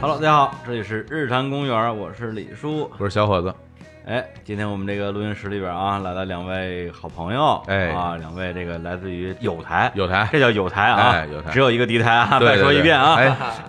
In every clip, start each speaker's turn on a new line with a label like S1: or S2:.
S1: Hello，大家好，这里是日坛公园，我是李叔。
S2: 我是小伙子，
S1: 哎，今天我们这个录音室里边啊，来了两位好朋友，
S2: 哎
S1: 啊，两位这个来自于友台，
S2: 有台
S1: 这叫友台啊，
S2: 哎友台
S1: 只有一个敌台啊，
S2: 对对
S1: 再说一遍啊，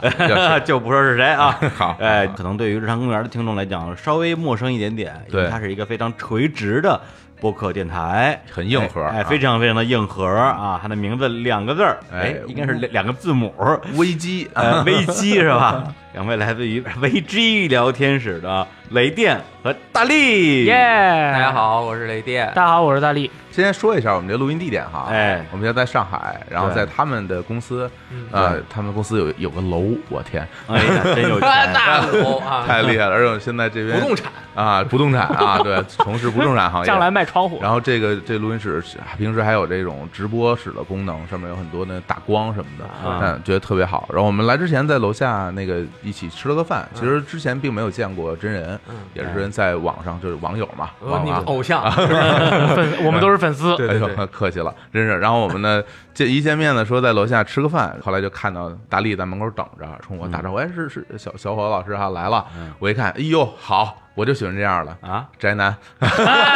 S2: 对 哎要
S1: 就不说是谁啊。
S2: 是 好，
S1: 哎，可能对于日常公园的听众来讲，稍微陌生一点点，因为
S2: 对
S1: 它是一个非常垂直的播客电台，
S2: 很硬核
S1: 哎，
S2: 啊
S1: 非常非常的硬核啊！它的名字两个字儿，哎
S2: 哎，
S1: 应该是两两个字母，
S2: 危机
S1: 呃，
S2: 啊
S1: 危机是吧？两位来自于危机聊天室的雷电和大力，
S3: 耶！
S4: 大
S3: 大
S4: 家，好，我是雷电
S3: 大。家好，我是大力。
S2: 先说一下我们这录音地点哈，
S1: 哎
S2: 我们现在在上海，然后
S1: 对嗯
S2: 在他们的公司，呃，他们公司有有个楼，我天，
S1: 哎呀，真 有钱！
S4: 大楼啊，
S2: 太厉害了！而且我们现在这边
S4: 不动产
S2: 啊，不动产啊，对，从事不动产 行业。
S3: 上来卖 窗户，
S2: 然后这个这录音室是平时还有这种直播室的功能，上面有很多那打光什么的，
S1: 啊
S2: 嗯，觉得特别好。然后我们来之前在楼下那个一起吃了个饭，
S4: 嗯
S2: 其实之前并没有见过真人，也是在网上就是网友嘛，
S4: 我
S2: 网
S4: 嗯哎哦你
S2: 友
S4: 们偶像，
S3: 粉我们都是粉丝。
S4: 对
S2: 哎
S4: 对
S2: 呦
S4: 对，，
S2: 客气了，真是。然后我们呢，这一见面呢，说在楼下吃个饭，后来就看到大力在门口等着，冲我打招呼，
S4: 嗯
S2: 哎，是是小小伙老师哈来了。我一看，哎呦，好，我就喜欢这样的
S1: 啊，
S2: 宅男。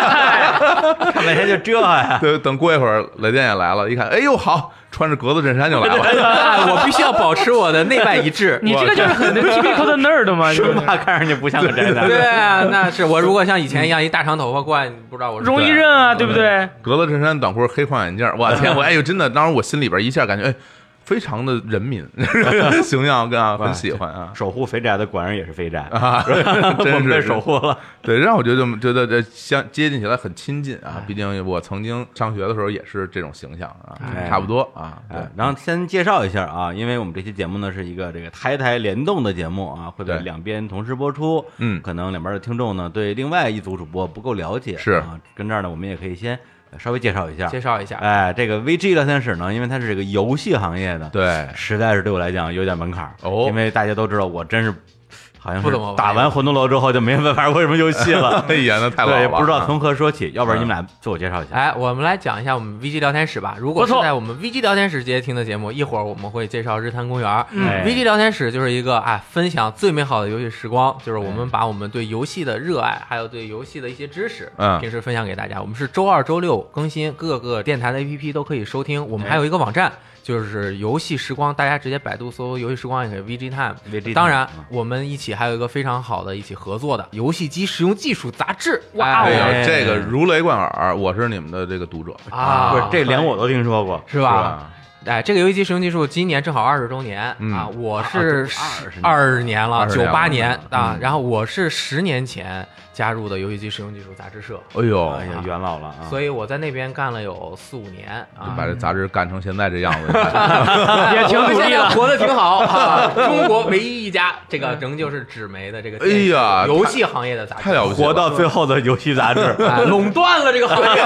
S1: 看半天就这呀，
S2: 对，等过一会儿雷电也来了，一看，哎呦，好，穿着格子衬衫就 来了。
S4: 啊我必须要保持我的内外一致。
S3: 你这个就是很 typical 的 nerd 嘛，就
S1: 生
S3: 是
S1: 怕看上去不像个宅男。
S4: 对，啊那是我如果像以前一样一大长头发过来，你不知道我是
S3: 容易认啊，对不对？
S2: 格子衬衫、短裤、黑框眼镜，我天，我哎呦，真的，当时我心里边一下感觉，哎，非常的 人民形象，跟啊，很喜欢啊。
S1: 守护肥宅的果然也是肥宅，
S2: 啊，
S1: 我
S2: 真
S1: 们
S2: 是
S1: 被守护了。
S2: 对，让我觉得觉得这相接近起来很亲近啊，毕竟我曾经上学的时候也是这种形象啊，
S1: 哎
S2: 差不多啊。对
S1: 哎，然后先介绍一下啊，因为我们这期节目呢是一个这个台台联动的节目啊，会在
S2: 对
S1: 两边同时播出。
S2: 嗯
S1: 可能两边的听众呢对另外一组主播不够了解，
S2: 是
S1: 啊，跟这儿呢我们也可以先呃稍微介绍一下
S4: 介。绍一下，
S1: 哎，这个 VG 聊天室呢，因为它是这个游戏行业的，，
S2: 对，
S1: 实在是对我来讲有点门槛儿
S2: 哦，
S1: 因为大家都知道我真是好像是
S4: 不怎么玩
S1: 打完魂斗罗之后就没办法玩什么游戏了
S2: 哎呀， 那太老
S1: 对，
S2: 了，
S1: 也不知道
S2: 啊
S1: 从何说起，要不然你们俩自我介绍一下。
S4: 哎，我们来讲一下我们 VG 聊天室吧。如果是
S3: 不错
S4: 在我们 VG 聊天室直接听的节目，一会儿我们会介绍日坛公园。
S3: 嗯
S1: 哎
S4: VG 聊天室就是一个哎，分享最美好的游戏时光，就是我们把我们对游戏的热爱，还有对游戏的一些知识，
S2: 嗯
S4: 平时分享给大家。我们是周二、周六更新，各个电台的 APP 都可以收听。我们还有一个网站，就是游戏时光，大家直接百度搜“游戏时光”也可以 VG Time。
S1: VG
S4: 当然
S1: 嗯，
S4: 我们一起还有一个非常好的一起合作的游戏机实用技术杂志。
S3: 哇
S2: 哎
S4: 哎
S2: 呀，
S1: 哎
S2: 这个如雷贯耳，我是你们的这个读者，是
S4: 啊，
S1: 不是，这连我都听说过，
S4: 是吧？
S1: 啊
S2: 吧？
S4: 哎，这个游戏机使用技术今年正好二十周年、
S2: 嗯
S4: 啊，我是
S1: 20
S4: 二十年了，
S2: 20
S4: 九
S2: 年了
S4: 八年啊、
S2: 嗯
S4: 然后我是十年前加入的游戏机使用技术杂志社，
S2: 哎呦，
S1: 哎呀，元老了啊！
S4: 所以我在那边干了有四五年
S2: 就
S4: 啊。
S2: 把这杂志干成现在这样 子，你看
S3: 也挺
S4: 我们
S3: 努
S4: 现
S3: 力
S4: 在
S3: 了。
S4: 活得挺好 啊！中国唯一一家这个仍旧是纸媒的这个，
S2: 哎呀
S4: 游戏行业的杂志
S2: 太了不起
S1: 活
S2: 了。
S1: 到最后的游戏杂 志，
S4: 哎垄断了这个行业，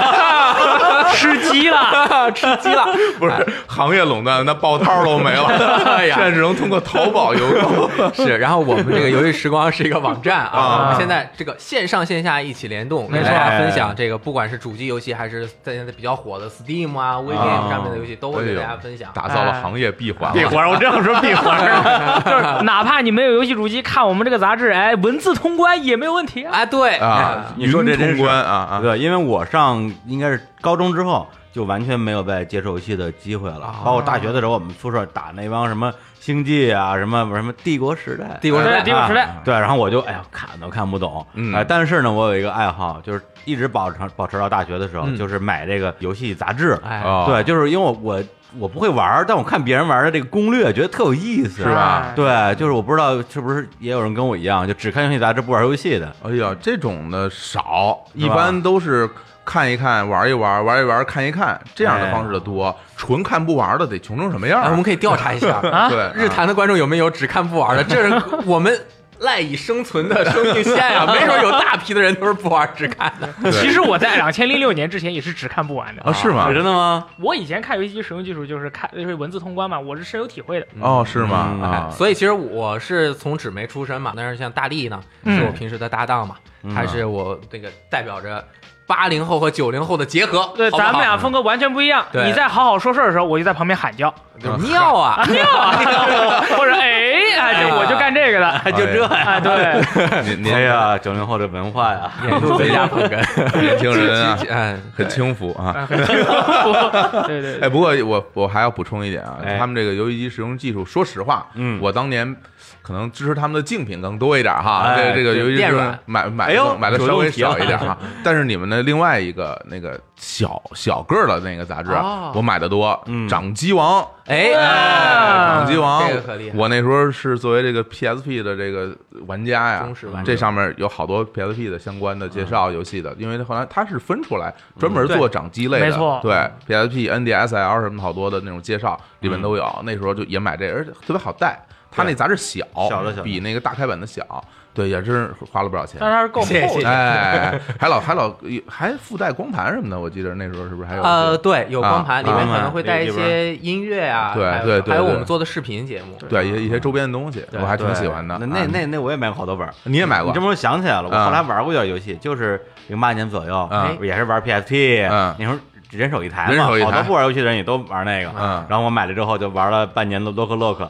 S3: 吃鸡了，
S4: 吃鸡了。
S2: 不是行业垄断，那报套都没了，
S4: 哎
S2: 现
S4: 呀
S2: 在只能通过淘宝邮购。
S4: 是，然后我们这个游戏时光是一个网站啊，哎
S2: 啊
S4: 我们现在这个线上线下一起联动，
S3: 没
S4: 给大
S3: 错
S4: 家分享这个，不管是主机游戏还是在现在比较火的 Steam 啊、哎微 game 上面的游戏，都会给大家分享。
S2: 打造了行业闭环
S1: 闭
S2: 了。
S1: 环，我这样说闭 环。
S3: 就是哪怕你没有游戏主机，看我们这个杂志，哎，文字通关也没有问题啊。
S4: 啊，对
S2: 啊，
S1: 哎你说这
S2: 云
S1: 真是
S2: 通关啊啊！
S1: 对，因为我上应该是高中之后，就完全没有再接触游戏的机会了。包括大学的时候，我们宿舍打那帮什么星际啊，什么什么帝国时代，
S4: 帝国时
S3: 对，
S4: 代
S3: 帝国时代
S1: 啊对，然后我就哎呀看都看不懂，
S2: 嗯
S1: 哎但是呢，我有一个爱好，就是一直保持保持到大学的时候，
S4: 嗯
S1: 就是买这个游戏杂志，
S4: 哎
S2: 啊，
S1: 对，就是因为我我我不会玩儿，但我看别人玩儿的这个攻略，觉得特有意思，
S2: 是吧
S3: 哎？
S1: 对，就是我不知道是不是也有人跟我一样，就只看游戏杂志不玩游戏的。
S2: 哎呀，这种的少，
S1: 是吧
S2: 一般都是看一看、玩一玩、玩一玩、看一看这
S1: 哎
S2: 样的方式的多。纯看不玩的得穷成什么样
S4: 哎
S2: 儿？
S4: 我们可以调查一下，
S3: 啊
S2: 对
S4: 日坛的观众有没有只看不玩的？这是我们赖以生存的生命线呀，没准有大批的人都是不玩只看的。
S2: 对
S3: 其实我在两千零六年之前也是只看不完
S2: 啊，
S3: 的。
S2: 是吗？
S1: 真的吗？
S3: 我以前看游戏机使用技术就是看就是文字通关嘛，我是深有体会的。
S2: 哦，是吗？
S1: 嗯
S2: 啊，
S4: 所以其实我是从纸媒出身嘛，但是像大力呢，
S3: 嗯
S4: 是我平时的搭档嘛，
S2: 嗯
S4: 他是我这个代表着八零后和九零后的结合，
S3: 对，
S4: 好不好
S3: 咱们啊俩风格完全不一样。
S4: 对
S3: 你在好好说事儿的时候，我就在旁边喊叫，
S4: 就是妙 啊，
S3: 啊，尿啊，或者哎哎就我就干这个的，
S1: 就这呀，
S3: 哎，
S1: 哎
S2: 年
S3: 对，
S2: 年
S1: 呀，九零后的文化呀，
S2: 啊
S4: 眼珠子压捧哏，
S2: 年轻人啊，
S4: 哎，
S2: 很轻浮啊。
S3: 哎很幸福，对对
S2: 哎，
S3: 对，
S2: 不过我我还要补充一点啊
S1: 哎，
S2: 他们这个游戏机使用技术，说实话，
S1: 嗯
S2: 我当年可能支持他们的竞品更多一点哈，
S1: 哎
S2: 这这个
S1: 对
S2: 游戏机
S4: 电
S2: 是
S4: 软
S2: 买买
S1: 哎呦
S2: 的买的
S1: 主
S2: 稍
S1: 动
S2: 微
S1: 提了
S2: 少一点 哈，但是你们的另外一个那个小小个儿的那个杂志啊
S4: 哦，
S2: 我买的多，
S1: 嗯
S2: 掌机王。
S4: 哎，
S2: 掌机王
S4: 这个可厉，害
S2: 我那时候是作为这个 PSP 的这个玩家呀
S4: 忠实玩，家嗯
S2: 这上面有好多 PSP 的相关的介绍游戏的，因为后来它是分出来专门做掌机类的，
S3: 没错
S2: 对 PSP、NDSL 什么好多的那种介绍里
S4: 嗯
S2: 面都有。那时候就也买这个，而且特别好带，它那杂志小，
S1: 小的小的
S2: 比那个大开本的小，对，也是花了不少钱
S3: 但。是它是够厚
S4: 谢谢谢
S3: 的
S4: 谢，
S2: 哎，还老还老还附带光盘什么的，我记得那时候是不是还有？
S4: 呃，对，有光
S2: 啊
S4: 盘，里面可能会
S1: 啊
S4: 带一
S1: 里边
S4: 些音乐啊，
S2: 对
S4: 还有
S2: 对对
S4: 还有我
S2: 对
S4: 们做的视频节目，啊
S2: 对，一些一些周边的东西，
S4: 对
S2: 我还
S1: 对
S2: 挺喜欢 的。
S1: 那那
S2: 啊
S1: 那那我也买过好多本儿。
S2: 你也买过
S1: 你这？么说想起来了，我
S2: 嗯
S1: 后来玩过一段游戏，就是零八年左右
S2: 嗯，
S1: 也是玩 PSP，
S2: 嗯
S1: 那时候人手一台
S2: 人
S1: 嘛，
S2: 手一台
S1: 好多不玩游戏的人也都玩那个。
S2: 嗯啊
S1: 然后我买了之后就玩了半年的 Look Look，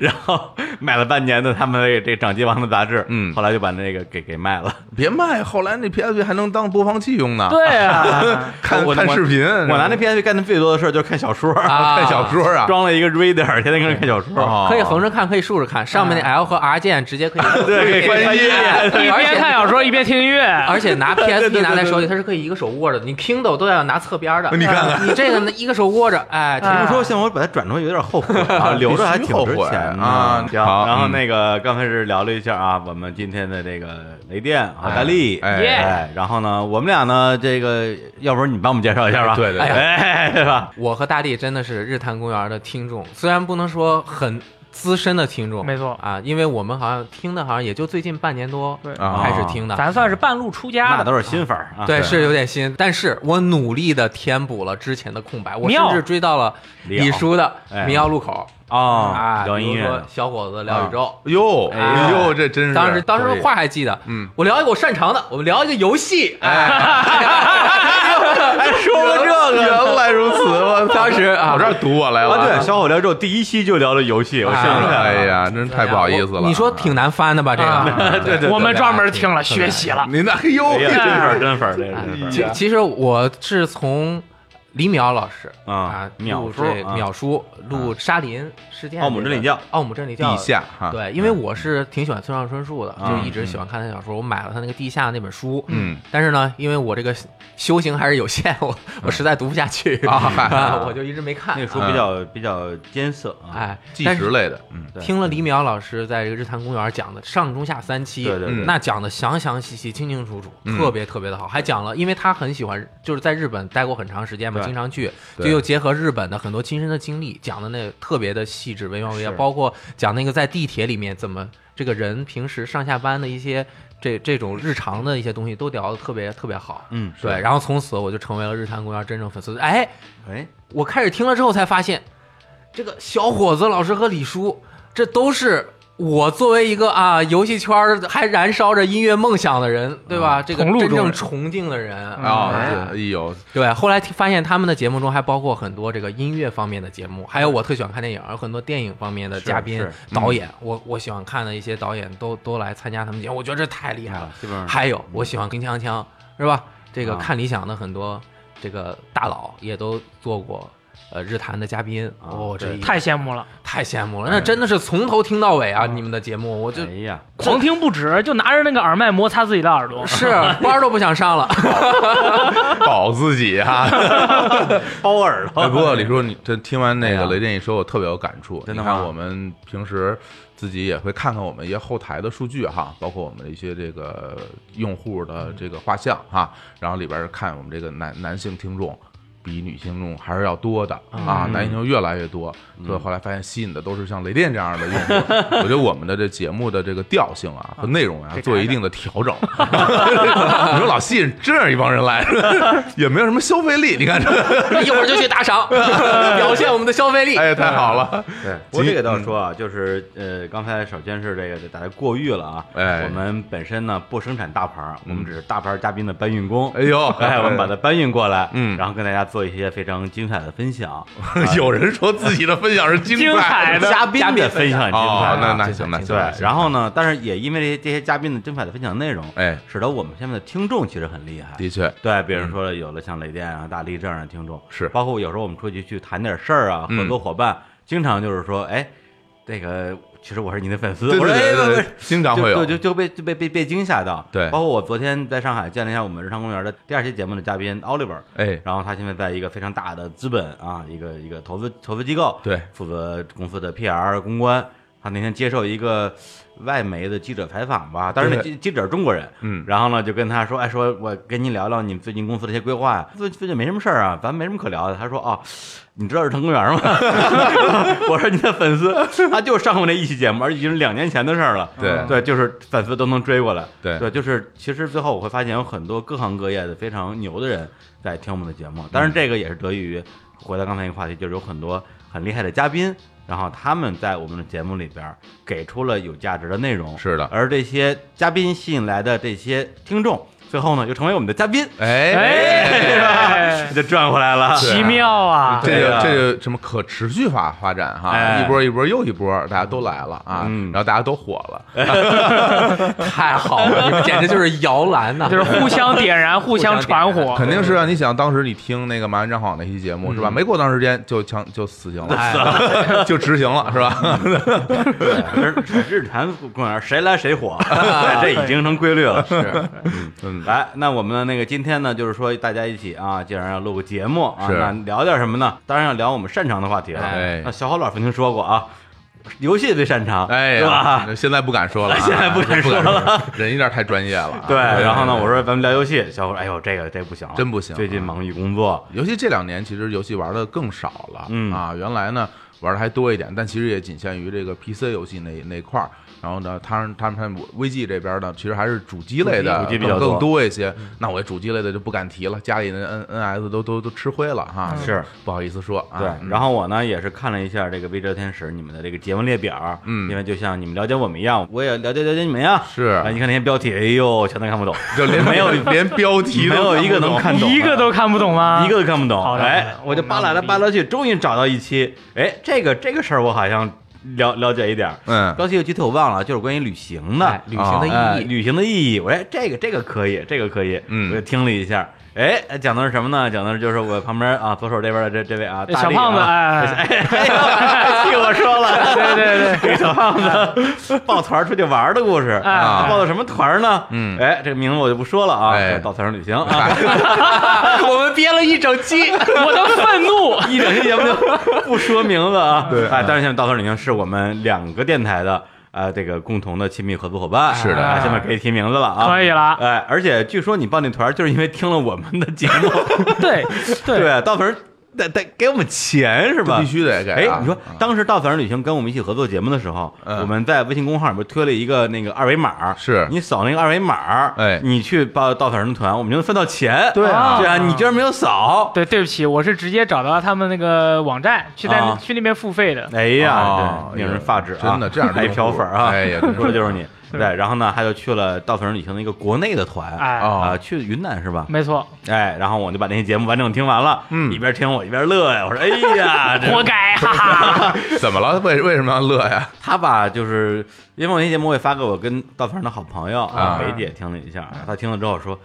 S1: 然后买了半年的他们这这掌机王的杂志，
S2: 嗯
S1: 后来就把那个给给卖了。
S2: 别卖，后来那 PSP 还能当播放器用呢。，
S3: 对啊，
S2: 看
S1: 我
S2: 看视频，
S1: 我拿那 PSP 干的最多的事儿就是看小说，
S4: 啊
S2: 看小说啊，
S1: 装了一个 Reader，天天跟着看小说。
S2: 哦
S4: 可以横着看，可以竖着看，上面那 L 和 R 键直 接可以
S1: 啊对可以
S4: 可以
S1: 关
S4: 音
S1: 音
S3: 一
S4: 而
S3: 边
S4: 且
S3: 看小说一边听音乐，
S4: 而且拿
S1: 对对
S4: PSP 拿在
S1: 对
S4: 手里，它是可以一个手握着的，你 Kindle 都要拿侧边的。
S2: 你看看
S4: 你这个呢一个手 握着，哎，挺
S1: 你
S3: 哎
S1: 们说，像我把它转出去有点后悔 啊，留着还挺值钱的
S2: 啊
S1: 行，
S2: 好
S1: 然后
S2: 嗯
S1: 那个刚开始聊了一下啊，我们今天的这个雷电和
S2: 哎
S1: 大力，
S2: 哎
S3: 耶
S1: 哎，然后呢，我们俩呢，这个要不然你帮我们介绍一下吧？
S2: 对对对
S1: 哎，对吧？
S4: 我和大地真的是日坛公园的听众，虽然不能说很资深的听众，
S3: 没错
S4: 啊，因为我们好像听的好像也就最近半年多
S3: 对
S2: 啊
S4: 开始听的。
S3: 咱算是半路出家
S1: 那
S3: 的，
S1: 都是新粉儿啊，
S4: 对，
S2: 对
S4: 是有点新，但是我努力的填补了之前的空白，我甚
S3: 妙
S4: 至追到了
S1: 李敖
S4: 李叔的
S1: 哎
S4: 《民谣路口》
S1: 哦
S4: 啊，，
S1: 聊
S4: 比
S1: 音
S4: 如说
S1: 乐，
S4: 小伙子聊宇宙，
S2: 哟
S1: 哎呦
S2: 哟，这真是
S4: 当时当
S2: 可
S4: 时
S2: 以
S4: 话还记得，
S2: 嗯，
S4: 我聊一个我擅长的，我们聊一个游戏，哎
S1: 哎，说了这个。
S2: 原来如此，我操
S4: 当时啊
S2: 我这儿堵我来了，
S1: 啊，对，小伙聊之后第一期就聊了游戏，我想起来了。
S2: 哎呀，真是太不好意思了。啊
S4: 你说挺难翻的吧？这
S3: 啊
S4: 个，
S1: 对对对
S3: 我们专门听了学习了，
S2: 您那哎呦
S1: 哎，呀，真粉
S3: 哎
S1: 儿真粉儿，这个真粉
S2: 哎
S1: 儿。
S4: 其其实我是从李淼老师
S1: 啊
S4: 啊，
S1: 淼
S4: 录
S1: 叔
S4: 这
S1: 啊
S4: 淼叔录沙林事件，
S1: 奥姆真理教，
S4: 奥姆真理教
S2: 地下啊嗯哈，
S4: 对，因为我是挺喜欢村上春树的，
S1: 啊
S4: 就一直喜欢看他的小说。我买了他那个《地下》那本书，
S2: 嗯，
S4: 但是呢，因为我这个修行还是有限，我我实在读不下去
S2: 嗯啊嗨
S4: 啊， 我就一直没看。
S1: 那个书
S4: 啊
S1: 比较比较艰涩啊，
S4: 哎，
S2: 计
S4: 但
S2: 时
S4: 是
S2: 类的，嗯，
S1: 对
S4: 听了李淼老师在这个日坛公园讲的上中下三期，
S1: 对对对
S4: 那讲的详详细细、清清楚楚，
S2: 嗯
S4: 特别特别的好，还讲了，因为他很喜欢，就是在日本待过很长时间嘛，
S1: 对
S4: 经常去，
S2: 对
S4: 就又结合日本的很多亲身的经历，讲的那特别的细致、惟妙惟
S1: 是
S4: 肖，包括讲那个在地铁里面怎么这个人平时上下班的一些这这种日常的一些东西都聊的特别特别好。
S1: 嗯，
S4: 对，然后从此我就成为了日坛公园真正粉丝。哎，
S1: 哎，
S4: 我开始听了之后才发现，这个小伙子老师和李叔，这都是我作为一个啊游戏圈儿还燃烧着音乐梦想的人，对吧？这
S3: 嗯
S4: 个
S3: 同路
S4: 真
S3: 中
S4: 正
S3: 人嗯
S4: 崇敬的人
S2: 哦，
S4: 哎
S2: 哎呦，
S4: 对，后来听发现他们的节目中还包括很多这个音乐方面的节目，还有我特喜欢看电影，有很多电影方面的
S1: 是
S4: 嘉宾
S1: 是、
S4: 导演，
S3: 嗯
S4: 我我喜欢看的一些导演都都来参加他们节目，我觉得这太厉害了。
S1: 啊基本上
S4: 还有我喜欢跟锵锵，是吧？这个
S1: 嗯啊
S4: 看理想的很多这个大佬也都做过。呃，日坛的嘉宾，哦，这
S1: 对
S4: 一
S3: 太羡慕了，
S4: 太羡慕了，那真的是从头听到尾啊！你们的节目，我就
S1: 哎呀，
S3: 狂听不止，就拿着那个耳麦摩擦自己的耳朵，
S4: 是班儿都不想上了。
S2: 保自己啊！
S1: 包耳朵。
S2: 哎，不过李叔，你这听完那
S1: 哎
S2: 个
S1: 呀
S2: 雷电一说，我特别有感触。
S1: 真的
S2: 你看
S1: 吗
S2: 我们平时自己也会看看我们一些后台的数据哈，包括我们的一些这个用户的这个画像哈，然后里边看我们这个男男性听众。比女性听众还是要多的
S1: 嗯
S2: 啊，男性听众越来越多，所以后来发现吸引的都是像雷电这样的用户。我觉得我们的这节目的这个调性啊和内容啊做一定的调整。 你说老吸引这样一帮人来， 也没有什么消费力，你看这
S4: 一会儿就去打赏，表现我们的消费力。
S2: 哎，太好了！
S1: 对，不过这个倒
S2: 嗯
S1: 是说啊，就是呃，刚才首先是这个大家过誉了啊。
S2: 哎嗯
S1: 我们本身呢不生产大牌儿，我们只是大牌儿嘉宾的搬运工。
S2: 哎呦，
S1: 哎，我们把它搬运过来，
S2: 嗯
S1: 然后跟大家做一些非常精彩的分享，
S2: 有人说自己的分享是精
S3: 精
S2: 彩
S3: 彩的
S1: 嘉宾的分享很精彩
S2: 哦，那
S1: 啊。
S2: 那
S4: 精彩
S2: 行，那行
S4: 精
S1: 对
S2: 那，行
S1: 然后呢，但是也因为这些这些嘉宾的精彩的分享内容，
S2: 哎，
S1: 使得我们现在的听众其实很厉害。
S2: 的确
S1: 对，比如说有了像雷电啊、大力这样的听众，
S2: 嗯是
S1: 包括有时候我们出去去谈点事儿啊，
S2: 嗯
S1: 合作伙伴，经常就是说，哎，这个其实我是你的粉丝，
S2: 对
S1: 我
S2: 对
S1: 说哎
S2: 对对
S1: 不
S2: 对
S1: 是，
S2: 经常会
S1: 就
S2: 有
S1: 就就被就被被被惊吓到。
S2: 对
S1: 包括我昨天在上海见了一下我们日常公园的第二期节目的嘉宾 Oliver，
S2: 哎，
S1: 然后他现在在一个非常大的资本啊，一个一个投资投资机构，
S2: 对
S1: 负责公司的 PR 公关。他那天接受一个外媒的记者采访吧，但是那
S2: 对
S1: 记记者是中国人，
S2: 嗯
S1: 然后呢就跟他说，哎，说我跟你聊聊你们最近公司的一些规划呀，最最近没什么事儿啊，咱没什么可聊的。他说哦，你知道日坛公 园吗？ 我说你的粉丝，他就上过那一期节目，而且已经是两年前的事儿了。
S2: 对
S1: 对，就是粉丝都能追过来。
S2: 对
S1: 对，就是其实最后我会发现有很多各行各业的非常牛的人在听我们的节目，
S2: 嗯
S1: 当然这个也是得益于回到刚才一个话题，就是有很多很厉害的嘉宾，然后他们在我们的节目里边给出了有价值的内容，
S2: 是的
S1: 而这些嘉宾吸引来的这些听众，最后呢又成为我们的嘉宾，
S2: 哎
S3: 哎
S1: 是吧 就赚回来了。
S3: 奇妙啊！
S2: 这
S1: 对
S2: 个
S1: 啊
S2: 这个什么可持续化发展哈，
S1: 哎
S2: 一波一波又一波，大家都来了啊，
S1: 嗯哎
S2: 然后大家都火了，
S4: 太好了，你们简直就是摇篮呐、
S3: 就是互相点燃，互相传火，
S2: 肯定是啊！你想当时你听那个麻原彰晃那期节目是吧？
S1: 嗯
S2: 没过多长时间就枪就死刑
S4: 哎
S2: 了， 就执行了是吧？
S1: 对日日坛公园谁来谁 火，对这已经成规律了。
S4: 是
S2: 嗯，
S1: 来，那我们那个今天呢，就是说大家一起啊，既然要录个节目啊，
S2: 是
S1: 那聊点什么呢？当然要聊我们擅长的话题了。啊
S2: 哎
S1: 那小郝老师曾经说过啊，游戏最擅长，
S2: 哎
S1: 是
S2: 呀
S1: 吧？，
S2: 现在不敢说了啊，
S1: 现在不敢说了
S2: 了，人有点太专业了啊。
S1: 对，然后呢，我说咱们聊游戏，小伙，哎呦，这个这不行了，
S2: 真不行
S1: 最近忙于工作，
S2: 尤其这两年，其实游戏玩的更少了，
S1: 嗯
S2: 啊，原来呢玩的还多一点，但其实也仅限于这个 PC 游戏那那块儿。然后呢，他们他们他们微 G 这边呢，其实还是主机类的
S1: 主机比较
S2: 更
S1: 多
S2: 更多一些。那我主机类的就不敢提了，家里的 N N S 都都都吃灰了哈，
S1: 是
S2: 不好意思说啊。
S1: 对，
S2: 嗯
S1: 然后我呢也是看了一下这个《微哲天使》你们的这个节目列表，
S2: 嗯
S1: 因为就像你们了解我们一样，我也了解了解你们呀。
S2: 是
S1: 啊，你看那些标题，哎呦，全都看不 懂，
S2: 就连
S1: 没有
S2: 连标题
S1: 没
S2: 都
S1: 有一个能
S2: 看不懂
S1: 看懂的，
S3: 一个都看不懂吗？
S1: 一个都看不懂。
S3: 好的
S1: 哎，我就扒拉了扒拉去，终于找到一期。哎，这个这个事儿我好像了了解一点儿。
S2: 嗯
S1: 标题有具体我忘了，就是关于旅行的
S4: 哎旅行的意
S1: 哎
S4: 义
S1: 旅行的意义。我说哎这个这个可以，这个可以。
S2: 嗯
S1: 我就听了一下。哎，讲的是什么呢？讲的就是我旁边啊，左手这边的这这位啊，大
S3: 小
S1: 力啊
S3: 胖子，哎，
S1: 哎呦，替我说了，
S3: 对对 对，
S1: 这个小胖子抱团儿出去玩儿的故事
S3: 哎
S1: 啊，报的什么团儿呢？
S2: 嗯
S1: 哎，这个名字我就不说了啊，
S2: 哎
S1: 叫到团上旅行啊，
S4: 我们憋了一整期，
S3: 我的愤怒，
S1: 一整期节目就不说名字啊。
S2: 对
S1: 哎，但是现在稻草旅行是我们两个电台的呃这个共同的亲密合作伙伴，
S2: 是的
S1: 啊现在可以提名字了啊，
S3: 可以了
S1: 哎，而且据说你报那团儿就是因为听了我们的节目，
S3: 对对，
S1: 对，稻草人得得给我们钱是吧？
S2: 必须得给
S1: 哎
S2: 啊。，
S1: 你说当时稻草人旅行跟我们一起合作节目的时候，
S2: 嗯
S1: 我们在微信公号里面推了一个那个二维码，
S2: 是
S1: 你扫那个二维码，
S2: 哎
S1: 你去报稻草人的团，我们就能分到钱。
S2: 对啊
S1: 对啊，你居然没有扫，
S3: 对，对不起，我是直接找到他们那个网站，去
S1: 啊
S3: 在去那边付费的，
S1: 哎
S2: 啊
S1: 呀，对令人发指啊！
S2: 真的这样的
S1: 还一
S2: 用户
S1: 漂粉啊！
S2: 哎呀 真是
S1: 说的 就是你。对，然后呢，他就去了稻草人旅行的一个国内的团，
S3: 哎
S2: 哦
S1: 啊，去云南是吧？
S3: 没错，
S1: 哎，然后我就把那些节目完整听完了，
S2: 嗯
S1: 一边听我一边乐呀，我说哎 呀，这
S3: 活 该，哈哈，
S2: 怎么了？为为什么要乐呀？
S1: 他吧，就是因为我那节目我也发给我跟稻草人的好朋友
S2: 啊
S1: 梅姐听了一下，她听了之后说，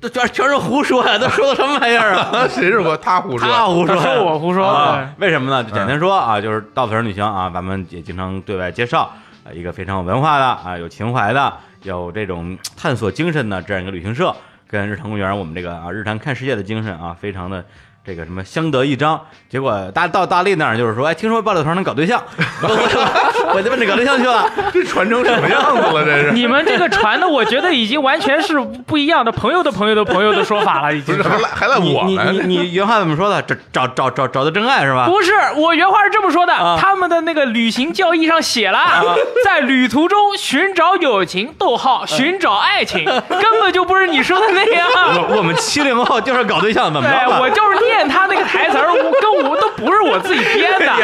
S1: 这全全是胡说呀，都说的什么玩意儿啊？
S2: 谁是我他胡
S1: 他
S2: 说？
S1: 胡说呀，
S3: 他说我胡说
S1: 啊？为什么呢？就简单说啊，就是稻草人旅行啊，咱们也经常对外介绍，呃一个非常有文化的啊，有情怀的，有这种探索精神的这样一个旅行社，跟日坛公园我们这个啊日坛看世界的精神啊，非常的。这个什么相得益彰，结果大到大力那儿就是说，哎，听说爆料团能搞对象， 我我我就奔着搞对象去了。
S2: 这传成什么样子了？这是。
S3: 你们这个传的，我觉得已经完全是不一样的朋友的朋友的朋友的说法了，已
S2: 不
S3: 经
S2: 是。还赖还赖
S1: 你
S2: 我
S1: 你你
S2: 们？
S1: 你原话怎么说的？找找找找找到真爱是吧？
S3: 不是，我原话是这么说的，
S1: 啊
S3: 他们的那个旅行教义上写了，在旅途中寻找友情，逗号寻找爱 情，根本就不是你说的那样。
S1: 我我们七零后就是搞对象，怎么着啊
S3: 对，
S1: 吧？
S3: 我就是念
S1: 哎
S3: 他那个台词儿，我跟我都不是我自己编的。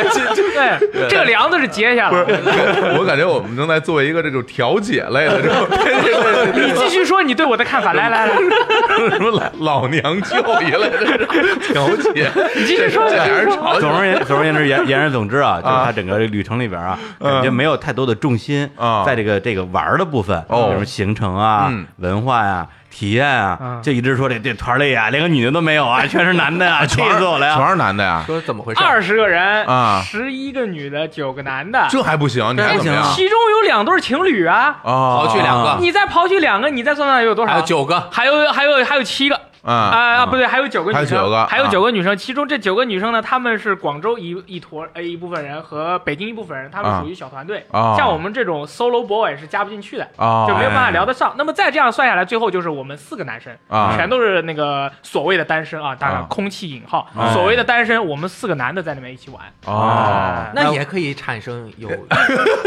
S3: 对，这个梁子是接下来的，
S2: 我感觉我们正在做一个这种调解类的这 种这
S3: 你继续说你对我的看法，来来来，
S2: 种什么老老娘舅一类的这种调解，
S3: 你继续说
S2: 这俩人吵起
S1: 总
S2: 来
S1: 而言总而言之，言言而总之啊，就是
S2: 哎啊
S1: 他整个这个旅程里边啊，感觉没有太多的重心
S2: 啊
S1: 在这个这个玩儿的部分，
S2: 哦
S1: 比如行程啊
S2: 嗯、
S1: 文化呀、体验啊
S3: 啊，
S1: 就一直说这这团儿里啊，连个女的都没有啊，全是男的啊，气
S2: 全
S1: 死我了
S2: 全
S1: 呀！
S2: 是男的呀，
S4: 说怎么回事？
S3: 二十个人
S2: 啊
S3: 十一个女的，九个男的，
S2: 这还不行，你还怎么样
S1: 这还
S3: 其中有两对情侣啊，
S2: 啊？
S4: 刨去两
S1: 啊
S4: 个，
S3: 你再刨去两个，你再算算有多
S4: 还
S3: 少
S4: 有？九个，
S3: 还有还有还有七个
S2: 啊
S3: 啊啊，不对，还有九个
S2: 还有
S3: 女生，
S2: 九个啊
S3: 还有九个女生，其中这九个女生呢，她们是广州一一坨呃一部分人和北京一部分人，她
S2: 啊
S3: 们属于小团队，
S2: 啊
S3: 像我们这种 solo boy 是加不进去的。
S2: 啊，
S3: 就没有办法聊得上。那么再这样算下来，最后就是我们四个男生
S2: 啊
S3: 全都是那个所谓的单身啊，当
S2: 啊
S3: 然空气引号
S1: 啊，
S3: 所谓的单身，我们四个男的在那边一起玩，
S2: 啊，
S4: 那也可以产生有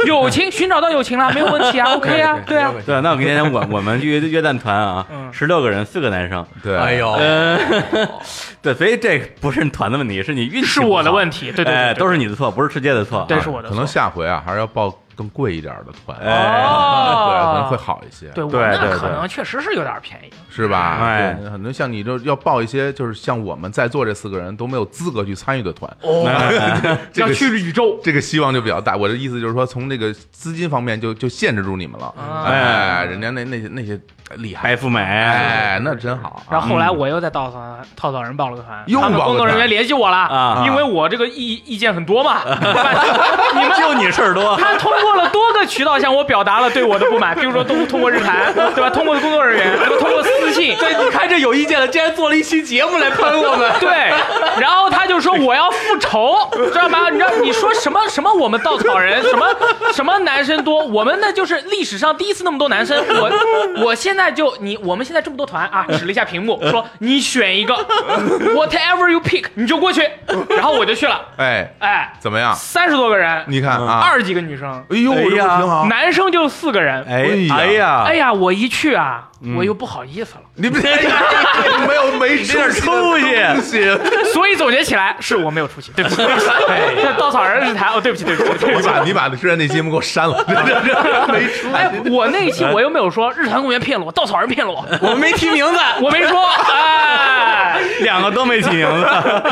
S3: 友情寻找到友情了，没有问题啊，OK 啊，对啊，，
S1: 对，那我跟你讲，我我们约约旦团啊，
S3: 嗯
S1: 十六个人，四个男生，呃
S2: 对，
S4: 哎呦，
S1: 对，所以这不是团的问题，是你运气
S3: 是我的
S1: 题，
S3: 问题，对对
S1: 哎
S3: 对，
S1: 都
S3: 是
S1: 是你的错，不是世界的错啊，
S3: 对是我的
S2: 可
S3: 错
S2: 能下回啊还是要报更贵一点的团，
S1: 哎
S2: 对，可能会
S3: 哦，
S2: 好一些，
S3: 对，我
S1: 对对
S3: 那
S1: 对
S3: 可能确实是有点便宜，
S2: 是吧？
S1: 哎
S2: 对，很多像你这要报一些，就是像我们在座这四个人都没有资格去参与的团，
S1: 哦
S2: 哎
S1: 哎
S2: 这
S3: 要
S2: 个嗯
S3: 去宇宙，
S2: 这个希望就比较大。我的意思就是说，从这个资金方面就就限制住你们了。
S3: 啊
S2: 哎，人家那那些那些厉害
S1: 白，富美，
S2: 哎，那真好啊。
S3: 然后后来我又在稻草人稻草人报了个团，
S2: 又
S3: 他们
S2: 报了
S3: 工作人员联系我了
S1: 啊
S3: 因为我这个意意见很多嘛，
S1: 哎你们就你事儿多，
S3: 他通过了多个渠道向我表达了对我的不满，比如说通通过日坛，对吧？通过工作人员，对吧通过私信，
S4: 对，你看这有意见了，竟然做了一期节目来喷我们。
S3: 对。然后他就说我要复仇，知道吗？你知道你说什么什么我们稻草人什么什么男生多，我们那就是历史上第一次那么多男生。我我现在就你我们现在这么多团啊，指了一下屏幕说你选一个，whatever you pick，你就过去。然后我就去了，
S2: 哎，
S3: 哎，
S2: 怎么样？
S3: 三十多个人，
S2: 你看啊，
S3: 二十几个女生，
S2: 哎呦，
S1: 哎
S2: 这
S1: 呀
S2: 不挺好？
S3: 男生就四个人，
S1: 哎
S2: 哎
S1: 哎呀，
S3: 哎呀，我一去啊，
S1: 嗯
S3: 我又不好意思了，
S2: 你别没有没出
S1: 点出息
S2: 息，
S3: 所以总结起来是我没有出息，对不 起，对不起。
S1: 哎
S3: 这稻草人日谈，哦，对不起，对不起，对不
S2: 你
S3: 起。
S2: 把你把之前那节目给我删了，这这这没出
S3: 哎
S2: 息。，
S3: 我那一期我又没有说
S1: 嗯
S3: 日坛公园骗了我，稻草人骗了我，
S4: 我们没提名字，
S3: 我没说，哎，
S1: 两个都没起 名字，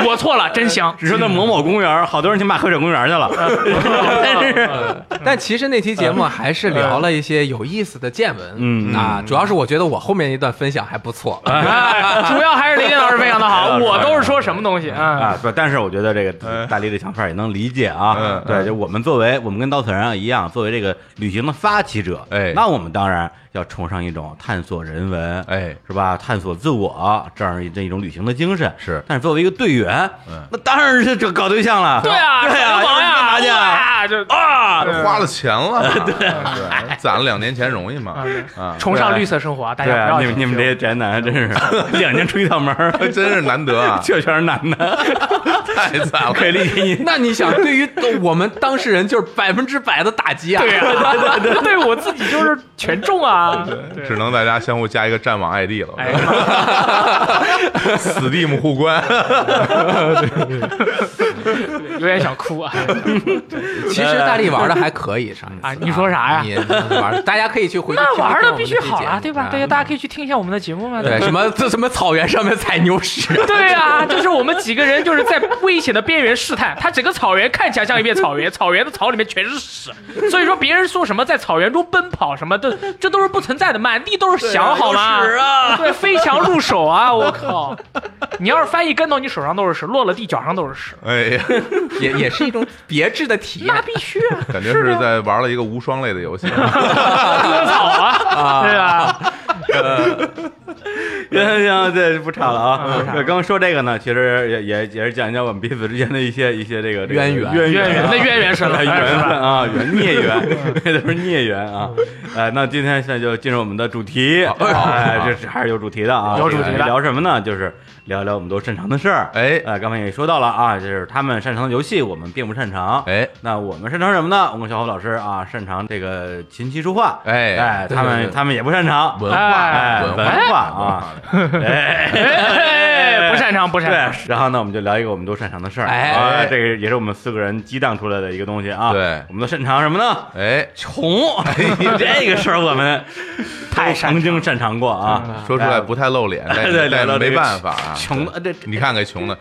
S3: 我错了，真 香。
S1: 只说那某某公园，好多人去骂河水公园去了，但是
S4: 但其实那期节目还是聊了一些有意思的见闻，
S1: 嗯
S4: 啊，主要是我觉得我后面一段分享还不错，
S3: 哎，主要还是雷电老师非常的好，
S1: 雷电老
S3: 我
S1: 师
S3: 都是说什么东西啊？
S2: 嗯
S1: 啊，不，但是我觉得这个大力的想法也能理解啊
S2: 哎嗯。
S1: 对，就我们作为我们跟稻草人啊一样，作为这个旅行的发起者，
S2: 哎
S1: 那我们当然要崇尚一种探索人文，
S2: 哎，
S1: 是吧？探索自我这样一这一种旅行的精神
S2: 是
S1: 但是作为一个队员
S2: 嗯，
S1: 那当然是这搞对象了。
S3: 对啊，
S1: 对
S3: 耍
S1: 啊，
S3: 流氓
S1: 要不然干嘛
S3: 呀，
S1: 去啊？
S3: 哇就
S1: 啊，
S2: 花了钱了，对对，攒了两年钱容易吗？啊，
S3: 崇尚绿色生活啊，大
S1: 对
S3: 家
S1: 啊，
S3: 不
S1: 你
S3: 要
S1: 们你们这些宅男真 是两年出一趟门儿，
S2: 还哎真是难 得啊，
S1: 就全是男 的，
S2: 太惨了。
S1: 可以理解你。
S4: 那你想，对于我们当事人就是百分之百的打击啊！
S3: 对呀， 对我自己就是全 中啊，对
S2: 只能大家相互加一个战网 ID 了，
S3: 哎呀妈呀
S2: Steam 互关。
S3: 有点想哭啊！
S4: 其实大力玩的还可以，上一次
S3: 啊你说啥呀
S4: 你玩，大家可以去回去
S3: 那
S4: 听
S3: 玩
S4: 听
S3: 的
S4: 我们
S3: 必须
S4: 这期
S3: 好
S4: 节
S3: 啊，
S4: 目
S3: 对吧？
S4: 啊
S3: 对呀，大家可以去听一下我们的节目嘛。
S4: 对，什么这什么草原上面踩牛屎，
S3: 对啊，就是我们几个人就是在危险的边缘试探。它整个草原看起来像一片草原，草原的草里面全是屎，所以说别人说什么在草原中奔跑什么的，这都是不存在的，满地都是翔，好吗？对，飞翔入手啊！我靠，你要是翻一跟头，你手上都是屎，落了地脚上都是屎，
S2: 哎呀，
S4: 也也是一种别致的体验
S3: 那。必须 啊，
S2: 感觉是在玩了一个无双类的游 戏。
S3: 割草啊，对吧？
S1: 行行，这不吵了啊。对刚刚说这个呢，其实也也也是讲一讲我们彼此之间的一些一些这个这个
S4: 渊源
S1: 渊
S3: 渊源
S1: 啊
S3: 那渊源深了，
S1: 哎，
S3: 是
S1: 缘
S3: 吧
S1: 分啊，缘孽缘，这都是孽缘啊。哎，那今天现在就进入我们的主题，哎，这是还是有主题的啊。
S3: 有主题的
S1: 聊什么呢？就是聊聊我们都擅长的事儿。
S2: 哎
S1: 呃，刚才也说到了啊，就是他们擅长的游戏，我们并不擅长。
S2: 哎
S1: 那我们擅长什么呢？我们小虎老师啊，擅长这个琴棋书画。
S2: 哎
S1: 哎，他
S2: 对对
S1: 们
S2: 对
S1: 他们也不擅长
S2: 文
S3: 哎
S2: 化
S1: 哎
S2: 文
S1: 文
S2: 化
S1: 化
S2: 文
S1: 啊，
S2: 化
S3: 哎，不擅长，不擅
S1: 对
S3: 长。，
S1: 然后呢，我们就聊一个我们都擅长的事儿。
S4: 哎
S1: 啊，这个也是我们四个人激荡出来的一个东西啊。
S2: 对
S1: 我们都擅长什么呢？
S2: 哎，
S1: 穷，这个事儿我们太曾经擅长过啊。
S2: 说出来不太 露脸，但
S1: 对
S2: 是
S1: 聊
S2: 但
S1: 聊
S2: 是
S1: 这
S2: 没
S1: 个
S2: 办法啊，
S1: 穷哎的这
S2: 你看给穷的，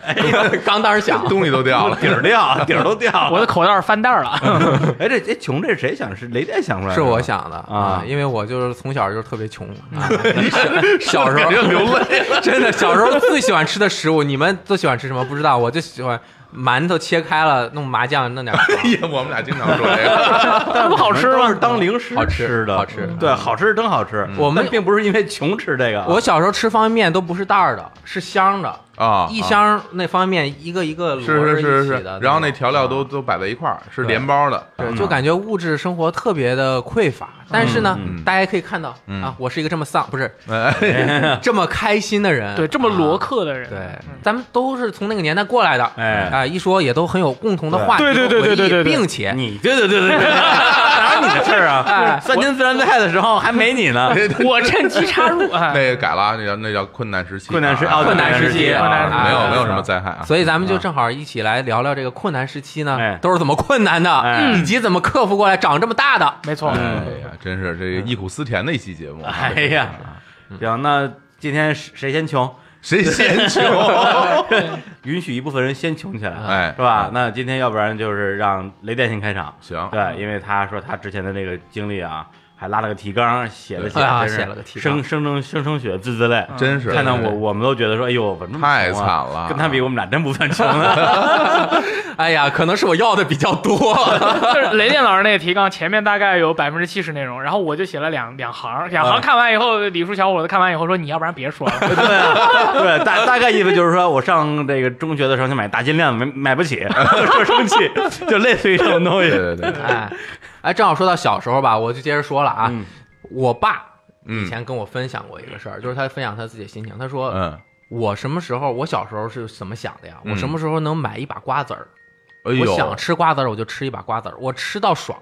S4: 刚当时想，
S2: 东西都 掉了，
S1: 底儿掉，底儿都掉了。
S3: 我的口袋翻袋儿了，
S1: 哎，这哎穷，这是谁想？是雷电想出来的？
S4: 是我。想的
S1: 啊
S4: 因为我就是从小就是特别穷， 啊、 小小时候
S2: 感觉流泪了。
S4: 真的小时候最喜欢吃的食物，你们都喜欢吃什么？不知道，我就喜欢馒头切开了弄麻酱弄点儿
S2: 哎呀，我们俩经常说这个，
S3: 那不好吃
S1: 都是
S3: 吗？
S1: 当零食
S4: 好吃
S1: 的，嗯
S4: 好吃
S1: 对，好吃是真好吃。
S4: 我们
S1: 但并不是因为穷吃这个啊，
S4: 我小时候吃方便面都不是袋儿的，是箱儿的
S2: 啊
S4: 一箱儿那方便面一个一个摞
S2: 是
S4: 着
S2: 是是
S4: 一起
S2: 是
S4: 的，，
S2: 然后那
S4: 种啊
S2: 调料都嗯都摆在一块儿，是连包的，
S4: 对，就感觉物质生活特别的匮乏。但是呢，
S2: 嗯
S4: 大家可以看到、
S2: 嗯
S4: 啊，我是一个这么丧，不是
S2: 哎，
S4: 这么开心的人，啊
S3: 对，这么
S4: 罗
S3: 罗克的人，
S4: 对，咱们都是从那个年代过来的，
S1: 哎
S4: 啊，一说也都很有共同的话题
S3: 对
S4: 和
S3: 对对
S4: 回
S3: 对对
S4: 忆
S3: 对对
S4: 并 且
S1: 你对对对对 对，哪有你的事儿啊
S4: 哎？
S1: 三年自然灾害的时候还没你呢，
S3: 我趁机插入 啊，
S2: 那个改了啊，那叫那叫困难时期啊，
S1: 困难时
S2: 啊
S1: 啊，
S4: 困难时哦期
S1: 啊
S3: 困难时期
S2: 没有没有什么
S1: 灾。
S2: 灾害啊，
S4: 所以咱们就正好一起来聊聊这个困难时期呢，
S1: 哎
S4: 都是怎么困难的，
S1: 哎
S4: 以及怎么克服过来长这么大的。
S3: 没错，
S2: 哎
S4: 嗯
S2: 呀，真是这个忆苦思甜的一期节目啊，
S1: 哎呀，行，那今天谁谁先穷？
S2: 谁先 穷？
S1: 允许一部分人先穷起来，
S2: 哎
S1: 是吧？那今天要不然就是让雷电先开场，
S2: 行
S1: 对，因为他说他之前的那个经历啊，还拉了个提纲，写了写，
S4: 对啊
S1: 真是
S4: 写了个提纲
S1: 生生生生生血，字字泪，
S3: 嗯
S2: 真是
S1: 看到我
S2: 对
S1: 我们都觉得说，哎呦，怎么这么
S2: 太
S1: 穷
S2: 惨
S1: 啊
S2: 了，
S1: 跟他比，我们俩真不算穷啊了。
S4: 哎呀，可能是我要的比较多，
S3: 就是雷电老师那个提纲，前面大概有百分之七十内容，然后我就写了两两行，两行看完以后，李叔小伙子看完以后说：“你要不然别 说了。
S1: 对啊，对，大大概意思就是说我上这个中学的时候想买大金链子，没买不起， 就生气，就类似于这种东西
S2: 对。对对，对
S4: 哎，哎，正好说到小时候吧，我就接着说了啊，
S1: 嗯
S4: 我爸以
S2: 嗯
S4: 前跟我分享过一个事儿，就是他分享他自己的心情，他说，
S2: 嗯，
S4: 我什么时候，我小时候是怎么想的呀？
S2: 嗯
S4: 我什么时候能买一把瓜子儿？
S2: 哎
S4: 我想
S2: 呦，
S4: 吃瓜子儿，我就吃一把瓜子儿，我吃到爽，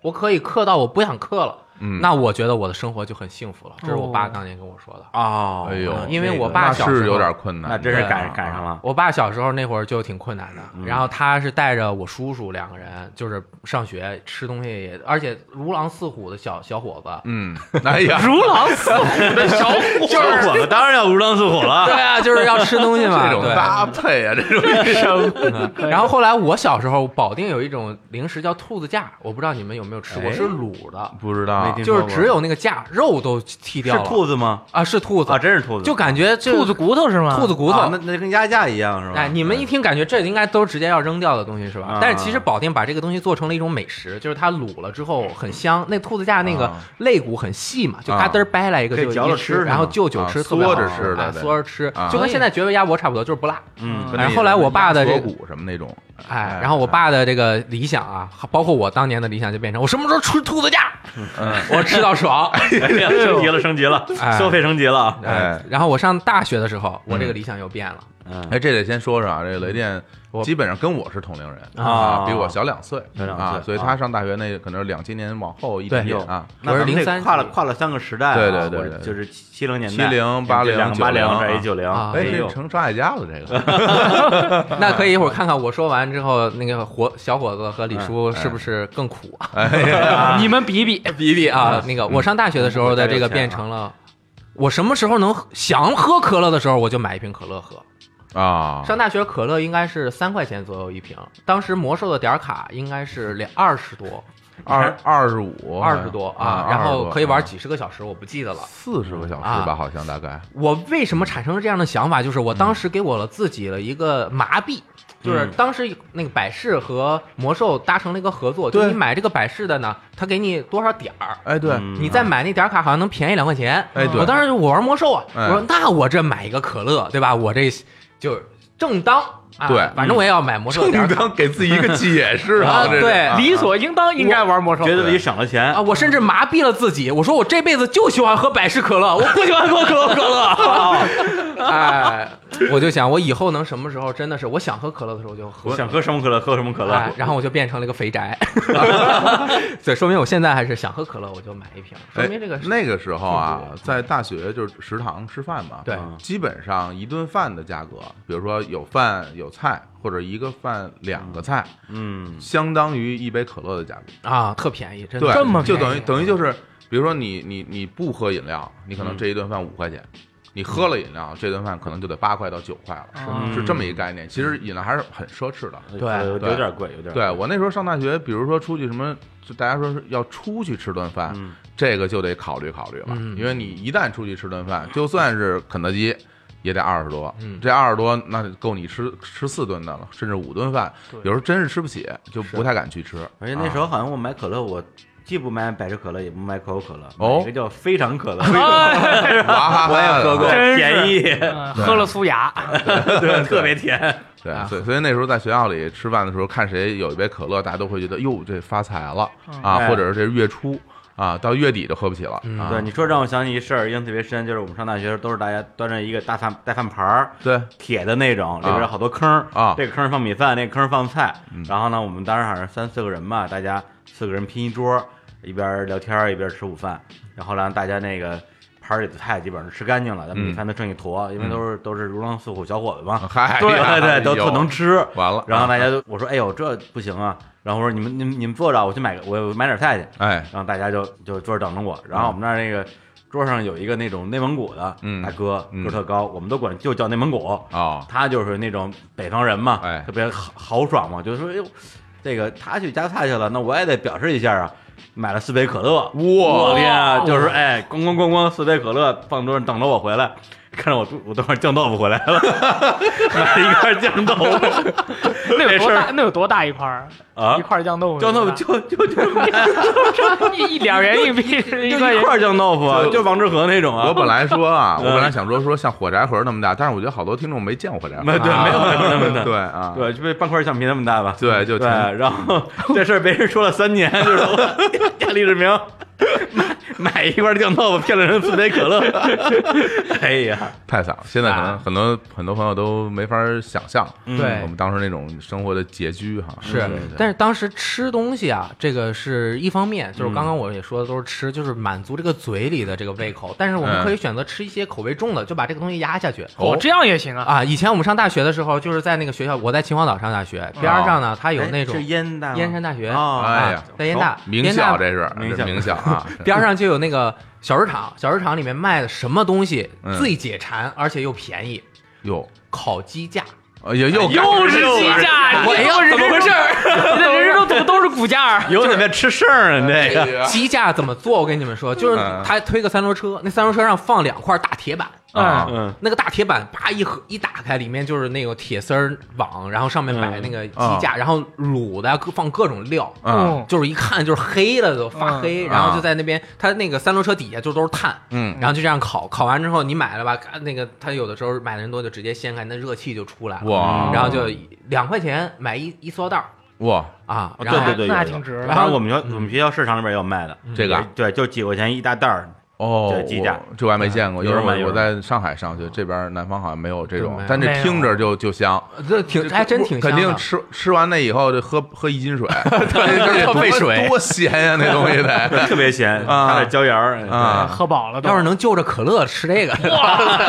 S4: 我可以嗑到我不想嗑了。
S2: 嗯
S4: 那我觉得我的生活就很幸福了。这是我爸
S3: 哦
S4: 当年跟我说的。嗯
S1: 哦
S2: 哎呦，
S4: 因为我爸
S2: 那
S4: 小时
S2: 是
S4: 候
S2: 有点困难，
S1: 那真是
S4: 对
S1: 赶赶上 了。
S4: 我爸小时候那会儿就挺困难的，
S2: 嗯
S4: 然后他是带着我叔叔两个人，就是上学吃东西也，而且如狼似虎的小小伙子。
S2: 嗯，哎 呀”，
S3: 如狼似虎的小 伙
S1: 小
S3: 子，
S1: 伙子当然要如狼似虎
S4: 对
S1: 了。
S4: 啊，就是要吃东西 嘛。
S2: 这种
S4: 对
S2: 搭配啊，这 种
S4: 嗯然后后来我小时候，保定有一种零食叫兔子架，我不知道你们有没有吃过，
S1: 哎
S4: 是卤的，
S2: 不知道
S1: 没听，
S4: 就是只有那个架，肉都 剃掉
S1: 是
S4: 了。
S1: 兔子吗？
S4: 啊，是兔子
S1: 啊，，真是兔子，
S4: 就感觉这
S3: 兔子骨头是吗？
S4: 兔子骨头。
S1: 啊那那跟鸭架一样是吧？
S4: 哎，你们一听感觉这应该都直接要扔掉的东西是吧
S1: 啊？
S4: 但是其实保定把这个东西做成了一种美食，就是它卤了之后很香。那兔子架那个
S2: 啊
S4: 肋骨很细嘛，就
S2: 啊
S4: 嘎噔儿掰来一个
S1: 可以
S4: 就
S1: 嚼着
S4: 一
S1: 吃
S4: 吃，
S1: 是吗
S4: 然后就酒
S2: 啊
S4: 吃，特别好
S2: 嗦着吃
S4: 哎
S2: 的对
S4: 嗦着吃
S2: 啊，
S4: 就跟现在绝味鸭脖差不多，就是不辣。
S1: 嗯，
S4: 哎后来我爸的这
S2: 锁
S4: 个
S2: 骨什么那种，
S4: 哎，然后我爸的这个理想啊，包括我当年的理想，就变成我什么时候吃兔子架，
S2: 嗯，
S4: 我吃到爽。
S1: 哎 呀升级了，升级了，
S4: 哎
S1: 消费升级了啊。
S2: 哎
S4: 哎，然后我上大学的时候，我这个理想又变了。
S1: 嗯，
S2: 哎，这得先说说啊，这雷电
S4: 我
S2: 基本上跟我是同龄人
S1: 啊
S2: 比我小两岁，
S1: 小两
S2: 啊
S1: 岁，
S2: 所以他上大学那可能是两千年往后一点点
S1: 对
S2: 啊，
S1: 那
S4: 我是
S1: 咱们这
S4: 03
S1: 跨了跨了三个时代啊，
S2: 对对对
S1: 我
S2: 对
S1: 就是七零年代、
S2: 70 80
S1: 两个八零，
S2: 90
S1: 这一九零，
S4: 啊
S2: 哎，
S1: 哎
S2: 这
S1: 呦，
S2: 成张艾嘉了，这个
S4: 那可以一会儿看看我说完之后，那个伙小伙子和李叔是不是更苦啊？
S3: 你们比比，
S4: 哎 比比 啊，那个我上大学的时候的这个啊变成了，我什么时候能喝想喝可乐的时候，我就买一瓶可乐喝。
S2: 啊，
S4: 上大学可乐应该是三块钱左右一瓶，当时魔兽的点儿卡应该是两二十多，
S2: 二二十五，哎
S4: 二十多啊，然后可以玩几十个小时，我不记得了。
S2: 四十个小时吧，
S4: 啊
S2: 好像大概
S4: 我为什么产生了这样的想法？就是我当时给我了自己了一个麻痹，就是当时那个百事和魔兽达成了一个合作，就
S2: 对
S4: 你买这个百事的呢，他给你多少点儿，
S2: 哎，对，
S1: 嗯
S4: 你再买那点儿卡好像能便宜两块钱。
S2: 哎对
S4: 我当时我玩魔兽啊，
S2: 哎
S4: 我说那我这买一个可乐，对吧？我这就正当。啊
S2: 对
S4: 反正我也要买魔 兽
S2: 正
S4: 点儿卡
S2: 当给自己一个解释啊，
S4: 啊
S2: 这是
S4: 对
S2: 啊
S3: 理所应当应该玩魔兽。
S1: 觉得自己省了钱
S4: 啊！，我甚至麻痹了自己，我说我这辈子就喜欢喝百事可乐，我不喜欢喝可口可乐。哎，我就想我以后能什么时候真的是我想喝可乐的时候就喝，
S1: 想喝什么可乐喝什么可
S4: 哎
S1: 乐，，
S4: 然后我就变成了一个 肥宅。对，说明我现在还是想喝可乐我就买一瓶，说
S2: 哎
S4: 明这个是
S2: 那个时候啊
S4: 性质，
S2: 在大学就是食堂吃饭嘛，嗯
S4: 对
S2: 基本上一顿饭的价格，比如说有饭有菜，或者一个饭两个菜，
S1: 嗯，
S2: 相当于一杯可乐的价格。
S4: 啊，特便宜，真的
S2: 对，
S3: 这么
S2: 就
S3: 便
S2: 等于
S3: 宜啊
S2: 等于就是，比如说你你你不喝饮料，你可能
S1: 嗯
S2: 这一顿饭五块钱。你喝了饮料，这顿饭可能就得八块到九块了，
S3: 嗯
S2: 是是这么一个概念。其实饮料还是很奢侈的。
S1: 有有点贵，有
S4: 嗯
S1: 点
S2: 对我那时候上大学，比如说出去什么，就大家说是要出去吃顿饭，
S1: 嗯
S2: 这个就得考虑考虑了，
S4: 嗯
S2: 因为你一旦出去吃顿饭，就算是肯德基。也得二十多，
S4: 嗯
S2: 这二十多那够你吃吃四顿的了，甚至五顿饭。有时候真是吃不起，就不太敢去吃。
S1: 而且那时
S2: 啊
S1: 候好像我买可乐，我既不买百事可乐，也不买可口可乐，
S2: 哦
S1: 买一个叫非常可 乐，
S2: 娃
S3: 哎
S2: 哈 哈
S1: 我也喝过，
S2: 的
S3: 真是
S1: 便宜，
S3: 嗯喝了苏牙，
S1: 对，特别甜，
S2: 对
S4: 啊，
S2: 所以所以那时候在学校里吃饭的时候，看谁有一杯可乐，大家都会觉得哟，这发财了啊，
S1: 哎
S2: 或者是这月初啊，到月底就喝不起了
S4: 嗯
S2: 啊
S1: 对，。你说让我想起一事儿，印象特别深，就是我们上大学的时候，都是大家端着一个大饭大饭盘儿，
S2: 对，
S1: 铁的那种，里边有好多坑儿
S2: 啊
S1: 这个坑儿放米饭，那个坑儿放菜
S2: 嗯。
S1: 然后呢，我们当时好像三四个人吧，大家四个人拼一桌，一边聊天儿一边吃午饭。然后呢，大家那个盘儿里的菜基本上吃干净了，但
S2: 嗯
S1: 米饭都剩一坨，因为都是都是如狼似虎小伙子嘛，
S2: 嗨，
S1: 对
S2: 哎
S1: 对
S2: 呦
S1: 对，都特能吃。
S2: 完了。
S1: 然后大
S2: 呢，
S1: 家都我说，哎呦，这不行啊！然后我说你们你们你们坐着，我去买个我我买点菜去。
S2: 哎，
S1: 然后大家就就坐着等着我。然后我们那儿那个桌上有一个那种内蒙古的
S2: 嗯
S1: 大哥，
S2: 嗯
S1: 个儿特高，我们都管就叫内蒙古。
S2: 哦，
S1: 他就是那种北方人嘛，
S2: 哎
S1: 特别豪豪爽嘛，就是说，哎呦，这个他去夹菜去了，那我也得表示一下啊。买了四杯可乐，
S2: 哇
S1: 我天啊！就是哎，咣咣咣咣，四杯可乐放桌上等着我回来，看着我我等会儿酱豆腐回来 了，买了一块酱豆 腐
S3: 那
S1: 这
S3: 有多
S1: 事
S3: 大？那有多大一块儿？
S1: 啊
S3: 一，块儿酱豆腐，
S1: 酱豆腐就就就
S3: 一一两元硬币，一块
S1: 就一
S3: 钱。
S1: 块酱豆腐啊，
S2: 就
S1: 就王致和那种啊，
S2: 我本来说 啊，我
S1: 嗯
S2: 本来想说说像火柴盒那么大，但是我觉得好多听众没见过火柴盒，
S1: 没对
S2: 啊
S1: 没有没有那么大
S2: 对啊，
S1: 对，就被半块橡皮那么大吧。
S2: 对就
S1: 对，
S2: 挺
S1: 然 后这事儿被人说了三年，就是我亚李志明买买一块酱豆腐骗了人四杯可 乐，哎呀，
S2: 太惨了。现在可能
S4: 啊
S2: 很多很多朋友都没法想象，
S1: 嗯
S4: 对
S2: 我们当时那种生活的拮据哈。
S4: 是
S2: 对，
S4: 但是当时吃东西啊，这个是一方面，
S2: 嗯
S4: 就是刚刚我也说的都是吃，就是满足这个嘴里的这个胃口。但是我
S2: 嗯
S4: 们可以选择吃一些口味重的，就把这个东西压下去。
S3: 哦，这样也行啊。
S4: 啊，以前我们上大学的时候，就是在那个学校，我在秦皇岛上大学，边儿上呢，它哎有那种
S1: 是燕大吗
S4: 哦燕山大学
S1: 哦，
S2: 哎呀
S4: 啊，在燕大
S2: 名
S4: 燕
S2: 校
S4: 大
S2: 这是
S1: 名
S2: 这
S1: 校
S2: 名校 啊，
S4: 边上就有那个小市场，小市场里面卖的什么东西
S2: 嗯
S4: 最解馋，而且又便宜，
S2: 哟，
S4: 烤鸡架。
S2: 哎呀又
S3: 又是鸡架，
S4: 我要哎怎么回事儿？
S3: 你的人生怎么都是骨架 儿？
S1: 有准备吃剩儿呢，这个
S4: 鸡架怎么做？我跟你们说，就是
S2: 哎嗯
S4: 他推个三轮车，那三轮车上放两块大铁板，
S2: 啊
S3: 嗯，
S1: 嗯，
S4: 那个大铁板啪一合一打开，里面就是那个铁丝儿网，然后上
S2: 嗯
S4: 面摆那个
S2: 哦
S4: 鸡架，然后卤的各放各种料。
S2: 嗯
S3: 嗯
S4: 就是一看就是黑了都发黑，
S2: 嗯
S4: 然后
S2: 啊
S4: 就在那边，他那个三轮车底下就都是炭，
S2: 嗯
S4: 然后就这样烤，烤完之后你买了吧，咔那个他有的时候买的人多就直接掀开，那热气就出来了，
S2: 哇
S4: 嗯然后就两块钱买一一塑料袋儿
S2: 哇，
S4: 啊，
S1: 哦
S4: 然后
S1: 对对对，
S3: 哎那还
S1: 有有
S3: 挺值的
S1: 然后我们学我们学校市场里边也有卖的
S2: 这个啊
S1: 对，就几块钱一大袋 儿，
S2: 哦
S1: 嗯对，鸡架
S2: 我这我还没见过，
S1: 嗯有
S2: 因为
S1: 人买
S2: 我
S1: 有
S2: 我
S1: 人
S2: 在上海上学，这边南方好像没有这
S4: 对
S2: 种
S4: 没有，
S2: 但这
S3: 没有
S2: 听着就就香。
S4: 这挺还真挺香
S2: 肯
S4: 的
S2: 定吃吃完那以后就喝喝一 斤水，对
S4: 特费水
S2: 多咸呀、那东西得。
S1: 特别咸，
S2: 啊
S1: 加点椒盐儿哎
S2: 啊
S3: 喝饱了都。
S4: 要是能就着可乐吃这个，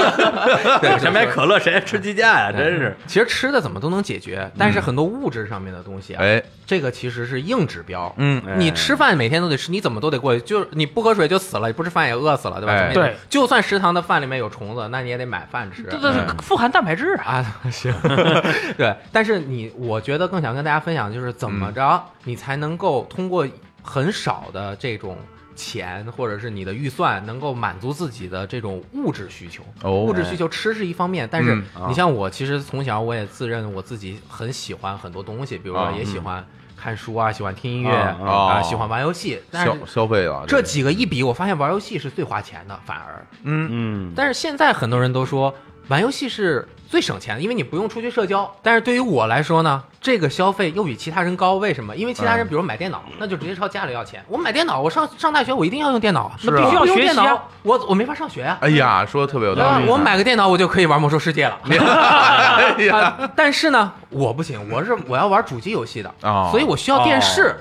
S1: 对，谁买可乐谁还吃鸡架呀，真是。
S4: 其实吃的怎么都能解决，但是很多物质上面的东西啊，
S2: 哎，
S4: 这个其实是硬指标。
S2: 嗯，
S1: 哎
S4: 你吃饭每天都得吃，你怎么都得过去，就是你不喝水就死了，你不吃饭也饿死了，对吧？
S2: 哎
S4: 怎么也得
S3: 对，
S4: 就算食堂的饭里面有虫子，那你也得买饭吃。
S3: 这这是富含蛋白质啊！
S4: 啊，行， 对，但是你，我觉得更想跟大家分享的就是怎么着你才能够通过很少的这种钱或者是你的预算，能够满足自己的这种物质需求。
S2: 哦
S4: 物质需求吃是一方面，但是
S2: 嗯
S1: 啊
S4: 你像我，其实从小我也自认我自己很喜欢很多东西，比如说
S2: 啊
S4: 也喜
S2: 嗯
S4: 欢看书啊，喜欢听音乐
S1: 啊
S2: 哦
S4: 啊，喜欢玩游戏，但是
S2: 消。消费了，
S4: 这几个一比，我发现玩游戏是最花钱的，反而。
S2: 嗯
S1: 嗯，
S4: 但是现在很多人都说玩游戏是最省钱的，因为你不用出去社交。但是对于我来说呢，这个消费又比其他人高，为什么？因为其他人
S2: 嗯
S4: 比如买电脑，那就直接朝家里要钱。我买电脑，我上上大学我一定要用电脑，那
S2: 是啊
S4: 必须要
S3: 不用
S4: 学习
S3: 电脑
S4: 啊，我我没法上学呀、
S2: 哎呀，说的特别有
S4: 对
S2: 道
S4: 吧
S2: 理。
S4: 我买个电脑，我就可以玩魔兽世界了。
S2: 哎 呀，
S4: 啊，但是呢，我不行，我是我要玩主机游戏的，
S2: 哦
S4: 啊所以我需要电视，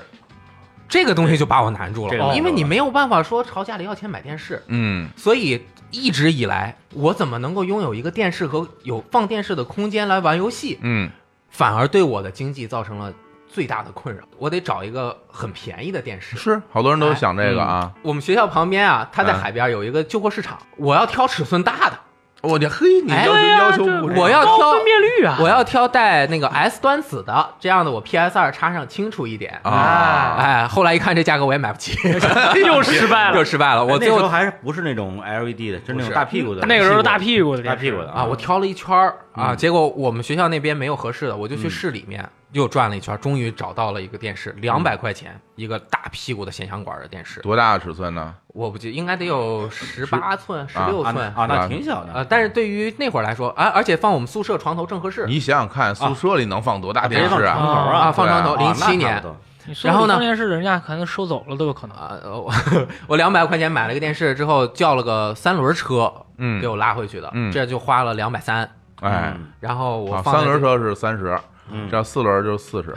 S4: 这个东西就把我难住
S1: 这个
S4: 了，
S1: 难
S4: 因为
S1: 住
S4: 你
S1: 了
S4: 没有办法说朝家里要钱买电视，
S2: 嗯
S4: 所以一直以来，我怎么能够拥有一个电视和有放电视的空间来玩游戏，
S2: 嗯
S4: 反而对我的经济造成了最大的困扰。我得找一个很便宜的电视。
S2: 是，好多人都想这个啊。
S4: 我们学校旁边啊，它在
S2: 嗯
S4: 海边有一个旧货市场，我要挑尺寸大的，
S2: 我这嘿，你
S4: 哎
S2: 要求
S3: 对呀
S2: 要求
S3: 这
S2: 不是
S4: 我要
S3: 高
S4: 挑
S3: 分辨率啊！
S4: 我要挑带那个 S 端子的，这样的我 PS 二插上清楚一点
S2: 啊
S4: 哎，后来一看这价格我也买 不起，
S3: 又失败
S4: 又
S3: 了。
S4: 失败了。我
S1: 哎那
S4: 最
S1: 时候
S4: 后啊
S1: 还是不是那种 LED 的，是那
S4: 不
S1: 种
S4: 是
S1: 大屁股的，
S3: 那个时候是大屁股的
S1: 大
S3: 电视
S1: 屁股的
S4: 啊，我挑了一圈儿啊，
S1: 嗯
S4: 结果我们学校那边没有合适的，我就去市里面又转了一圈，终于找到了一个电
S1: 嗯
S4: 视，两百块钱一个大屁股的显像管的电视，
S2: 多大的尺寸呢？
S4: 我不记应该得有十八寸、十六
S1: 啊
S4: 寸
S1: 那啊，那挺小
S4: 呃，
S1: 的，
S4: 但是对于那会儿来说，啊，而且放我们宿舍床头正合适
S2: 你想想看，宿舍里能放多大
S1: 啊
S2: 电
S1: 直
S2: 视
S1: 接放
S2: 啊
S1: 床？头
S4: 啊，
S1: 啊，
S4: 放床头，
S1: 啊
S4: 零七，
S1: 那差
S4: 年
S1: 不。多
S3: 你说
S4: 然后呢
S3: 当年是人家可能收走了都有可能。
S4: 啊，我我两百块钱买了个电视之后，叫了个三轮车
S2: 嗯
S4: 给，我拉回去的，
S2: 嗯
S4: 这就花了两百三。
S2: 哎，
S1: 嗯
S4: 然后我
S2: 啊
S4: 放在
S2: 三轮
S4: 这，
S2: 车是三十，
S1: 嗯
S2: 这要四轮就是四十，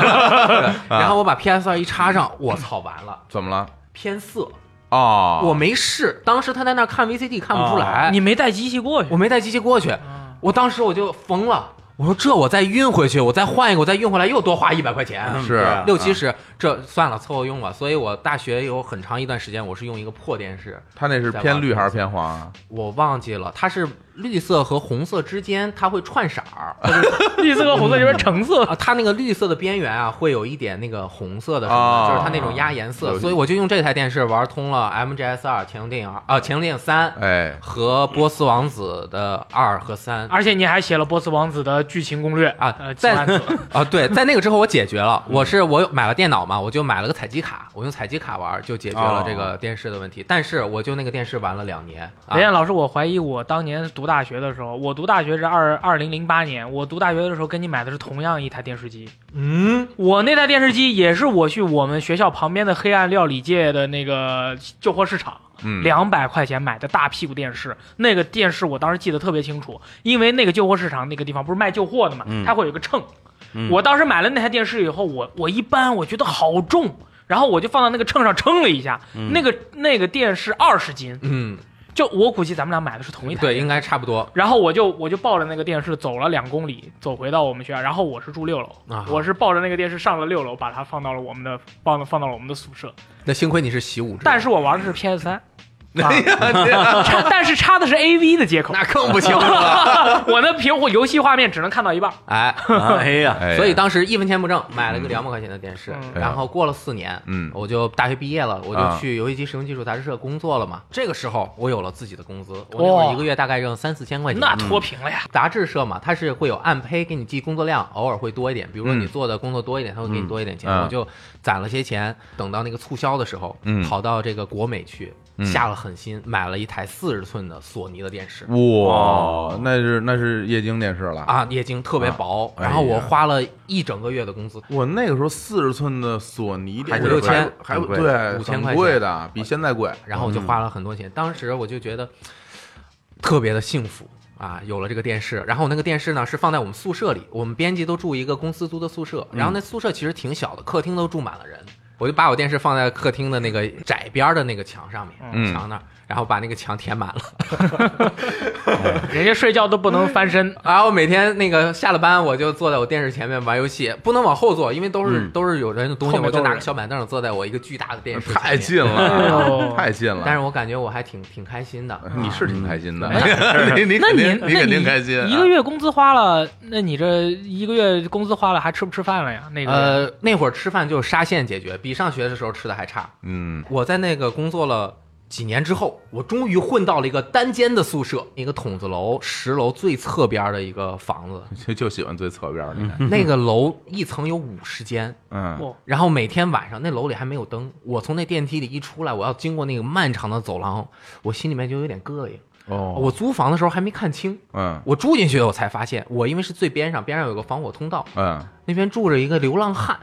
S4: 然
S2: 啊
S4: 后我把 PS 二一插上，我操，完了
S2: 怎么了？
S4: 偏色，
S2: 哦，
S4: 我没试。当时他在那儿看 VCD 看不出
S2: 啊
S4: 来，
S3: 你没带机器过去
S4: 哎我没带机器过去，
S3: 嗯
S4: 我当时我就疯了，我说这我再运回去，我再换一个，我再运回来又多花一百块钱。
S1: 嗯
S2: 是
S1: 对啊
S4: 六七十，这算了，凑合用吧。所以我大学有很长一段时间，我是用一个破电视，
S2: 他那是偏绿还是偏黄啊？
S4: 我忘记了，它是绿色和红色之间它会串色儿，
S3: 绿色和红色这边橙色
S4: 啊，它那个绿色的边缘啊会有一点那个红色的什么的，
S2: 哦
S4: 就是它那种压颜色，
S2: 有
S4: 所以我就用这台电视玩通了 MGS 二《潜龙电影二》啊，《潜龙电影三》
S2: 哎，
S4: 和《波斯王子》的二和三
S3: 而且你还写了《波斯王子》的剧情攻略
S4: 啊
S3: 呃，
S4: 在
S3: 七万字
S4: 啊，对，在那个之后我解决了，我是我有买了电脑嘛，我就买了个采集卡，我用采集卡玩就解决了
S1: 哦
S4: 这个电视的问题，但是我就那个电视玩了两年啊
S3: 雷，燕哎老师，我怀疑我当年读大学的时候，我读大学是二二零零八年，我读大学的时候跟你买的是同样一台电视机。
S4: 嗯，
S3: 我那台电视机也是我去我们学校旁边的黑暗料理界的那个旧货市场，
S2: 嗯，
S3: 两百块钱买的大屁股电视。那个电视我当时记得特别清楚，因为那个旧货市场那个地方不是卖旧货的嘛，
S1: 嗯
S3: 它会有一个秤。
S1: 嗯
S3: 我当时买了那台电视以后，我我一搬我觉得好重，然后我就放到那个秤上称了一下，那个那个电视二十斤，
S4: 嗯，
S3: 就我估计咱们俩买的是同一台。
S4: 对，应该差不多
S3: 然后我就我就抱着那个电视走了两公里，走回到我们学校。然后我是住六楼，
S4: 啊
S3: 我是抱着那个电视上了六楼，把它放到了我们的放到放到了我们的宿舍。
S4: 那幸亏你是习武之人，
S3: 但啊是我玩的是 PS 三、
S2: 哎 呀，
S3: 插但是插的是 AV 的 接口，
S4: 那更不行 了，
S3: 我的屏幕游戏画面只能看到一半。
S4: 哎。
S1: 啊哎呀，
S2: 这
S4: 所以当时一分钱不挣，买了个两百块钱的电视，
S3: 嗯
S4: 然后过了四年，
S2: 嗯
S4: 我就大学毕业了，我
S2: 啊
S4: 就去游戏机使用技术杂志社工作了嘛。这个时候我有了自己的工资，我那会儿一个月大概挣三四千
S2: 哎嗯
S4: 块钱。
S3: 那脱贫了呀！
S4: 杂志社嘛，它是会有按胚给你记工作量，偶尔会多一点，比如说
S2: 嗯
S4: 你做的工作多一点，它会给你多一点钱。
S2: 嗯
S4: 我就攒了些钱，等到那个促销的时候，
S2: 嗯
S4: 跑到这个国美去，
S2: 嗯
S4: 下了狠心买了一台四十寸的索尼的电视。
S2: 嗯哇，那是那是液晶电视了！
S4: 哦啊，液晶特别
S2: 啊
S4: 薄，
S2: 哎呀
S4: 然后我花了一整个月的工资，
S2: 我那个时候四十寸的索尼电视
S4: 还五六千
S2: 还
S1: 很贵
S2: 对
S4: 五千
S2: 很
S4: 块钱呃
S2: 贵的，比现在贵。
S4: 然后我就花了很多钱。当时我就觉得特别的幸福啊，有了这个电视。然后那个电视呢是放在我们宿舍里，我们编辑都住一个公司租的宿舍，然后那宿舍其实挺小的，客厅都住满了人。我就把我电视放在客厅的那个窄边儿的那个墙上面，
S2: 嗯
S4: 墙那儿，然后把那个墙填满了。
S3: 人家睡觉都不能翻身，
S4: 然后每天那个下了班，我就坐在我电视前面玩游戏，不能往后坐，因为都是、
S1: 嗯
S4: 都是有人的东西，
S3: 后
S4: 我
S3: 面都
S4: 就是拿个
S3: 人
S4: 小板凳坐在我一个巨大的电视前
S2: 太
S4: 面。
S2: 近
S3: 哎
S2: 了，
S3: 呦
S2: 太近了。
S4: 但是我感觉我还挺挺开心的。啊
S2: 你是挺开心的，
S4: 嗯
S2: 你 你
S3: 那
S2: 肯
S3: 你
S2: 定
S3: 那
S2: 你肯定开心啊。
S3: 一个月工资花了，那你这一个月工资花了还吃不吃饭了呀？那个月
S4: 呃，那会儿吃饭就是沙县解决，比上学的时候吃的还差。
S2: 嗯，
S4: 我在那个工作了几年之后，我终于混到了一个单间的宿舍，一个筒子楼十楼最侧边的一个房子。
S2: 就就喜欢最侧边的，
S4: 那个楼一层有五十间，
S2: 嗯，
S3: 哦
S4: 然后每天晚上那楼里还没有灯，我从那电梯里一出来，我要经过那个漫长的走廊，我心里面就有点膈应。
S2: 哦，
S4: 我租房的时候还没看清，
S2: 嗯
S4: 我住进去我才发现，我因为是最边上，边上有个防火通道，
S2: 嗯，
S4: 那边住着一个流浪汉，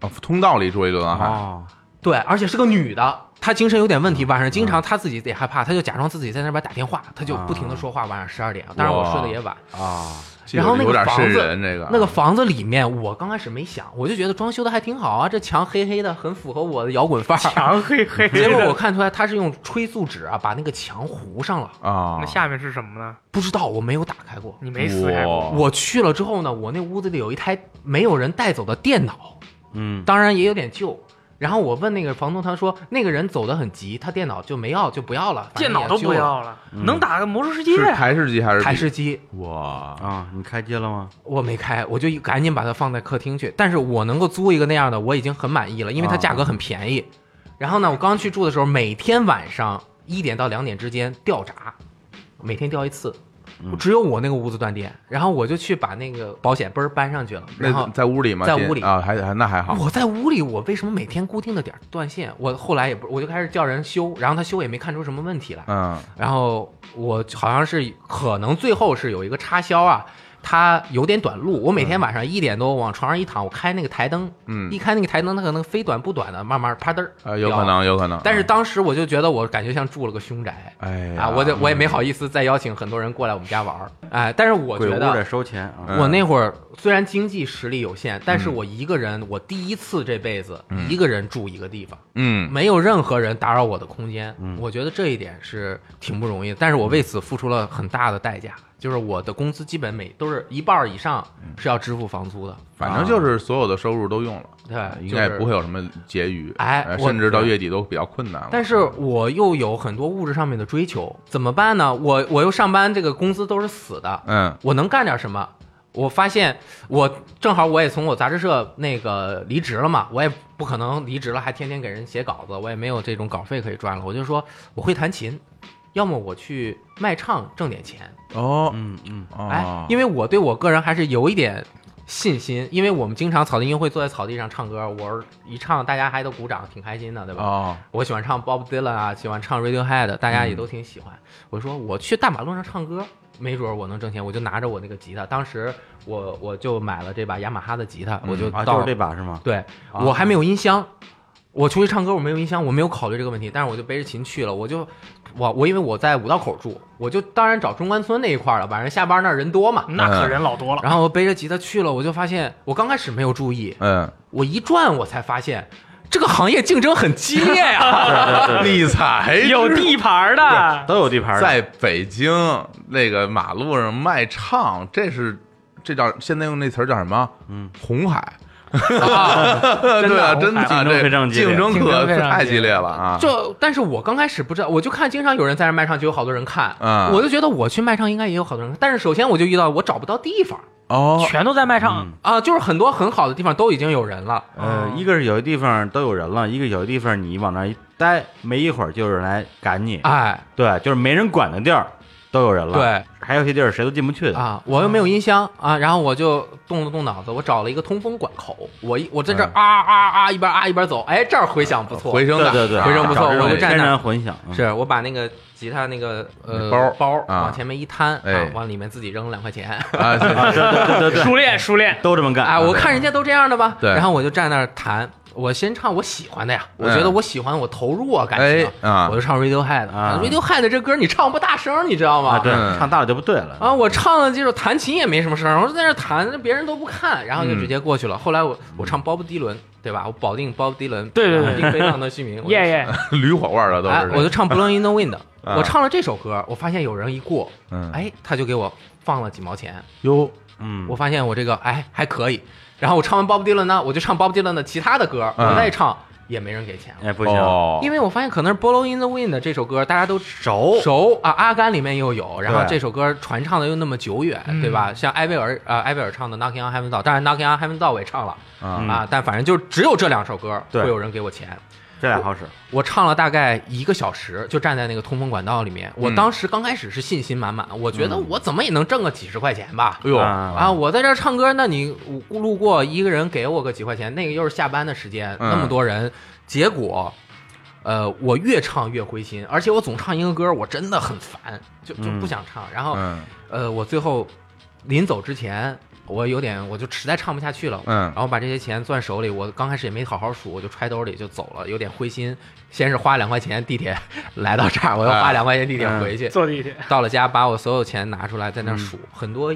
S2: 哦通道里住一流
S4: 啊
S2: 浪汉，
S1: 哦，
S4: 对，而且是个女的，她精神有点问题，晚上经
S3: 嗯
S4: 常她自己也害怕，她就假装自己在那边打电话，她就不
S3: 啊
S4: 停的说话，晚上十二点，当然我睡得也晚。
S1: 啊，
S2: 这个
S4: 然后那个
S2: 有点
S4: 房
S2: 瘆
S4: 子
S2: 人，这个
S4: 那个房子里面，我刚开始没想，我就觉得装修的还挺好啊，这墙黑黑的，很符合我的摇滚范儿。
S3: 墙黑黑
S4: 结果我看出来他是用吹塑纸啊把那个墙糊上了，
S2: 啊，
S3: 那下面是什么呢？
S4: 不知道我没有打开过。
S3: 你没死还
S2: 哇
S4: 我去了之后呢，我那屋子里有一台没有人带走的电脑，
S1: 嗯，
S4: 当然也有点旧。然后我问那个房东，他说那个人走得很急，他电脑就没要就不要了，反
S3: 电
S4: 正
S3: 脑都
S4: 也旧
S3: 不
S4: 了。
S3: 要了，
S1: 嗯
S3: 能打个魔兽世界？
S2: 是台式机还是
S4: 台
S2: 笔
S4: 式机
S2: 哇
S1: 啊，你开机了吗？
S4: 我没开，我就赶紧把它放在客厅去。但是我能够租一个那样的，我已经很满意了，因为它价
S2: 啊
S4: 格很便宜。然后呢，我刚去住的时候，每天晚上一点到两点之间掉闸，每天掉一次
S1: 嗯，
S4: 只有我那个屋子断电。然后我就去把那个保险嘣儿搬上去了，然后
S2: 那在屋里吗？
S4: 在
S2: 电
S4: 屋里
S2: 啊，还还那还好。
S4: 我在屋里，我为什么每天固定的点儿断线？我后来也不，我就开始叫人修，然后他修也没看出什么问题来。
S2: 嗯
S4: 然后我好像是可能最后是有一个插销啊，它有点短路。我每天晚上一点多往床上一躺，我开那个台灯，
S2: 嗯
S4: 一开那个台灯，它可能非短不短的，慢慢啪噔儿
S2: 啊，有
S4: 掉
S2: 可
S4: 了。
S2: 能，有可能。
S4: 但是
S2: 嗯
S4: 当时我就觉得我感觉像住了个凶宅。
S2: 哎呀
S4: 啊，我就我也没好意思再邀请很多人过来我们家玩儿，哎，但是我
S1: 鬼
S4: 觉
S1: 屋
S4: 得
S1: 得收钱啊，
S2: 嗯
S4: 我那会儿虽然经济实力有限，但是我一个人，我第一次这辈子一个人住一个地方，
S2: 嗯
S4: 没有任何人打扰我的空间
S1: 嗯，
S4: 我觉得这一点是挺不容易的。但是我为此付出了很大的代价，就是我的工资基本每都是一半儿以上是要支付房租的，
S2: 反正就是所有的收入都用了，
S4: 对，
S2: 嗯应该也不
S4: 会。
S2: 会有什么结余，
S4: 哎
S2: 呃
S4: 我
S2: 甚至到月嗯底都比较困难了。
S4: 但是我又有很多物质上面的追求，怎么办呢？我我又上班，这个工资都是死的，
S2: 嗯
S4: 我能干点什么？我发现我正好我也从我杂志社那个离职了嘛，我也不可能离职了还天天给人写稿子，我也没有这种稿费可以赚了。我就说我会弹琴，要么我去卖唱挣点钱。
S2: 哦
S1: 嗯嗯，
S4: 哎
S2: 哦，，
S4: 因
S2: 为
S4: 为我对我个人还是有一点信心，因为我们经常草地音乐会坐在草地上唱歌，我一唱大家还都鼓掌，挺开心的，对吧？
S2: 哦
S4: 我喜欢唱 Bob Dylan 啊，喜欢唱 Radiohead，大
S1: 嗯
S4: 家也都挺喜欢。我说我去大马路上唱歌，没准儿我能挣钱，我就拿着我那个吉他，当时我我就买了这把雅马哈的吉他，
S2: 嗯
S4: 我就
S1: 啊，
S4: 到、
S1: 就是这把是吗？
S4: 对、
S1: 啊
S4: 我还没有音箱。我出去唱歌，我没有音箱，我没有考虑这个问题，但是我就背着琴去了。我就，我我因为我在五道口住，我就当然找中关村那一块儿了。晚上下班那儿人多嘛，
S3: 那
S1: 嗯
S3: 可人老多了。
S4: 然后我背着吉他去了，我就发现我刚开始没有注意，
S2: 嗯，
S4: 我一转我才发现这个行业竞争很激烈呀、
S2: 理财
S1: 哎
S3: 有地盘
S4: 啊
S3: 的，
S1: 都有地盘的，
S2: 在北京那个马路上卖唱，这是这叫现在用那词儿叫什么？
S1: 嗯，
S2: 红 海。
S4: 啊
S2: 对啊，真的
S1: 红海
S2: 啊
S1: 竞争非常
S2: 这
S1: 激烈
S2: 竞争
S3: 竞
S2: 可
S3: 争非常
S2: 太
S3: 激烈
S2: 激烈了啊！
S4: 就但是我刚开始不知道，我就看经常有人在那卖唱，就有好多人看，
S2: 嗯
S4: 我就觉得我去卖唱应该也有好多人看。但是首先我就遇到我找不到地方
S2: 哦，
S3: 全都在卖唱嗯
S1: 嗯。
S4: 啊，就是很多很好的地方都已经有人了。
S1: 呃，一个是有的地方都有人了，一个有的地方你往那一待，没一会儿就有人来赶你。
S4: 哎
S1: 对，就是没人管的地儿都有人了。
S4: 对，
S1: 还有些地儿谁都进不去的。
S4: 啊，我又没有音箱啊，然后我就动了动脑子，我找了一个通风管口，我一我在这儿
S2: 嗯
S4: 啊啊啊一边啊一边走，哎，这儿回响不错，
S2: 回声
S1: 对
S2: 的，
S1: 对对，
S4: 非常不错
S1: 找这种
S4: 我就站
S1: 天
S4: 那儿
S1: 然混响。嗯
S4: 是我把那个吉他那个呃
S2: 哎包儿
S4: 包儿
S2: 啊
S4: 往前面一摊，
S2: 哎
S4: 啊，往里面自己扔了两块钱。
S2: 啊，对
S1: 啊，对对对对对，
S3: 熟练熟练，
S1: 都这么干
S4: 啊，我看人家都这样的吧，
S2: 对
S4: 然后我就站那儿弹，我先唱我喜欢的呀，我觉得我喜欢，我投入啊，感
S2: 嗯哎嗯
S4: 情，
S2: 啊
S4: 我，就唱 Radiohead
S1: 啊
S4: Radiohead 这歌你唱不大声，你知道
S1: 啊，
S4: 吗？
S1: 对，
S2: 嗯
S1: 唱大了就不对了
S4: 啊，我唱的就是弹琴也没什么声儿，我就在那儿弹，别人都不看，然后就直接过去了。后来我
S2: 嗯
S4: 我唱鲍勃迪伦，对吧？我保定鲍勃迪伦，
S3: 对对对
S4: 定非常的虚名， 我就
S3: 耶耶，
S2: 驴火罐的都
S4: 哎
S2: 是，这
S4: 我就 唱《Blowing in the Wind》，
S2: 啊
S4: 我唱了这首歌，我发现有人一过，
S2: 嗯
S4: 哎，他就给我放了几毛钱，
S2: 哟，
S1: 嗯，
S4: 我发现我这个哎还可以。然后我唱完 Bob Dylan 呢，我就唱 Bob Dylan 的其他的歌，
S2: 嗯
S4: 我再唱也没人给钱了，
S1: 哎不行，
S2: 哦，
S4: 因为我发现可能是《Blow in the Wind》这首歌大家都
S1: 熟
S4: 熟啊，《阿甘》里面又有，然后
S1: 对
S4: 这首歌传唱的又那么久远，
S3: 嗯
S4: 对吧？像艾薇儿啊、呃艾薇儿唱的《Knocking on Heaven's Door》，当然《Knocking on Heaven's Door》我也唱了、
S2: 啊
S1: 嗯
S4: 啊，但反正就只有这两首歌会
S1: 对
S4: 有人给我钱。
S1: 这俩好使。
S4: 我唱了大概一个小时，就站在那个通风管道里面。我
S2: 嗯
S4: 当时刚开始是信心满满，我觉得我怎么也能挣个几十块钱吧。
S2: 哎呦，
S1: 啊
S4: 啊，我在这儿唱歌，那你我路过一个人给我个几块钱，那个又是下班的时间，
S2: 嗯
S4: 那么多人，结果呃，我越唱越灰心，而且我总唱一个歌，我真的很烦，就就
S1: 嗯
S4: 不想唱。然后，
S2: 嗯
S4: 呃，我最后临走之前，我有点我就实在唱不下去了，
S2: 嗯
S4: 然后把这些钱攥手里，我刚开始也没好好数，我就揣兜里就走了，有点灰心。先是花两块钱地铁来到这儿，我又花
S2: 啊
S4: 两块钱地铁
S2: 嗯
S4: 回去，
S3: 坐地铁，
S4: 到了家把我所有钱拿出来在
S1: 嗯
S4: 那儿数，很多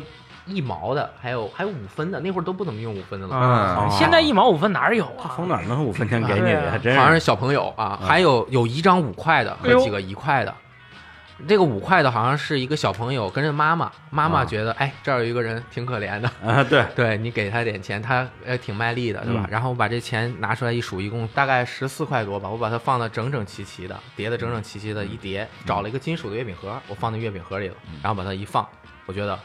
S4: 一毛的，还有还有五分的，那会儿都不怎么用五分的了。
S1: 哦
S2: 嗯
S3: 现在一毛五分哪儿有啊？
S1: 从哪儿弄五分钱给你？
S3: 对啊
S1: 还真
S4: 哎好像是
S1: 是嗯
S4: 小朋友啊，还有有一张五块的
S3: 哎
S4: 和
S3: 呦
S4: 几个一块的。这个五块的好像是一个小朋友跟着妈妈，妈妈
S1: 啊
S4: 觉得、哎这儿有一个人挺可怜的，
S1: 啊，对，
S4: 对你给他点钱，他呃挺卖力的，对吧？
S1: 嗯
S4: 然后我把这钱拿出来一数，一共大概十四块多吧，我把它放的整整齐齐的，叠的整整齐齐的一叠，
S2: 嗯
S4: 找了一个金属的月饼盒，我放在月饼盒里了，然后把它一放，我觉得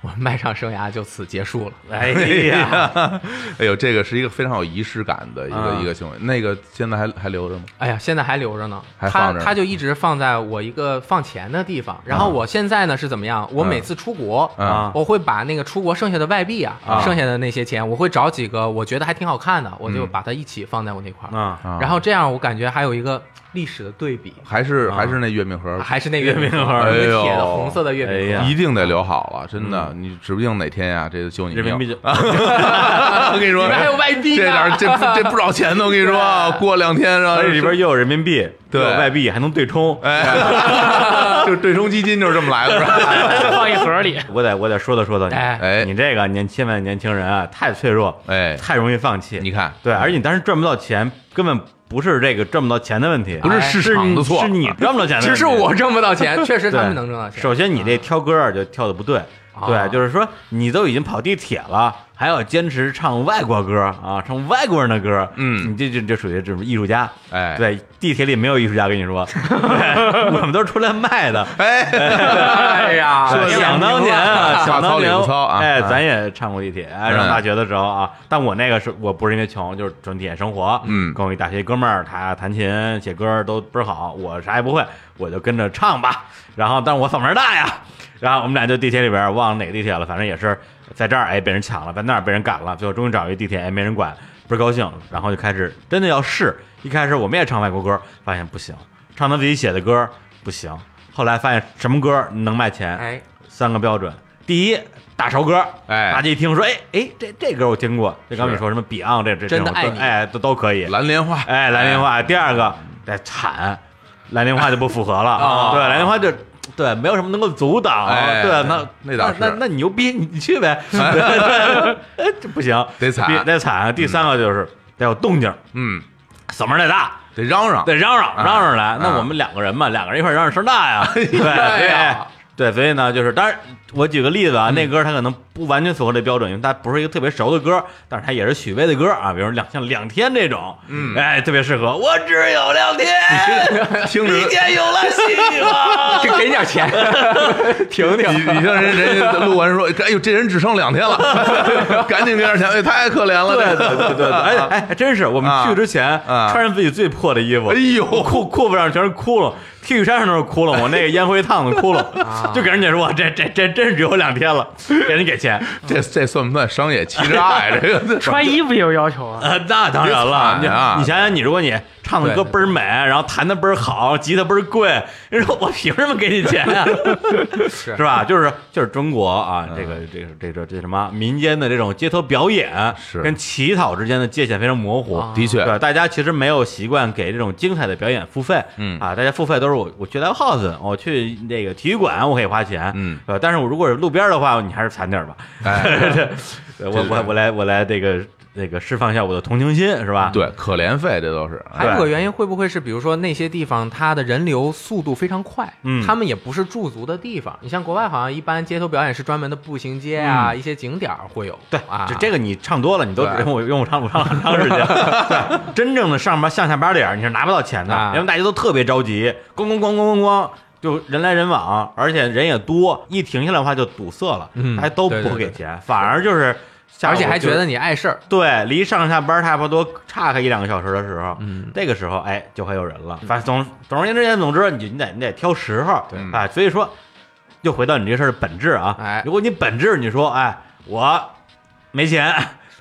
S4: 我卖唱生涯就此 结束了。
S1: 哎呀，
S2: 哎呦，这个是一个非常有仪式感的一个
S1: 啊
S2: 一个行为。那个现在还还留着吗？
S4: 哎呀，现在还留着呢，
S2: 还放着呢
S4: 它它就一直放在我一个放钱的地方。然后我现在呢是怎么样？我每次出国，
S2: 嗯
S1: 啊
S4: 我会把那个出国剩下的外币啊，
S1: 啊
S4: 剩下的那些钱，我会找几个我觉得还挺好看的，我就
S2: 嗯
S4: 把它一起放在我那块儿。
S1: 啊，
S2: 啊
S4: 然后这样，我感觉还有一个历史的对比，
S2: 还是
S1: 啊
S2: 还是那月饼盒，
S4: 还是那个
S1: 月饼盒
S4: 那
S2: 哎
S4: 个
S2: 呦
S4: 铁的红色的月
S1: 哎
S4: 饼
S1: 呀
S4: 盒。
S2: 一定得留好了，真的，你指不定哪天呀，这就救你
S1: 嗯人
S2: 命
S1: 民币。就啊
S2: 我跟你说，
S4: 里面还有外币呢
S2: 这点儿这这不少钱呢，我跟你说，啊 过两天然后
S1: 而且里边又有人民币，
S2: 对
S1: 又有外币，还能对冲。
S2: 哎，就对冲基金就是这么来的，是吧？
S3: 放一盒 里，
S1: 我得我得说道说道你，
S4: 哎
S2: 哎
S1: 你这个年千万年轻人啊，太脆弱，
S2: 哎，
S1: 太容易放弃。
S2: 你看，
S1: 对，而且你当时赚不到钱，根本不是这个赚不到钱的问题，
S2: 不是市场的错
S1: 是你赚不到钱的问题。
S4: 只是我挣不到钱，确实
S1: 对
S4: 他们能挣到钱。
S1: 首先，你这挑歌儿就挑的不对。
S4: 啊
S1: 对，就是说你都已经跑地铁了，还要坚持唱外国歌儿啊，唱外国人的歌儿，
S2: 嗯
S1: 你这这这属于这种艺术家。
S2: 哎，，
S1: 对，地铁里没有艺术家，跟你说， 对我们都是出来卖的。
S2: 哎，
S4: 哎呀，
S2: 说
S4: 天哪
S1: 想当年啊，
S2: 大
S1: 想
S2: 操
S1: 当年
S2: 有操啊
S1: 哎，
S2: 啊
S1: 咱也上过地铁，哎上大学的时候啊，但我那个是我不是因为穷，就是纯体验生活。
S2: 嗯
S1: 跟我一大学哥们儿，他弹琴、写歌都倍儿好，我啥也不会，我就跟着唱吧。然后，但是我嗓门儿大呀，然后我们俩就地铁里边儿忘了哪个地铁了，反正也是在这儿哎被人抢了，在那儿被人赶了，最后终于找一地铁哎没人管，倍儿高兴，然后就开始真的要试。一开始我们也唱外国歌，发现不行，唱他自己写的歌不行。后来发现什么歌能卖钱，
S4: 哎，
S1: 三个标准：第一，大潮歌，
S2: 哎
S1: 大家一听说，哎哎，这这歌我听过，就刚
S2: 是
S1: 你说什么 Beyond 这这
S4: 真
S1: 这种
S4: 的爱
S1: 都
S4: 你
S1: 哎，都都可以。
S2: 蓝莲花，
S1: 哎，蓝莲花。第二个，哎，惨，蓝莲花就不符合了。
S4: 啊
S1: 对，蓝莲花就对，没有什么能够阻挡。
S2: 哎
S1: 对，那
S2: 那倒
S1: 那
S2: 是
S1: 那那你牛逼，你你去 呗。对对 哎，这不行，
S2: 得惨
S1: 别得惨。第三个就是得有动静，
S2: 嗯，
S1: 嗓门儿得大。
S2: 得嚷嚷，
S1: 得嚷嚷
S2: 啊
S1: 嚷嚷来。那
S2: 啊
S1: 我们两个人嘛，两个人一块儿嚷嚷声大 呀，对
S4: 哎呀
S1: 对对，所以呢，就是当然，我举个例子
S2: 嗯
S1: 啊，那歌它可能不完全符合这标准，因为它不是一个特别熟的歌，但是它也是许巍的歌啊，比如说两像两天这种，嗯，哎，特别适合。我只有两天，
S2: 听着，
S1: 明天有了希 望。
S4: 这给你点 钱，停停。
S2: 你你像人人家录完说，哎呦，这人只剩两天了， 赶紧给点钱，哎，太可怜了，
S1: 对
S2: 这
S1: 对对对， 哎哎，还真是我们
S2: 啊
S1: 去之前
S2: 啊
S1: 穿上自己最破的衣服，
S2: 哎 呦
S1: 裤裤子上全是窟窿，T 恤衫上都是窟窿，我那个烟灰烫的窟窿， 就给人家说这这这真是只有两天了，给人给钱，
S2: 这这算不算商业欺诈呀？这个
S3: 穿衣服也有要求啊。
S1: 呃，那当然了，
S2: 别惨啊
S1: 你你想想，你如果你唱的歌倍儿美，然后弹的倍儿好，吉他倍儿贵，人说我凭什么给你钱啊？ 是吧？就是就是中国啊，这个这个这个这什么民间的这种街头表演，
S2: 是
S1: 跟乞讨之间的界限非常模糊。
S4: 啊
S2: 的确，
S1: 对，大家其实没有习惯给这种精彩的表演付费，
S2: 嗯
S1: 啊，大家付费都是我我去 live house，我去那个体育馆，我可以花钱，
S2: 嗯
S1: 呃，但是我如果是路边儿的话，你还是惨点儿吧，
S2: 哎，
S1: 对我我我来我来这个这个释放一下我的同情心，是吧？
S2: 对，可怜费这都是，哎
S4: 还有
S1: 对
S4: 个原因会不会是，比如说那些地方它的人流速度非常快，
S1: 嗯
S4: 他们也不是驻足的地方。你像国外好像一般街头表演是专门的步行街啊，一些景点儿会有，
S1: 对
S4: 啊，
S1: 就这个你唱多了，你都
S2: 对
S1: 用我用我唱我唱很长 时间。对，真正的上班上下班点儿你是拿不到钱的，
S4: 啊
S1: 因为大家都特别着急，咣咣咣咣咣咣，就人来人往，而且人也多，一停下来的话就堵塞了，
S4: 嗯
S1: 大家都
S4: 对
S1: 不
S4: 对
S1: 给
S4: 对
S1: 钱，反而就是下午
S4: 而
S1: 就，
S4: 且还觉得你碍事儿，
S1: 对，离上下班差不多差开一两个小时的时候，
S4: 嗯，
S1: 这个时候哎就会有人了。反正总总而言之，总之你就你得你得挑时候，
S2: 对
S1: 哎，所以说又回到你这事儿的本质啊，
S4: 哎
S1: 如果你本质你说哎我没钱，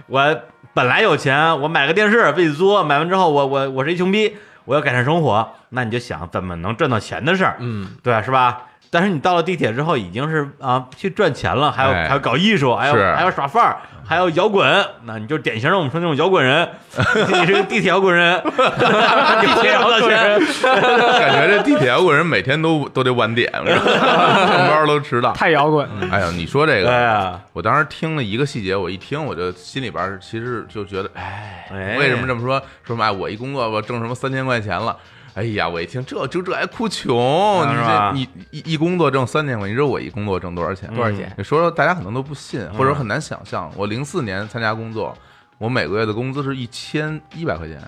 S1: 我本来有钱，我买个电视自己租，买完之后我我我是一穷逼。我要改善生活，那你就想怎么能赚到钱的事儿，
S4: 嗯，
S1: 对是吧？但是你到了地铁之后，已经是啊去赚钱了，还要
S2: 哎
S1: 还要搞艺术，还要
S2: 是
S1: 还要耍范儿，还要摇滚，那你就典型的我们说那种摇滚人，你是个地铁摇滚人， 你回不到钱，
S2: 感觉这地铁摇滚人每天都都得晚点，我 跟你说红包都迟到。
S3: 太摇滚了。
S2: 哎呀，你说这
S1: 对
S2: 个，
S1: 呀，
S2: 我当时听了一个细节，我一听我就心里边儿其实就觉得，哎
S1: 哎，
S2: 为什么这么说？说什么哎，我一工作我挣什么三千块钱了。哎呀，我一听这就这还哭穷，
S1: 啊
S2: 你
S1: 是吧
S2: 这你一一工作挣三千块，你知道我一工作挣多少钱？
S4: 多少钱？
S2: 你说说，大家可能都不信，
S1: 嗯
S2: 或者很难想象。我零四年参加工作，我每个月的工资是一千一百块钱，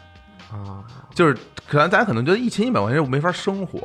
S4: 啊，
S2: 就是可能大家可能觉得一千一百块钱没法生活，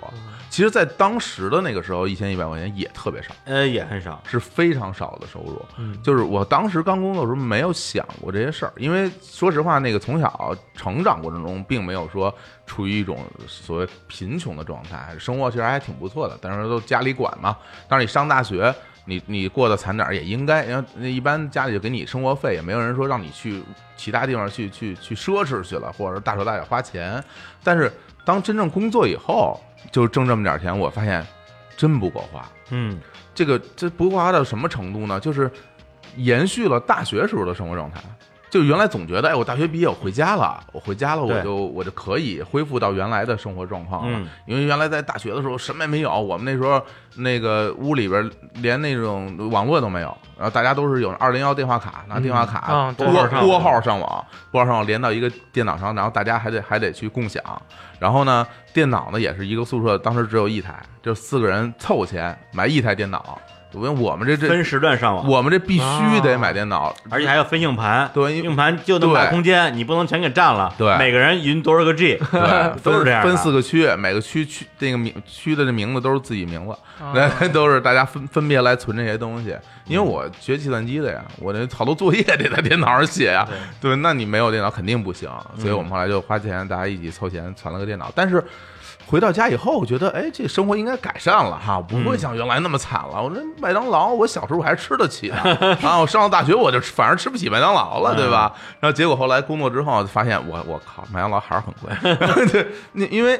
S2: 其实，在当时的那个时候，一千一百块钱也特别少。
S1: 呃也很少，
S2: 是非常少的收入。
S4: 嗯
S2: 就是我当时刚工作的时候没有想过这些事儿，因为说实话，那个从小成长过程中，并没有说处于一种所谓贫穷的状态，生活其实还挺不错的，但是都家里管嘛。但是你上大学。你你过得惨点儿也应该，然后那一般家里就给你生活费，也没有人说让你去其他地方去去去奢侈去了，或者大手大脚花钱。但是当真正工作以后，就挣这么点儿钱，我发现真不够花。
S1: 嗯
S2: 这个这不夸到什么程度呢？就是延续了大学时候的生活状态。就原来总觉得，哎，我大学毕业，我回家了，我回家了，我
S1: 对
S2: 就我就可以恢复到原来的生活状况了。
S1: 嗯
S2: 因为原来在大学的时候什么也没有，我们那时候那个屋里边连那种网络都没有，然后大家都是有二零幺电话卡，拿电话卡
S3: 嗯啊对
S2: 拨
S1: 拨号上网
S2: 拨号上网，拨号上网连到一个电脑上，然后大家还得还得去共享。然后呢，电脑呢也是一个宿舍，当时只有一台，就四个人凑钱买一台电脑。因为我们这这
S1: 分时段上网，
S2: 我们这必须得买电脑，
S1: 而且还要分硬盘，
S2: 对因为
S1: 硬盘就那么大
S2: 对
S1: 空间，你不能全给占了，
S2: 对
S1: 每个人匀多少个 G，
S2: 对，
S1: 都是这样的
S2: 分四个区，每个区区这个名区的这名字都是自己名字，
S3: 啊
S2: 都是大家分分别来存这些东西。因为我学计算机的呀，我这好多作业得在电脑上写呀，对，那你没有电脑肯定不行，所以我们后来就花钱，大家一起凑钱攒了个电脑，但是。回到家以后，我觉得，哎，这生活应该改善了哈，不会像原来那么惨了。我这麦当劳，我小时候我还吃得起呢 啊，我上了大学我就反而吃不起麦当劳了，对吧？然后结果后来工作之后，发现我我靠，麦当劳还是很贵。 对，你因为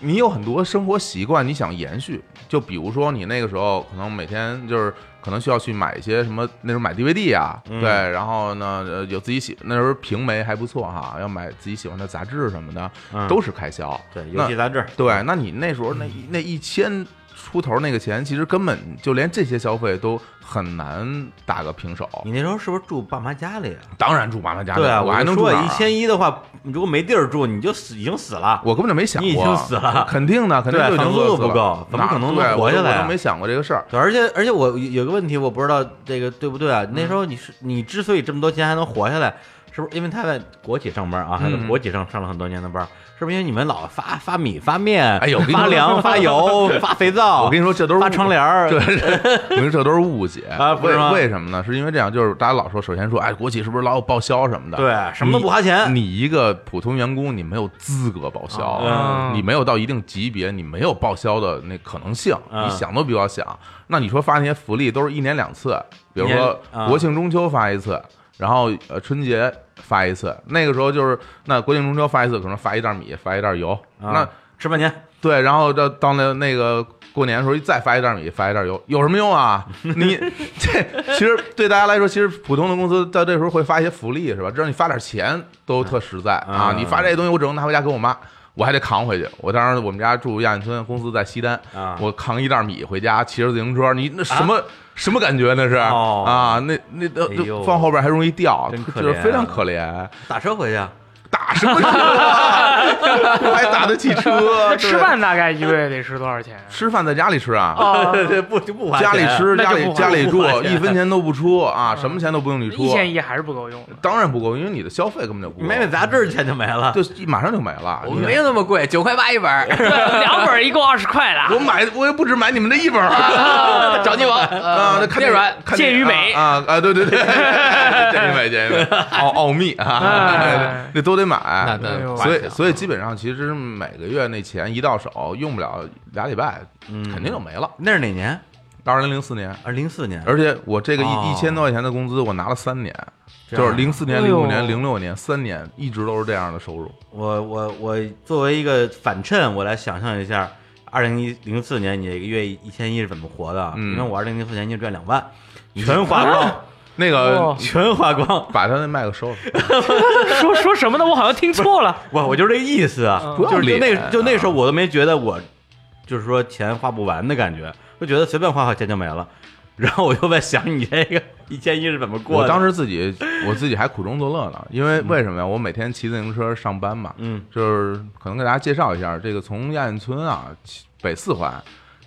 S2: 你有很多生活习惯，你想延续，就比如说你那个时候可能每天就是可能需要去买一些什么，那时候买 DVD 啊，
S1: 嗯
S2: 对，然后呢呃有自己喜那时候平媒还不错哈，要买自己喜欢的杂志什么的，
S1: 嗯
S2: 都是开销。
S1: 对，
S2: 那
S1: 游戏杂志，
S2: 对，那你那时候那一那一千出头那个钱，其实根本就连这些消费都很难打个平手。
S1: 你那时候是不是住爸妈家里啊？
S2: 当然住妈妈家
S1: 嗯
S2: 里，
S1: 对啊，
S2: 我还能
S1: 就
S2: 住
S1: 说
S2: 哪儿啊
S1: 一千一的话，你如果没地儿住，你就死已经死了。
S2: 我根本就没想过，啊
S1: 你已经死了
S2: 肯定的，肯定
S1: 对
S2: 就已经
S1: 房租
S2: 饿
S1: 都
S2: 死
S1: 不
S2: 了
S1: 够怎么
S2: 哪
S1: 可能
S2: 对
S1: 能活
S2: 我
S1: 下
S2: 都
S1: 来
S2: 我
S1: 啊
S2: 都没想过这个事儿。
S1: 对，而且而且我有有个问题，我不知道这个对不对
S2: 嗯
S1: 啊？那时候你是你之所以这么多钱还能活下来，是不是因为他在国企上班啊？还在
S2: 嗯
S1: 国企上上了很多年的班，是不是因为你们老发发米发面，
S2: 哎呦我 跟 你
S1: 发
S2: 说
S1: 粮发油发肥皂，
S2: 我跟你说，这都是
S1: 发窗帘儿，
S2: 对， 我跟你说这都是误解
S1: 啊不
S2: 为
S1: 是吗
S2: 为什么呢？是因为这样，就是大家老说，首先说，哎，国企是不是老有报销什么的？，
S1: 对，什么都不花钱，
S2: 你一个普通员工，你没有资格报销，
S3: 啊
S1: 嗯
S2: 你没有到一定级别，你没有报销的那可能性，
S1: 啊
S2: 你想都不要想。那你说发那些福利都是一年两次，比如
S1: 一年
S2: 说
S1: 啊
S2: 国庆、中秋发一次，然后呃春节发一次。那个时候就是，那国庆、中秋发一次，可能发一袋米，发一袋油。
S1: 啊
S2: 那
S1: 吃半年，
S2: 对，然后到到那那个过年的时候，再发一袋米，发一袋油，有什么用啊？ 你这其实对大家来说，其实普通的公司到这时候会发一些福利，是吧？只要你发点钱都特实在啊！
S1: 嗯
S2: 你发这些东西，我只能拿回家给我妈，我还得扛回去。我当时我们家住亚运村，公司在西单
S1: 啊，
S2: 我扛一袋米回家，骑着自行车，你那什么？什么感觉那是、
S1: 哦
S2: 啊？那那那
S1: 哎呦
S2: 放后边还容易掉，
S1: 真可
S2: 就是
S1: 怜啊
S2: 非常可怜。
S1: 打车回去啊，
S2: 打什么 车啊？我还打得起车？
S3: 那吃
S2: 对
S3: 饭大概一个月得吃多少钱？
S2: 吃饭在家里吃啊，
S3: 啊，
S1: 对，不就不花
S2: 家
S1: 钱，
S2: 里吃，
S3: 那
S2: 家
S3: 就
S2: 里
S3: 不
S2: 家里住
S1: 不花，钱
S2: 一分钱都不出啊，什么钱都不用你出
S3: 一，千一还是不够用的。
S2: 当然不够，因为你的消费根本就不够，
S1: 买买杂志钱就没了，
S2: 就一马上就没了。
S4: 我
S2: 你
S4: 们啊没有那么贵，九块八一本儿，
S3: 对，两本儿一共二十块啦
S2: 我。买我也不止买你们这一本儿啊
S4: 找你我啊
S2: 啊，那看电
S4: 电软，
S2: 看电
S3: 健与美
S2: 啊啊，啊对对对，健与美，健与美，奥奥秘啊
S3: 哎，
S2: 那都得买，
S4: 那
S3: 哎
S4: 那
S3: 呦
S2: 所以，所以基本上其实每个月那钱一到手，用不了俩礼拜，
S1: 嗯
S2: 肯定就没了。
S1: 那是哪年？
S2: 到二零零四年，
S1: 啊，零四年，
S2: 而且我这个
S1: 哦
S2: 一一千多块钱的工资，我拿了三年，
S1: 这样
S2: 就是零四年、
S3: 哎
S2: 零
S3: 呦
S2: 五年、零六年三年，一直都是这样的收入。
S1: 我我我作为一个反衬，我来想象一下，二零一零四年你一个月一千一是怎么活的啊？
S2: 嗯
S1: 因为我二零零四年就赚两万，全花光，
S2: 那个
S3: 哇
S1: 全花光。
S2: 把他那麦克收了，
S3: 说说什么呢？我好像听错了。
S1: 我我就是这个意思啊，
S3: 嗯
S1: 就是就
S2: 不要
S1: 那
S2: 脸
S1: 就那时候我都没觉得我，就是说钱花不完的感觉，就觉得随便花花钱就没了。然后我就在想你这个一千一是怎么过嗯
S2: 我
S1: 的？
S2: 当
S1: 时
S2: 时自己我自己还苦中作乐呢，因为为什么呀？我每天骑自行车上班嘛，
S1: 嗯
S2: 就是可能给大家介绍一下，这个从亚运村啊，骑北四环。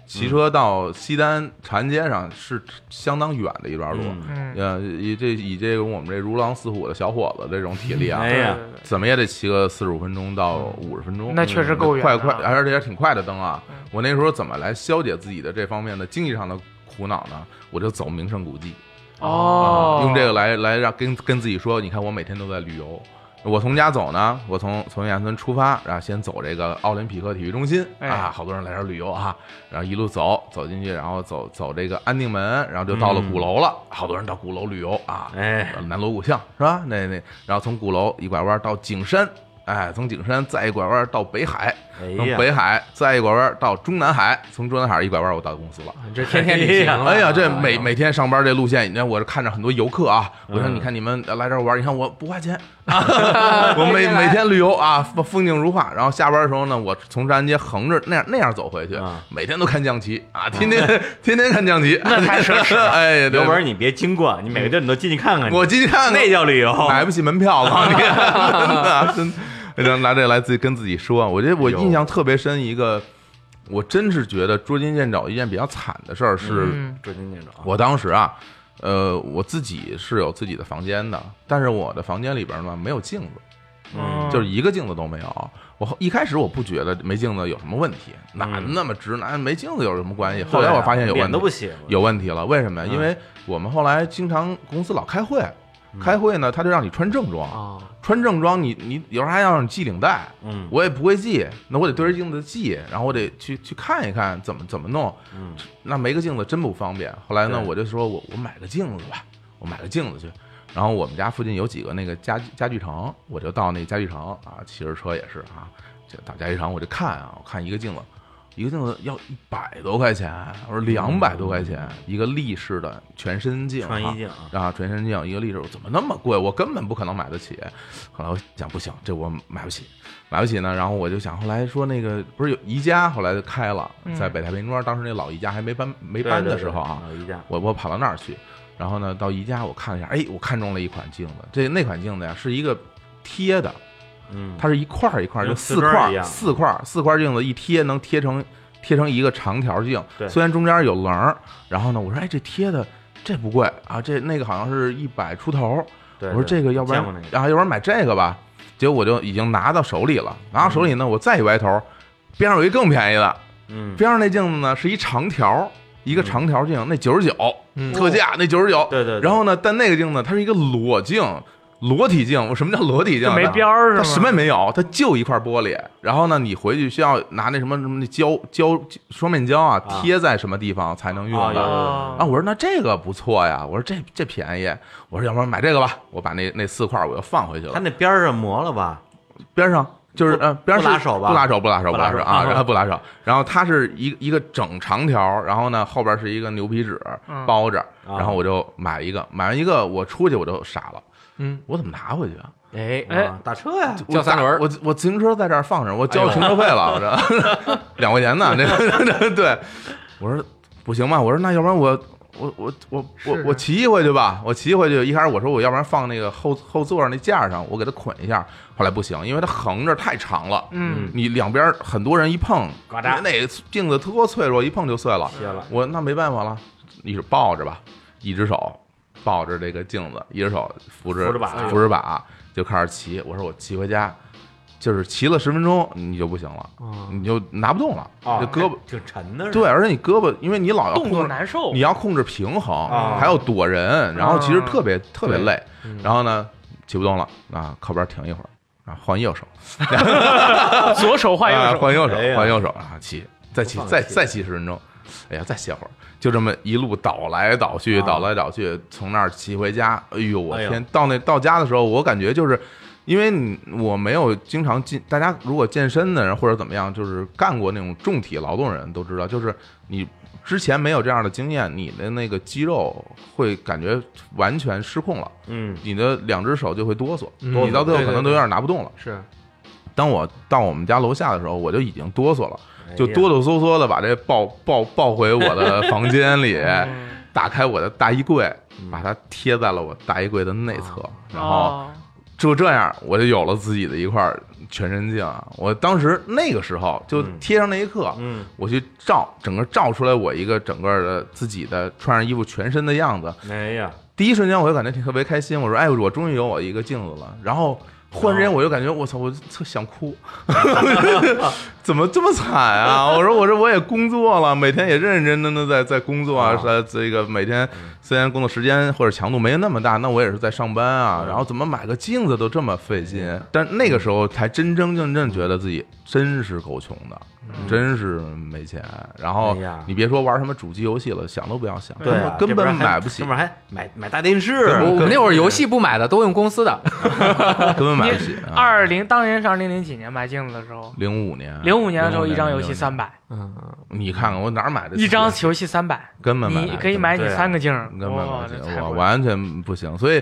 S2: 骑车到西单长安街上是相当远的一段路，
S1: 嗯
S3: 嗯，
S2: 呃，以这以这个我们这如狼似虎的小伙子这种体力啊，
S1: 哎呀
S2: 怎么也得骑个四十五分钟到五十分钟，
S3: 那确实够远
S2: 快
S3: 的
S2: 快，而且也挺快的蹬啊
S3: 嗯！
S2: 我那时候怎么来消解自己的这方面的经济上的苦恼呢？我就走名胜古迹，啊
S3: 哦，
S2: 用这个来来让跟跟自己说，你看我每天都在旅游。我从家走呢，我从从燕村出发，然后先走这个奥林匹克体育中心、
S3: 哎
S2: 啊，好多人来这儿旅游啊，然后一路走走进去，然后走走这个安定门，然后就到
S3: 嗯
S2: 了鼓楼了，好多人到鼓楼旅游啊，
S1: 哎，
S2: 呃南锣鼓巷是吧？那那，然后从鼓楼一拐弯到景山，哎，从景山再一拐弯到北海，
S1: 哎
S2: 从
S1: 呀，
S2: 北海再一拐弯到中南海，从中南海一拐弯我到公司了。
S4: 这天天旅行了
S2: 哎呀，这
S4: 啊
S2: 每每天上班这路线，你看我是看着很多游客啊，我说
S1: 嗯
S2: 你看你们来这儿玩，你看我不花钱，
S4: 哎啊
S2: 我每每天旅游啊，风风景如画。然后下班的时候呢，我从长安街横着那样那样走回去
S1: 啊，
S2: 每天都看降旗啊，天天 天天看降旗，那太奢 侈了。哎，对
S1: 刘文你别经过，你每个地儿你都进去看看去，
S2: 我进去看看，
S1: 那叫旅游。
S2: 买不起门票了，你 真的啊真。然后拿这个来自己跟自己说，我觉得我
S1: 有
S2: 印象特别深一个，我真是觉得捉襟见肘一件比较惨的事儿是，
S3: 嗯
S1: 捉襟见肘啊，
S2: 我当时啊，呃，我自己是有自己的房间的，但是我的房间里边呢没有镜子，
S1: 嗯
S2: 就是一个镜子都没有。我一开始我不觉得没镜子有什么问题，哪
S1: 嗯啊
S2: 那么直男没镜子有什么关系？后来我发现有问
S1: 脸
S2: 题，
S1: 都不行，
S2: 有问题了。为什么呀？
S1: 嗯
S2: 因为我们后来经常公司老开会，
S1: 嗯
S2: 开会呢，他就让你穿正
S1: 哦
S2: 装，
S4: 啊，
S2: 穿正装你你有时候还让你系领带，
S1: 嗯，
S2: 我也不会系，那我得对着镜子系，然后我得去去看一看怎么怎么弄，
S1: 嗯
S2: 那没个镜子真不方便。后来呢，
S1: 对
S2: 我就说我我买个镜子吧，我买个镜子去。然后我们家附近有几个那个家具家具城，我就到那家具城啊，骑着车也是啊，这到家具城我就看啊，我看一个镜子，一个镜子要一百多块钱，我说两百多块钱、一个立式的全身镜啊，
S1: 嗯穿衣镜啊，
S2: 啊，全身镜一个立式，怎么那么贵？我根本不可能买得起。后来我想，不行，这我买不起，买不起呢。然后我就想，后来说那个不是有宜家，后来就开了，
S3: 嗯
S2: 在北太平庄，当时那老宜家还没搬没
S1: 一
S2: 搬的时候啊，，
S1: 对对对老宜嗯家，
S2: 我我跑到那儿去，然后呢到宜家我看了一下，哎，我看中了一款镜子，这那款镜子呀是一个贴的，
S1: 嗯，
S2: 它是一块儿一块儿，就
S1: 跟
S2: 四
S1: 瓷砖
S2: 块
S1: 儿
S2: 儿
S1: 一样
S2: 四块儿四块儿镜子一贴能贴成贴成一个长条镜
S1: 对，
S2: 虽然中间有棱儿，然后呢，我说哎这贴的这不贵啊，这那个好像是一百出头儿，
S1: 对
S2: 我说
S1: 对
S2: 这个要不然
S1: 见过那个
S2: 啊，要不然买这个吧，结果我就已经拿到手里了，拿到手里呢，我再一歪头，边上有一更便宜的，
S1: 嗯，
S2: 边上那镜子呢是一长条儿，一个
S1: 嗯哦
S2: 长条镜，那九十九
S4: 嗯
S2: 特价，那九十九，
S1: 对对对
S2: 然后呢，但那个镜子它是一个裸镜。裸体镜，我什么叫裸体镜
S3: 就
S2: 呢？
S3: 没边儿是
S2: 它
S3: 吗？
S2: 什么也没有，它就一块玻璃。然后呢，你回去需要拿那什么什么那胶胶双面胶啊，
S1: 啊
S2: 贴在什么地方才能用
S1: 啊有有
S2: 的？
S1: 有
S2: 啊，我说那这个不错呀，我说这这便宜，我说要不然买这个吧，我把那那四块我又放回去
S1: 它
S2: 了，
S1: 那边儿上磨了吧？
S2: 边上。就是
S1: 不
S2: 呃，边上
S1: 不拉
S2: 是
S1: 手吧
S2: 不拉手，不拉手，
S1: 不
S2: 不
S1: 拉
S2: 拉手
S1: 手
S2: 啊，
S1: 嗯
S2: 然后不拉手。然后它是一一个整长条，然后呢后边是一个牛皮纸
S3: 嗯
S2: 包着，
S1: 啊
S2: 然后我就买一个，买完一个我出去我就傻了，
S4: 嗯，
S2: 我怎么拿回去啊？
S4: 哎，
S3: 哎
S1: 啊，打车呀，
S2: 我
S4: 叫三轮儿哎
S2: 打我我自行车在这儿放着，我交停车费了，我这 两块钱呢，这个 对，我说不行吧，我说那要不然我我我我我
S4: 试试
S2: 我骑一回去吧，我骑一回去，一开始我说我要不然放那个后后座那架上，我给它捆一下，后来不行，因为它横着太长了，
S3: 嗯，
S2: 你两边很多人一碰，
S1: 呱嗒
S2: 那镜子多脆弱，一碰就碎了，
S1: 歇了，
S2: 我那没办法了，一手抱着吧，一只手抱着这个镜子，一只手扶着
S1: 扶着把
S2: 扶着把就开始骑。我说我骑回家，就是骑了十分钟你就不行了，
S4: 嗯
S2: 你就拿不动了，
S1: 啊
S2: 这胳膊
S1: 挺沉的，
S2: 对，，而且你胳膊因为你老要
S3: 动作
S2: 控制，
S3: 难受
S2: 啊你。要控制平
S1: 啊
S2: 衡，还要躲人，然后其实特别特别
S4: 对
S2: 累
S4: 嗯。
S2: 然后呢，骑不动了啊，靠边停一会儿啊，换右手，
S3: 左手换右
S2: 啊
S3: 手，
S2: 换右手
S1: 哎呀，
S2: 换右手啊，骑，再骑
S1: 不放
S2: 再
S1: 弃
S2: 再骑十分钟，哎呀，再歇会儿，就这么一路倒来倒去，
S1: 啊
S2: 倒来倒去，从那儿骑回家。哎呦，我
S1: 哎呦
S2: 天！到那到家的时候，我感觉就是。因为你我没有经常进，大家如果健身的人或者怎么样，就是干过那种重体劳动人都知道，就是你之前没有这样的经验，你的那个肌肉会感觉完全失控了，
S1: 嗯
S2: 你的两只手就会哆嗦，
S4: 嗯
S2: 你到最后
S4: 对对
S2: 可能都有点拿不动了。
S4: 是
S2: 当我到我们家楼下的时候，我就已经哆嗦了，就
S1: 哎呀
S2: 哆哆嗦嗦的把这抱抱抱回我的房 间里，
S1: 嗯
S2: 打开我的大衣柜，把它贴在了我大衣柜的内侧，然后
S3: 哦
S2: 就这样，我就有了自己的一块全身镜啊。我当时那个时候就
S1: 嗯
S2: 贴上那一刻，
S1: 嗯
S2: 我去照，整个照出来我一个整个的自己的穿上衣服全身的样子，
S1: 哎呀，
S2: 第一瞬间我就感觉挺特别开心，我说哎，我终于有我一个镜子了。然后忽然之
S1: 哦
S2: 间我就感觉我操，我特想哭， 怎么这么惨啊？我说我说我也工作了，每天也认认真真的在在工作啊
S1: 啊，
S2: 在这个每天
S1: 嗯
S2: 虽然工作时间或者强度没那么大，那我也是在上班啊。
S1: 嗯
S2: 然后怎么买个镜子都这么费劲？但那个时候才真真正正觉得自己真是够穷的，真是没钱。然后
S1: 嗯哎呀
S2: 你别说玩什么主机游戏了，想都不要想，
S1: 对啊，
S2: 根
S1: 这边
S2: 本
S1: 还
S2: 买不起
S1: 这。边还买买大电视，
S4: 我我们那会儿游戏不买的都用公司的，
S2: 根本买不起
S3: 你。
S2: 啊
S3: 二零当年上零零几年买镜子的时候，
S2: 零五年，
S3: 零五年的时候一张游戏
S2: 05
S3: 三，百，
S4: 嗯，
S2: 05年你看看我哪儿买的？
S3: 一张游戏三百，
S2: 根本买不起
S3: 你可以买你
S1: 对啊
S3: 三个镜儿，
S2: 根本买
S3: 哇，
S2: 不
S3: 这
S2: 起，
S3: 太
S2: 我
S3: 贵了
S2: 完全不行。所以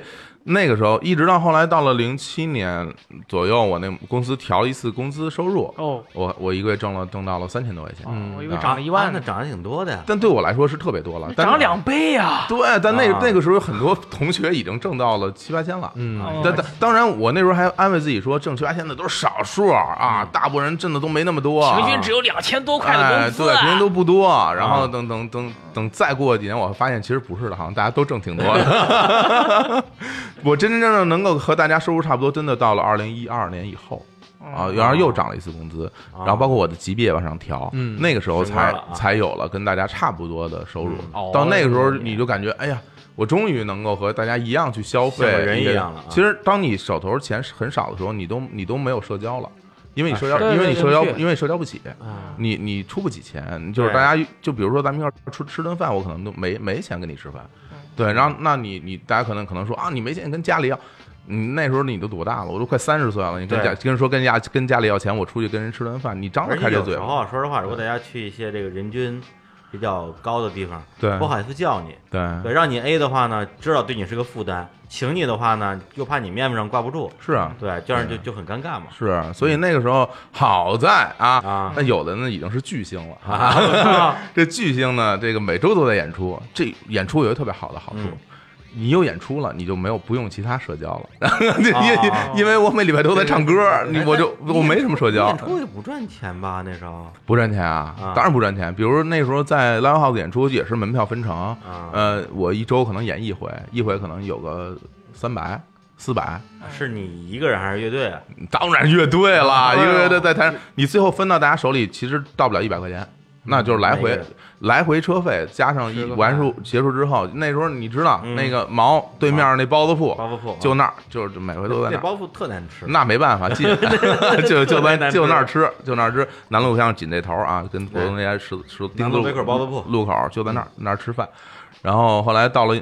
S2: 那个时候，一直到后来到了零七年左右，我那公司调了一次工资收入，
S3: 哦，
S2: 我我一个月挣了挣到了三千多块钱，
S4: 嗯
S3: 我以
S2: 那
S3: 为涨了一万
S1: 啊那
S3: 呢，
S1: 涨得挺多的呀。
S2: 但对我来说是特别多了，但
S3: 涨了。两倍啊！
S2: 对，但那
S1: 啊
S2: 那个时候很多同学已经挣到了七八千了，啊
S4: 嗯
S3: 哦
S2: 但但当然，我那时候还安慰自己说，挣七八千的都是少数啊，大部分人挣的都没那么多啊，
S3: 嗯平均只有两千多块的工资
S2: 哎，对，
S3: 啊，
S2: 平均都不多。然后
S1: 啊
S2: 等等等等，再过几年，我发现其实不是的，好像大家都挣挺多的。 我真真正正能够和大家收入差不多，真的到了二零一二年以后
S3: 嗯
S2: 啊，然后又涨了一次工资，然后
S1: 啊
S2: 包括我的级别也往上调，
S4: 嗯
S2: 那个时候
S1: 哦升官
S2: 才
S1: 了啊
S2: 才有了跟大家差不多的收入
S1: 嗯
S4: 哦。
S2: 到那个时候，你就感觉哎呀。我终于能够和大家一样去消费，
S1: 像个人
S2: 个
S1: 一样了啊
S2: 其实，当你手头钱很少的时候，你都你都没有社交了，因为你
S1: 啊
S2: 社交，
S3: 是对
S2: 因为
S3: 对
S2: 你
S3: 对
S2: 社交，
S3: 的确
S2: 因为社交不起。
S4: 啊
S2: 你你出不起钱，就是
S1: 对
S2: 大家就比如说咱们一块儿吃吃顿饭，我可能都没没钱跟你吃饭，对，然后那你你大家可能可能说啊，你没钱跟家里要，你那时候你都多大了？我都快三十岁了，你跟
S1: 对
S2: 家跟人说跟家跟家里要钱，我出去跟人吃顿饭，你张得
S1: 而
S2: 开
S1: 且
S2: 这
S1: 有
S2: 嘴
S1: 时
S2: 吗？
S1: 候啊说实话，如果大家去一些这个人均比较高的地方，
S2: 对
S1: 不好意思叫你，
S2: 对
S1: 对，让你 A 的话呢，知道对你是个负担；请你的话呢，又怕你面子上挂不住，
S2: 是啊
S1: 对，这样就就很尴尬 嘛。
S2: 是啊，所以那个时候好在啊，
S1: 啊
S2: 那有的呢已经是巨星了啊，
S1: 啊，
S2: 这巨星呢，这个每周都在演出，这演出有一个特别好的好处。
S1: 嗯
S2: 你有演出了，你就没有不用其他社交了， 因为
S1: 哦
S2: 因为我每礼拜都在唱歌，你我就 我没什么社交
S1: 演，出也 不赚钱吧？那时候
S2: 不赚钱啊
S1: 啊，
S2: 当然不赚钱。比如那时候在 Live House 演出也是门票分成，呃，我一周可能演一回，一回可能有个三百四百，
S1: 是你一个人还是乐队啊？
S2: 当然乐队了，
S3: 哎
S2: 一
S3: 呦
S2: 个乐队在台上，你最后分到大家手里，其实到不了一百块钱，那就是来
S1: 那
S2: 回
S1: 个
S2: 来回车费加上一
S4: 吃个饭
S2: 完数结束之后，那时候你知道
S1: 嗯
S2: 那个毛对面那包子铺
S1: 包袱铺
S2: 就那儿，就是每回都在那
S1: 那
S2: 儿。
S1: 包袱特难吃，
S2: 那没办 法，进就就
S1: 特别
S2: 在
S1: 难吃
S2: 就那儿吃，就那儿吃。南路巷紧这头啊，跟国东那家十十丁
S1: 南路
S2: 字路
S1: 北口包子铺
S2: 路口就在那儿那儿吃饭。然后后来到了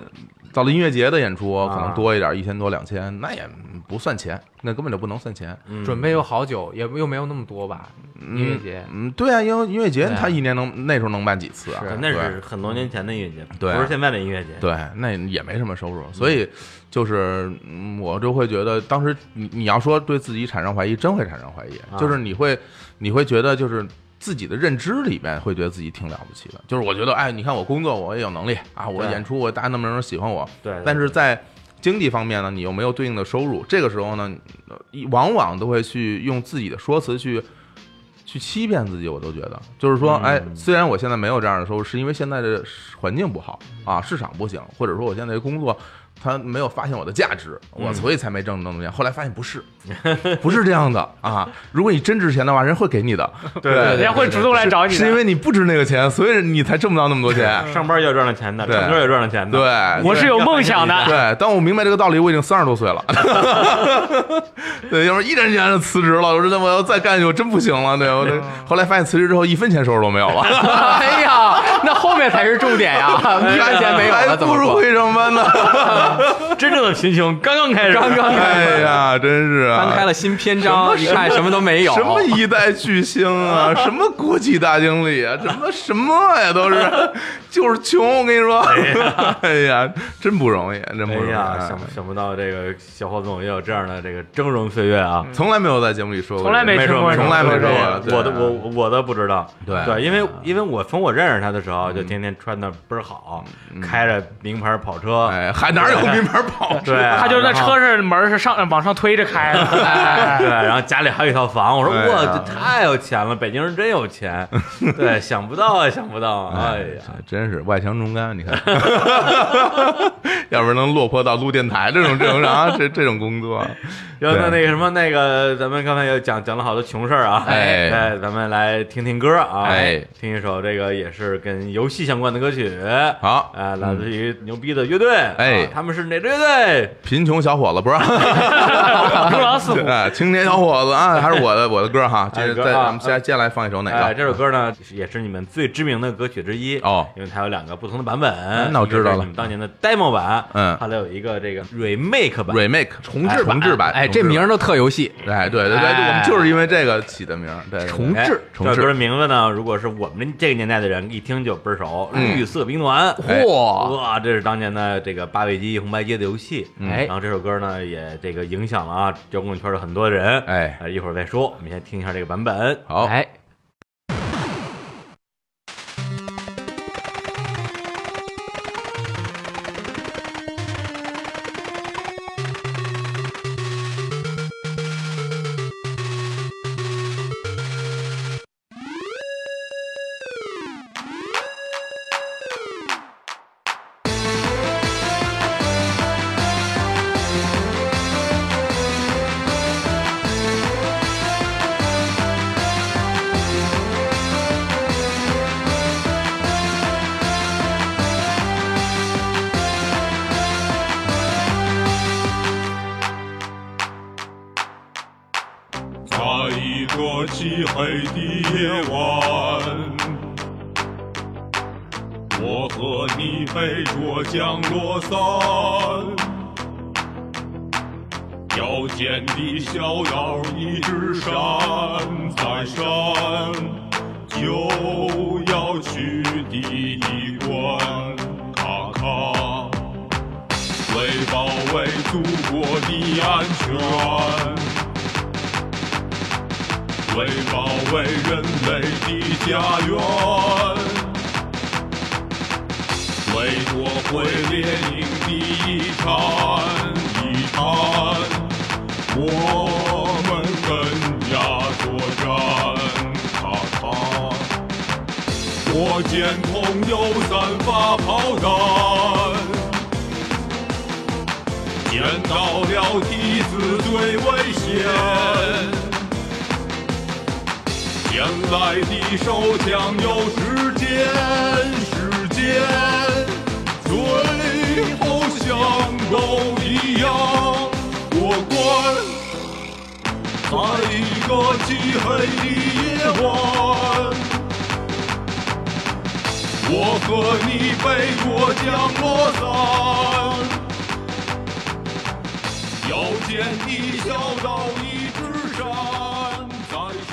S2: 到了音乐节的演出，可
S1: 啊
S2: 能多一点，一千多两千，那也不算钱，那根本就不能算钱。
S1: 嗯
S4: 准备又好久，也又没有那么多吧，音乐节
S2: 嗯，对啊，因为音乐节
S4: 对啊
S2: 它一年能那时候能办几次啊
S4: 是？
S1: 那
S2: 对
S1: 是很多年前的音乐节，
S2: 对啊
S1: 不是现在的音乐节。
S2: 对，那也没什么收入，所以就是嗯我就会觉得，当时你你要说对自己产生怀疑，真会产生怀疑，
S1: 啊
S2: 就是你会你会觉得就是。自己的认知里面会觉得自己挺了不起的，就是我觉得，哎，你看我工作我也有能力啊，我
S1: 对
S2: 演出我大家那么多人喜欢我，
S1: 对对
S2: 但是在经济方面呢，你又没有对应的收入，这个时候呢，呃往往都会去用自己的说辞去去欺骗自己，我都觉得，就是说，
S1: 嗯
S2: 哎，虽然我现在没有这样的收入，是因为现在的环境不好啊，市场不行，或者说我现在的工作。他没有发现我的价值，我
S1: 嗯
S2: 所以才没挣那么多钱。后来发现不是， 不是这样的啊！如果你真值钱的话，人会给你的。对
S3: 人家会主动来找你的，嗯
S2: 是因为你不值那个钱，所以你才挣不到那么多钱。
S1: 上班也赚了钱的，
S2: 对
S1: 唱歌也赚了钱的。
S2: 对，
S3: 我是有梦想
S1: 要
S3: 的，
S2: 对，当我明白这个道理，我已经三十多岁了。 对，要不然毅然决然的辞职了。我说那
S4: 嗯
S2: 我要再干，我真不行了。对，我这后来发现辞职之后一分钱收入都没有了。
S4: 哎呀，那后面才是重点呀， 一般钱没有
S2: 还
S4: 了怎
S2: 哎不
S4: 么
S2: 如
S4: 过？
S2: 回上 班呢。
S1: 真正的贫穷刚刚开始，
S4: 刚刚
S2: 哎呀，真是啊，
S4: 翻开了新篇章，一看什么都没有，
S2: 什么一代巨星 啊，什么国际大经理啊，什么什么呀，都是 就是穷。我跟你说， 哎呀，真不容易，真不
S1: 哎
S2: 容易，
S1: 呀，
S2: 哎
S1: 想想不到这个小伙总也有这样的这个峥嵘岁月
S3: 嗯
S1: 啊！
S2: 从来没有在节目里说过这个，
S3: 从来没
S1: 没
S3: 听
S1: 说
S3: 过
S1: 没
S2: 从来没说过对嗯
S1: 我的我我的不知道，
S4: 对
S1: 对，因为因为我从我认识他的时候，就天天穿的倍儿好，开着名牌跑车，
S2: 嗯哎，还哪有名牌 跑车？
S1: 对，啊
S3: 他就是那
S1: 然后
S3: 车是门是上往上推着 开的，哎
S1: 对，然后家里还有一套房，我说
S2: 对
S1: 哇，
S2: 啊
S1: 这太有钱了，北京人真有钱， 对，想不到啊，想不到啊，哎呀，
S2: 真是外强中干，你看， 要不然能落魄到录电台这种这种啊，这这种工作，
S1: 然后那
S2: 对
S1: 那个什么那个，咱们刚才也讲讲了好多穷事儿啊，
S2: 哎
S1: 哎，咱们来听听歌啊，
S2: 哎，
S1: 听一首这个也是跟游戏相关的歌曲，
S2: 好嗯
S1: 啊，来自于牛逼的乐队，
S2: 哎
S1: 啊他们是哪支乐队？
S2: 贫穷小伙子不是？
S3: 如
S1: 啊
S3: 狼似虎。
S2: 哎，青年小伙子啊，还是我的我的歌哈，接
S1: 哎
S2: 着
S1: 歌
S2: 再
S1: 啊
S2: 咱们接接下来放一首哪
S1: 哎，
S2: 个？
S1: 这首歌呢也是你们最知名的歌曲之一
S2: 哦哎
S1: 因为它有两个不同的版本，
S2: 那我知道
S1: 一个
S2: 了
S1: 是你们当年的 demo 版，
S2: 嗯
S1: 后来有一个这个 remake 版，
S2: remake 重制重制版，
S4: 哎，
S2: 重
S4: 这
S2: 制
S4: 名儿都特游戏，
S2: 哎，对对对，
S4: 哎
S2: 我们就是因为这个起的名儿，对，对对
S4: 重
S1: 哎
S4: 置
S2: 重置
S1: 这歌的名字呢，如果是我们这个年代的人一听就倍儿熟，
S2: 嗯
S1: 绿色兵团》。
S2: 哎
S4: 嚯，
S1: 哇，这是当年的这个八位机红白机的游戏，
S2: 嗯
S4: 哎
S1: 然后这首歌呢也这个影响了啊摇滚圈的很多人，
S2: 哎
S1: 呃，一会儿再说，我们先听一下这个版本。
S2: 好，
S4: 哎，
S5: 在一个漆黑的夜晚，我和你背着降落伞，腰间的小岛一直闪再闪，就要去第一关，咔咔，为保卫祖国的安全。为保卫人类的家园，为夺回列宁的遗产，遗产，我们更加作战，咔咔。我见空有三发炮弹。见到了敌子最危险，原来的手枪有时间，时间，最后像狗一样过关。在一个漆黑的夜晚，我和你背过降落伞，腰间的小岛一直闪，再闪。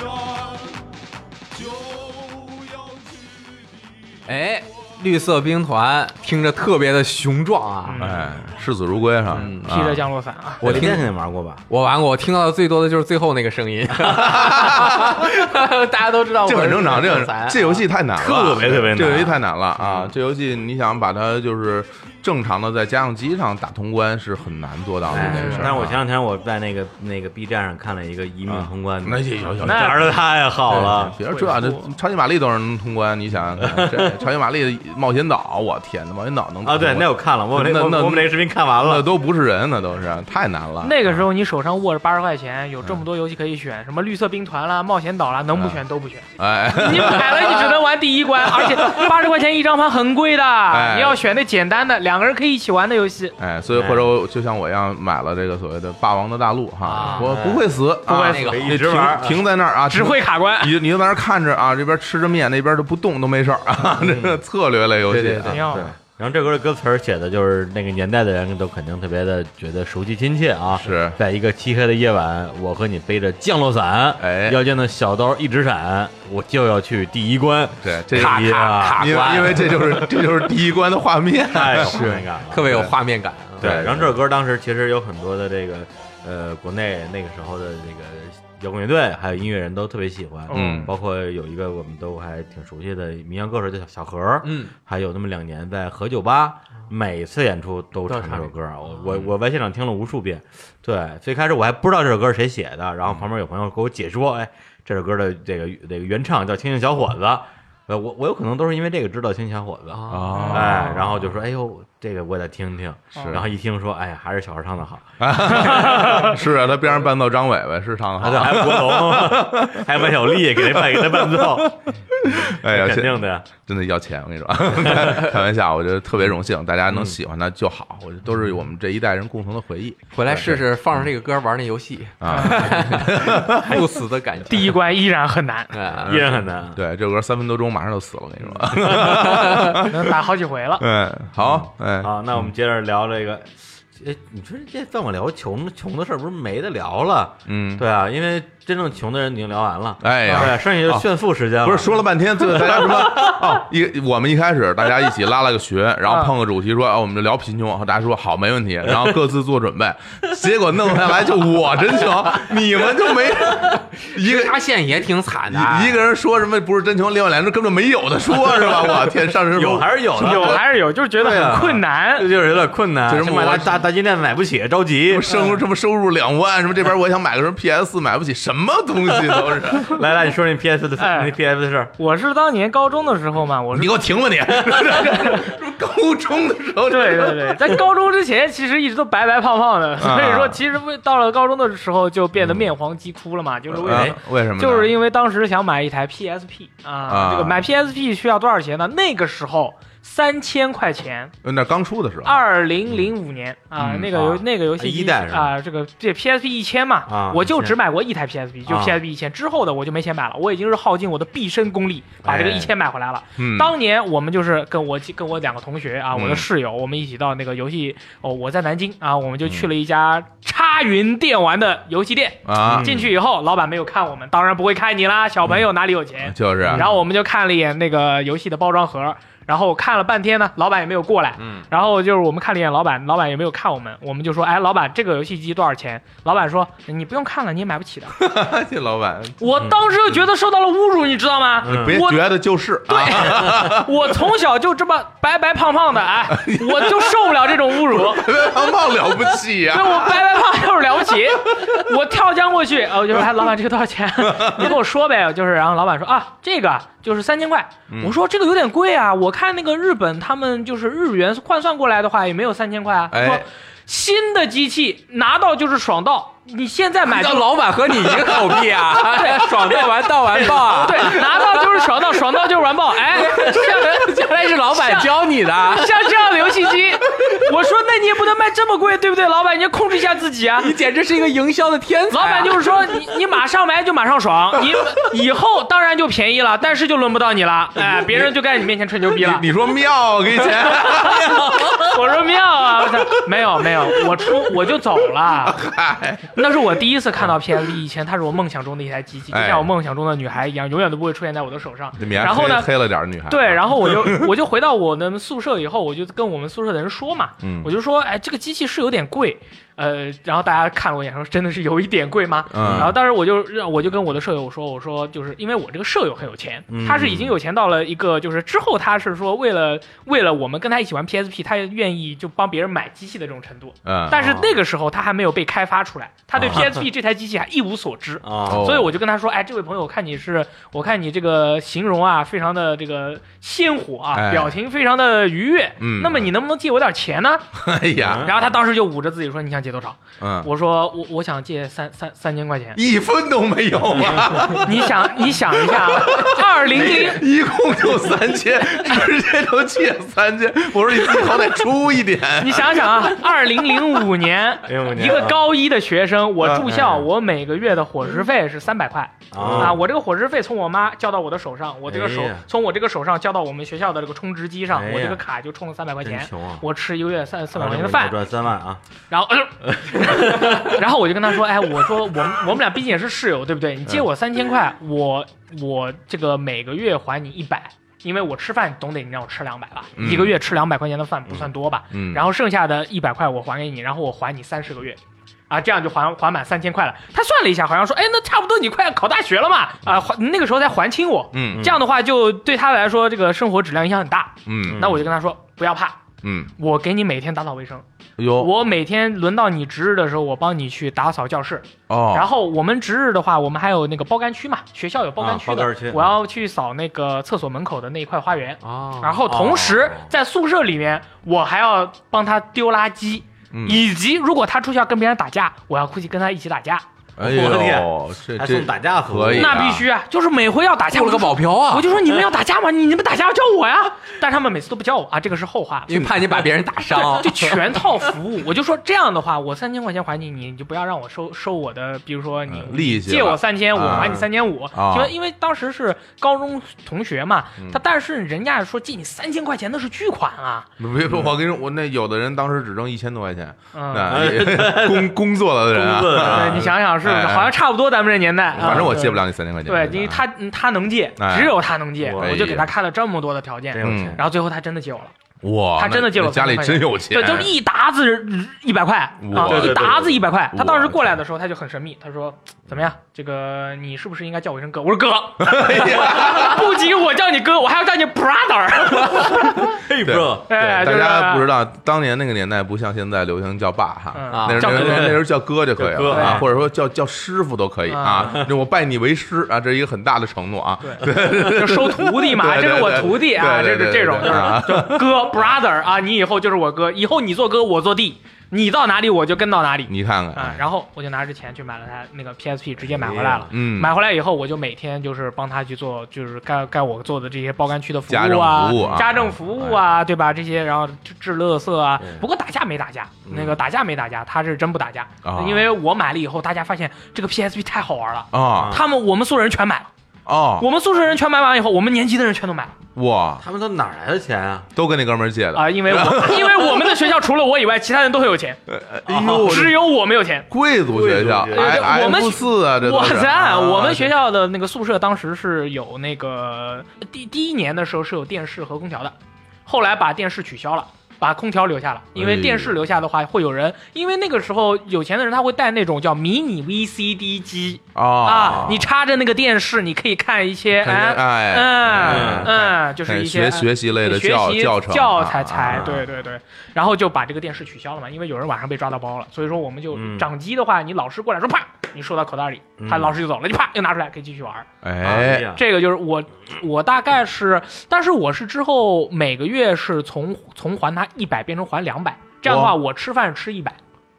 S5: 就要去
S4: 哎，绿色兵团听着特别的雄壮啊！
S2: 哎，视死如归是吧？
S3: 披着降落伞啊，
S4: 我
S1: 李
S4: 听
S1: 健肯定玩过吧？
S4: 我玩过，我听到的最多的就是最后那个声音， 大家都知道我
S2: 这很
S1: 哦
S2: 正常，这
S4: 是残啊
S2: 很这游戏太难了，
S1: 特别特别难嗯
S2: 这游戏太难了啊！这游戏你想把它就是正常的在家用机上打通关是很难做到的一件事
S1: 嗯
S2: 儿啊。
S1: 但是哎我前两天我在那个那个 B 站上看了一个一命通关的，
S2: 那也有有
S1: 这
S3: 那
S1: 玩的太好
S2: 哎
S1: 了，
S2: 别说这，这超级玛丽都能通关，你想想看，这超级玛丽冒险岛，我天他妈考研岛能
S1: 啊，对，那我看了，我把那
S2: 那
S1: 我
S2: 那
S1: 我们那个视频看完
S2: 那
S1: 了，
S2: 都不是人，那都是太难了。
S3: 那个时候你手上握着八十块钱，有这么多游戏可以选，什么绿色兵团啦、冒险岛啦，能不
S1: 啊
S3: 选都不选。
S2: 哎，
S3: 你买了，你只能玩第一关，而且八十块钱一张盘很贵的，
S1: 哎
S3: 你要选那简单的，两个人可以一起玩的游戏。
S2: 哎，所以或者我就像我一样买了这个所谓的《霸王的大陆》哈
S4: 啊，
S2: 我不会死，不
S1: 哎会死一直玩
S2: 停停在那儿啊，
S3: 只会卡关。
S2: 你你就在那儿看着啊，这边吃着面，那边都不动都没事儿啊，这个策略类游戏啊，
S4: 对
S1: 嗯
S4: 对对
S3: 挺好玩
S6: 然后这歌的歌词儿写的就是那个年代的人都肯定特别的觉得熟悉亲切啊。
S2: 是
S6: 在一个漆黑的夜晚，我和你背着降落伞，
S2: 哎
S6: 腰间的小刀一直闪，我就要去第一关。
S2: 对这
S6: 卡
S2: 因为
S6: 卡卡
S2: 因为
S6: 关，
S2: 因为这就是这就是第一关的画面，
S1: 太有画面感了。
S4: 特别有画面感啊。
S1: 对，
S2: 对
S1: 然后这首歌当时其实有很多的这个呃，国内那个时候的这个摇滚乐队还有音乐人都特别喜欢，
S2: 嗯
S1: 包括有一个我们都还挺熟悉的民谣歌手叫小小何，
S4: 嗯，
S1: 还有那么两年在何酒吧，每次演出嗯都唱这首嗯歌，我我我在现场听了无数遍。对，最开始我还不知道这首歌是谁写的，然后旁边有朋友给我解说，哎，这首歌的这个这个原唱叫青青小伙子，呃，我我有可能都是因为这个知道青青小伙子，
S4: 啊
S1: 哎，然后就说，哎呦，这个我得听听，
S2: 是
S1: 然后一听说，哎呀，还是小孩唱的好，
S2: 是啊，他边上伴奏张伟伟是唱的
S1: 还
S2: 好
S1: 有，还有博龙， 还有万晓利给他伴给他伴奏，
S2: 哎呀，
S1: 肯
S2: 现
S1: 定的呀，
S2: 真的要钱，我跟你说，开玩笑，我觉得特别荣幸，大家能喜欢它就好，我觉得都是我们这一代人共同的回忆
S4: 回来试试放上这个歌玩那游戏，
S2: 啊。
S4: 不死的感觉。
S3: 第一关依然很难，
S4: 哎
S2: 嗯
S1: 依然很难。
S2: 对，这首歌三分多钟马上就死了，我跟你说。
S3: 能打好几回了。
S2: 嗯，好，哎，
S1: 好，那我们接着聊这个。哎，你说这这么聊穷穷的事儿，不是没得聊了？
S2: 嗯，
S1: 对啊，因为真正穷的人已经聊完了，
S2: 哎呀
S1: 对，啊剩下就是炫富时间了。
S2: 不是说了半天，最后大家什么？哦，一我们一开始大家一起拉了个群，然后碰个主题说，哦，我们就聊贫穷，然后大家说好，没问题，然后各自做准备，结果弄下来就我真穷，你们就没一 个。
S4: 发现也挺惨的，
S2: 一一个人说什么不是真穷，另外两个人根本没有的说是吧？我天，上升
S1: 有还是有的，
S3: 有还是有，就是觉得
S1: 对啊
S3: 很困难
S1: 这。 就是有点困难。
S2: 就是
S1: 先买大
S2: 我
S1: 大大金链子买不起，着急
S2: 什么。收什么收入两万，什么这边我想买个什么 PS 买不起，什么东西都是。
S1: 来来，你说那 PS 的
S3: 哎
S1: 那 PS 的事儿，
S3: 我是当年高中的时候嘛，我
S2: 你
S3: 是
S2: 给我停吧你！是 高中的时候，
S3: 对对对，在高中之前其实一直都白白胖胖的，所以说其实为到了高中的时候就变得面黄肌枯了嘛，就是为了
S2: 啊为什么呢？
S3: 就是因为当时想买一台 PSP
S2: 啊
S3: 啊，这个买 PSP 需要多少钱呢？那个时候三千块钱，
S2: 那刚出的时候，
S3: 二零零五年啊
S2: 啊嗯，
S3: 那个游
S1: 啊
S3: 那个游戏
S1: 一代是吧
S3: 啊，这个这 PSP 一千
S1: 啊
S3: 嘛，我就
S1: 1000
S3: 只买过一台 PSP，就
S1: 啊
S3: PSP 一千之后的我就没钱买了，我已经是耗尽我的毕生功力把这个
S1: 哎
S3: 一千买回来了。
S2: 嗯
S3: 当年我们就是跟我跟我两个同学啊，
S2: 嗯
S3: 我的室友，我们一起到那个游戏哦，我在南京啊，我们就去
S2: 嗯
S3: 了一家插云电玩的游戏店。
S2: 啊，
S3: 进去以后，老板没有看我们，当然不会看你啦，小朋友哪里有钱？
S2: 就是啊
S3: 然后我们就看了一眼那个游戏的包装盒，然后我看了半天呢，老板也没有过来。
S2: 嗯，
S3: 然后就是我们看了一眼老板，老板也没有看我们，我们就说，哎，老板，这个游戏机多少钱？老板说，你不用看了，你也买 不起的。
S2: 这老板，
S3: 我当时就觉得受到了侮辱，你知道吗？
S2: 嗯你别
S3: 嗯我
S2: 觉得就是啊，
S3: 我从小就这么白白胖胖的，哎，我就受不了这种侮辱。
S2: 胖胖了不起啊呀，
S3: 对我白白胖就是了不起，我跳江过去，呃我就说哎，老板这个多少钱？你跟我说呗。就是，然后老板说啊，这个就是三千块。我说这个有点贵啊，我看那个日本他们就是日元换算过来的话，也没有三千块啊。
S2: 哎
S3: 他说新的机器拿到就是爽到，你现在买就
S4: 让老板和你一个口币 啊！哎爽到完到完爆啊！
S3: 对，拿到就是爽到，爽到就是完爆。哎，像
S4: 原来是老板教 你的，
S3: 像这样的游戏机，我说那你也不能卖这么贵，对不对？老板，你要控制一下自己啊。
S4: 你简直是一个营销的天才
S3: 老
S4: 啊。
S3: 板就是
S2: 哎
S3: 说，你你马上买就马上爽， 你以后当然就便宜了，但是就轮不到你了，哎，别人就该在你面前吹牛逼了。
S2: 你说妙，我给你钱，
S3: 我说妙啊，我操，没有没有，我出我就走了。那是我第一次看到 PSP 一千，它是我梦想中的一台机器，就
S2: 哎
S3: 像我梦想中的女孩一样，永远都不会出现在我的手上。
S2: 你们还
S3: 然后呢
S2: 黑，黑了点儿女孩，
S3: 对，然后我 就我就回到我的宿舍以后，我就跟我们宿舍的人说嘛，
S2: 嗯
S3: 我就说，哎，这个机器是有点贵，呃，然后大家看了我一眼说，真的是有一点贵吗？
S2: 嗯
S3: 然后当时我就让我就跟我的舍友说，我说就是因为我这个舍友很有钱，
S1: 嗯
S3: 他是已经有钱到了一个就是之后他是说为了为了我们跟他一起玩 PSP，他愿意就帮别人买机器的这种程度。
S2: 嗯，
S3: 但是那个时候他还没有被开发出来，他对
S2: 啊
S3: PSP 这台机器还一无所知。
S1: 啊，
S2: 哦
S3: 所以我就跟他说，哎，这位朋友，我看你是，我看你这个形容啊，非常的这个鲜活
S2: 哎
S3: 啊，表情非常的愉悦。
S2: 嗯
S3: 那么你能不能借我点钱 呢？
S2: 哎呀，
S3: 然后他当时就捂着自己说，你想借多少？
S2: 嗯，
S3: 我说我我想借三三三千块 钱。
S2: 一分都没有啊，
S3: 你想你想一下，啊二零 零
S2: 一共就三千，直接就借三千。我说你自己好歹出一点，
S3: 你想想啊，二零零五 年，
S2: 哎
S1: 05年啊
S3: 一个高一的学生，我
S2: 嗯
S3: 住校，
S1: 嗯
S3: 我每个月的伙食费是三百块
S1: 哦
S3: 啊，我这个伙食费从我妈交到我的手上，我这个手
S1: 哎呀
S3: 从我这个手上交到我们学校的这个充值机上
S1: 哎呀，
S3: 我这个卡就充了三百块
S1: 真
S3: 钱。
S1: 穷啊！
S3: 我吃一个月三四百
S1: 二
S3: 块
S1: 零
S3: 钱的
S1: 五
S3: 饭
S1: 年，赚三万啊！
S3: 然后，呃 然后我就跟他说，哎，我说我们我们俩毕竟也是室友，对不对？你借我三千块，
S2: 嗯
S3: 我我这个每个月还你一百，因为我吃饭总得你让我吃两百吧，
S2: 嗯
S3: 一个月吃两百块钱的饭不算多吧？
S2: 嗯
S3: 然后剩下的一百块我还给你，然后我还你三十个月。啊，这样就还还满三千块了。他算了一下，好像说，哎，那差不多你快要考大学了嘛，啊，还那个时候才还清我。
S2: 嗯
S3: 这样的话就对他来说，这个生活质量影响很大。
S2: 嗯
S3: 那我就跟他说，不要怕，
S2: 嗯，
S3: 我给你每天打扫卫生，
S2: 有
S3: 我每天轮到你值日的时候，我帮你去打扫教室。
S2: 哦，
S3: 然后我们值日的话，我们还有那个包干区嘛，学校有包干区
S1: 啊包
S3: 的，
S1: 干区
S3: 我要去扫那个厕所门口的那一块花园。
S4: 哦，
S3: 然后同时在宿舍里面，我还要帮他丢垃圾，
S2: 嗯
S3: 以及如果他出去要跟别人打架，我要过去跟他一起打架。
S2: 哎
S1: 我的
S2: 呦
S1: 天，
S2: 这
S1: 还
S2: 这
S1: 送打架服务
S2: 可以啊
S3: 那必须啊，就是每回要打架，
S4: 做了个
S3: 我就说
S4: 保镖啊
S3: 我，就说你们要打架吗？你你们打架要叫我呀！但是他们每次都不叫我啊，这个是后话。
S4: 因为怕你把别人打伤
S3: 对，就。全套服务。我就说这样的话，我三千块钱还你，你你就不要让我收收我的，比如说你
S2: 嗯利息
S3: 借
S2: 了
S3: 我三千，我还你
S2: 啊
S3: 三千五。
S2: 啊嗯
S3: 因为因为当时是高中同学嘛，他但是人家说借你三千块钱那是巨款啊，
S2: 别说，我跟你说，我那有的人当时只挣一千多块钱，
S3: 嗯。
S2: 那也 工工作了的人
S1: 工作的
S2: 啊
S1: 人
S3: 对，，你想想是不是？
S2: 哎哎
S3: 好像差不多，咱们这年代。啊
S2: 反正我借不。了你三千块钱。
S3: 对，因为他他能借，
S2: 哎
S3: 只有他能借，
S1: 哎
S3: 我就给他开了这么多的条件
S1: 真，有钱
S2: 嗯，
S3: 然后最后他真的借我了。
S2: 哇，
S3: 他真的借我
S2: 那家里真有钱，
S3: 对，都是一沓子一百块
S2: 哎哇
S3: 啊
S2: 对，对
S3: 一沓子一百块。
S2: 对
S3: 他当时过来的时候，他就很神秘，他说：“怎么样，这个你是不是应该叫我一声哥？”我说：“哥，
S2: 哎
S3: 不仅我叫你哥，我还要叫你 brother。
S1: 嘿
S2: 对
S1: bro，”
S3: 哎，
S2: 对，
S3: 就
S2: 大
S3: 是
S2: 家不知道，当年那个年代不像现在流行叫爸哈，
S3: 嗯
S2: 那时
S3: 叫
S2: 候
S3: 哥哎
S2: 那时候那时候叫哥就可以
S1: 叫哥
S2: 了啊，
S3: 对
S2: 或者说叫叫师傅都可以啊，就我拜你为师啊，这是一个很大的承诺啊。
S3: 对，就收徒弟嘛，
S2: 对
S3: 这
S2: 对
S3: 是我
S2: 对
S3: 徒弟啊，
S2: 对
S3: 这
S2: 对
S3: 是
S2: 对
S3: 这种
S2: 对
S3: 就是
S2: 啊
S3: 就哥 brother 啊，你以后就是我哥，以后你做哥，我做弟，你到哪里我就跟到哪里。
S2: 你看看，
S3: 啊，
S2: 哎
S3: 然后我就拿着钱去买了台那个 PSP，直接买回来了。
S2: 嗯，
S3: 买回来以后，我就每天就是帮他去做，就是该该我做的这些包干区的服
S2: 家
S3: 务
S2: 政
S3: 啊
S2: 服务啊，
S3: 家政服务啊，对吧？这些然后治治垃圾啊。不过打架没打架，那个打架没打架，他是真不打架
S2: 嗯啊，
S3: 因为我买了以后，大家发现这个 PSP 太好玩了。
S2: 啊
S3: 他们我们宿舍人全买了，
S2: 哦
S3: 我们宿舍人全买完以后，我们年级的人全都买了
S2: 哇，
S1: 他们都哪儿来的钱啊？
S2: 都跟那哥们儿借的
S3: 啊，因 为我因为我们的学校除了我以外，其他人都很有钱，
S2: 哎呦，
S3: 只有我没有钱。
S2: 贵族学校，
S1: 贵
S3: 族学校
S2: 哎
S3: 我们
S2: F 四啊，这都
S3: 哇
S2: 是
S3: 塞！
S2: 啊
S3: 我们学校的那个宿舍当时是有那个第第一年的时候是有电视和空调的，后来把电视取消了。把空调留下了，因为电视留下的话，会有人，因为那个时候有钱的人他会带那种叫迷你 VCD 机啊
S2: 啊，，
S3: 你插着那个电视，你可以看一些，
S2: 看
S3: 哎，
S2: 哎
S3: 嗯
S2: 哎
S3: 嗯，就是一些
S2: 学学习类的
S3: 学
S2: 教
S3: 习
S2: 教程
S3: 教
S2: 啊
S3: 材材
S2: 啊，
S3: 对对对，然后就把这个电视取消了嘛，因为有人晚上被抓到包了，所以说我们就
S1: 嗯
S3: 掌机的话，你老师过来说啪，你收到口袋里，他
S1: 嗯
S3: 老师就走了，你啪又拿出来可以继续玩儿。
S2: 哎
S1: 呀，
S3: 这个啊就是我，我大概是，但是我是之后每个月是从从还他一百变成还两百，这样的话我吃饭是吃一百，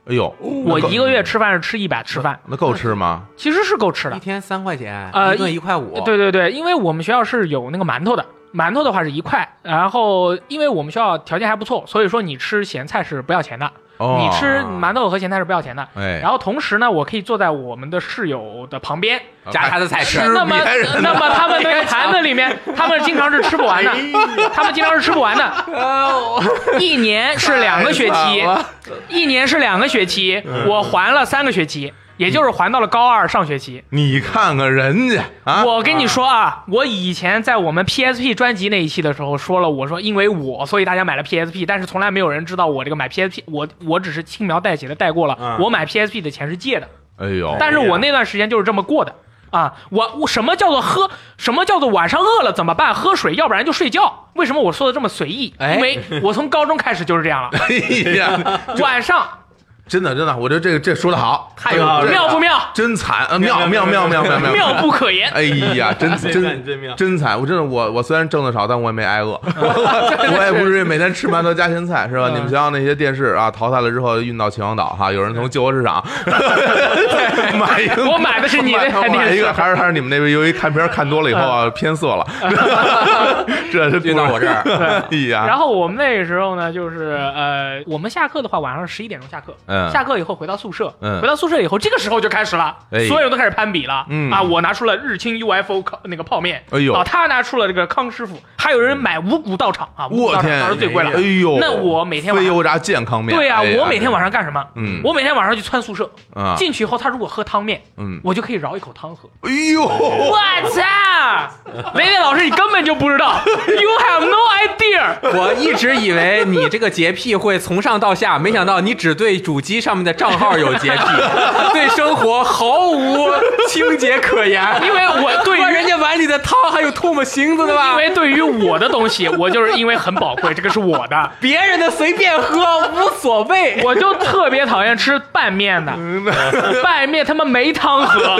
S2: 哎呦，
S3: 我
S2: 那够嗯
S3: 一个月吃饭是吃一百吃饭，
S2: 那够吃吗？
S3: 其实是够吃
S4: 一
S3: 的。
S4: 天三块钱，
S3: 呃
S4: 一顿一块五，
S3: 对对对，因为我们学校是有那个馒头的，馒头的话是一块，然后因为我们学校条件还不错，所以说你吃咸菜是不要钱的，
S2: 哦，
S3: 你吃馒头和咸菜是不要钱的。
S2: 哎，
S3: 然后同时呢，我可以坐在我们的室友的旁边，
S4: 夹他的菜吃。
S3: 那么
S2: 别人的哎
S3: 那么他们那个盘子里面，他们经常是吃不 完的，他们经常是吃不完的。
S2: 哦
S3: 一年是两个学期
S2: 哎太惨了，嗯
S3: 一年是两个学期，我还了三个学期。也就是还到了高二上学期。
S2: 你看看人家啊，
S3: 我跟你说啊，我以前在我们 PSP 专辑那一期的时候说了，我说因为我，所以大家买了 PSP，但是从来没有人知道我这个买 PSP，我我只是轻描淡写的带过了，我买 PSP 的钱是借的，
S2: 哎呦，
S3: 但是我那段时间就是这么过的啊。我我什么叫做喝？什么叫做晚上饿了怎么办？喝水，要不然就睡觉。为什么我说的这么随意？
S4: 哎
S3: 因为我从高中开始就是这 样了，
S2: 哎呀，
S3: 晚上
S2: 真的真的，我觉得这个这说的好，
S4: 太好
S2: 这
S4: 了
S2: 个
S3: 妙不 妙？
S2: 真惨啊，妙妙妙妙妙
S3: 妙不可言。
S2: 哎呀，真真
S1: 真妙
S2: 真惨！我真的我我虽然挣的少，但我也没挨 饿，我也不至于每天吃馒头加咸菜，是吧？
S3: 嗯
S2: 你们想想那些电视啊，淘汰了之后运到秦皇岛哈，有人从旧货市场 买一个，
S3: 嗯我买的是你那台
S2: 买
S3: 电
S2: 一
S3: 视嗯
S2: 个，还是还是你们那边由于看片儿看多了以后啊偏色 了，这是
S4: 运到我这儿
S2: 儿，哎呀，
S3: 然后我们那个时候呢，就是呃，我们下课的话，晚上十一点钟下课，
S2: 嗯
S3: 下课以后回到宿舍，
S2: 嗯
S3: 回到宿舍以后，这个时候就开始了，
S2: 哎
S3: 所有人都开始攀比了，
S2: 嗯
S3: 啊，我拿出了日清 UFO 烤那个泡面，
S2: 哎呦
S3: 啊，他拿出了这个康师傅，还有人买五谷道场啊，五谷
S2: 我
S3: 道场
S2: 天
S3: 当时最贵了，
S2: 哎呦，
S3: 那我每天晚
S2: 非
S3: 上。
S2: 油炸健康面，哎
S3: 对
S2: 呀
S3: 啊，，我每天晚上干什么？
S2: 嗯
S3: 我每天晚上去窜宿舍，
S2: 啊，
S3: 进去以后，他如果喝汤面，
S2: 嗯
S3: 我就可以饶一口汤喝。
S2: 哎呦。
S3: 我 操！雷雷老师，你根本就不知道，You have no idea。
S4: 我一直以为你这个洁癖会从上到下，没想到你只对主机上面的账号有洁癖，对生活毫无清洁可言。
S3: 因为我对
S4: 哇
S3: 于
S4: 人家碗里的汤还有唾沫星子的吧
S3: 因？为对于我的东西，我就是因为很宝贵，这个是我 的，
S4: 别人的随便喝无所谓。
S3: 我就特别讨厌吃拌面的，
S2: 嗯
S3: 拌面他妈没汤 喝，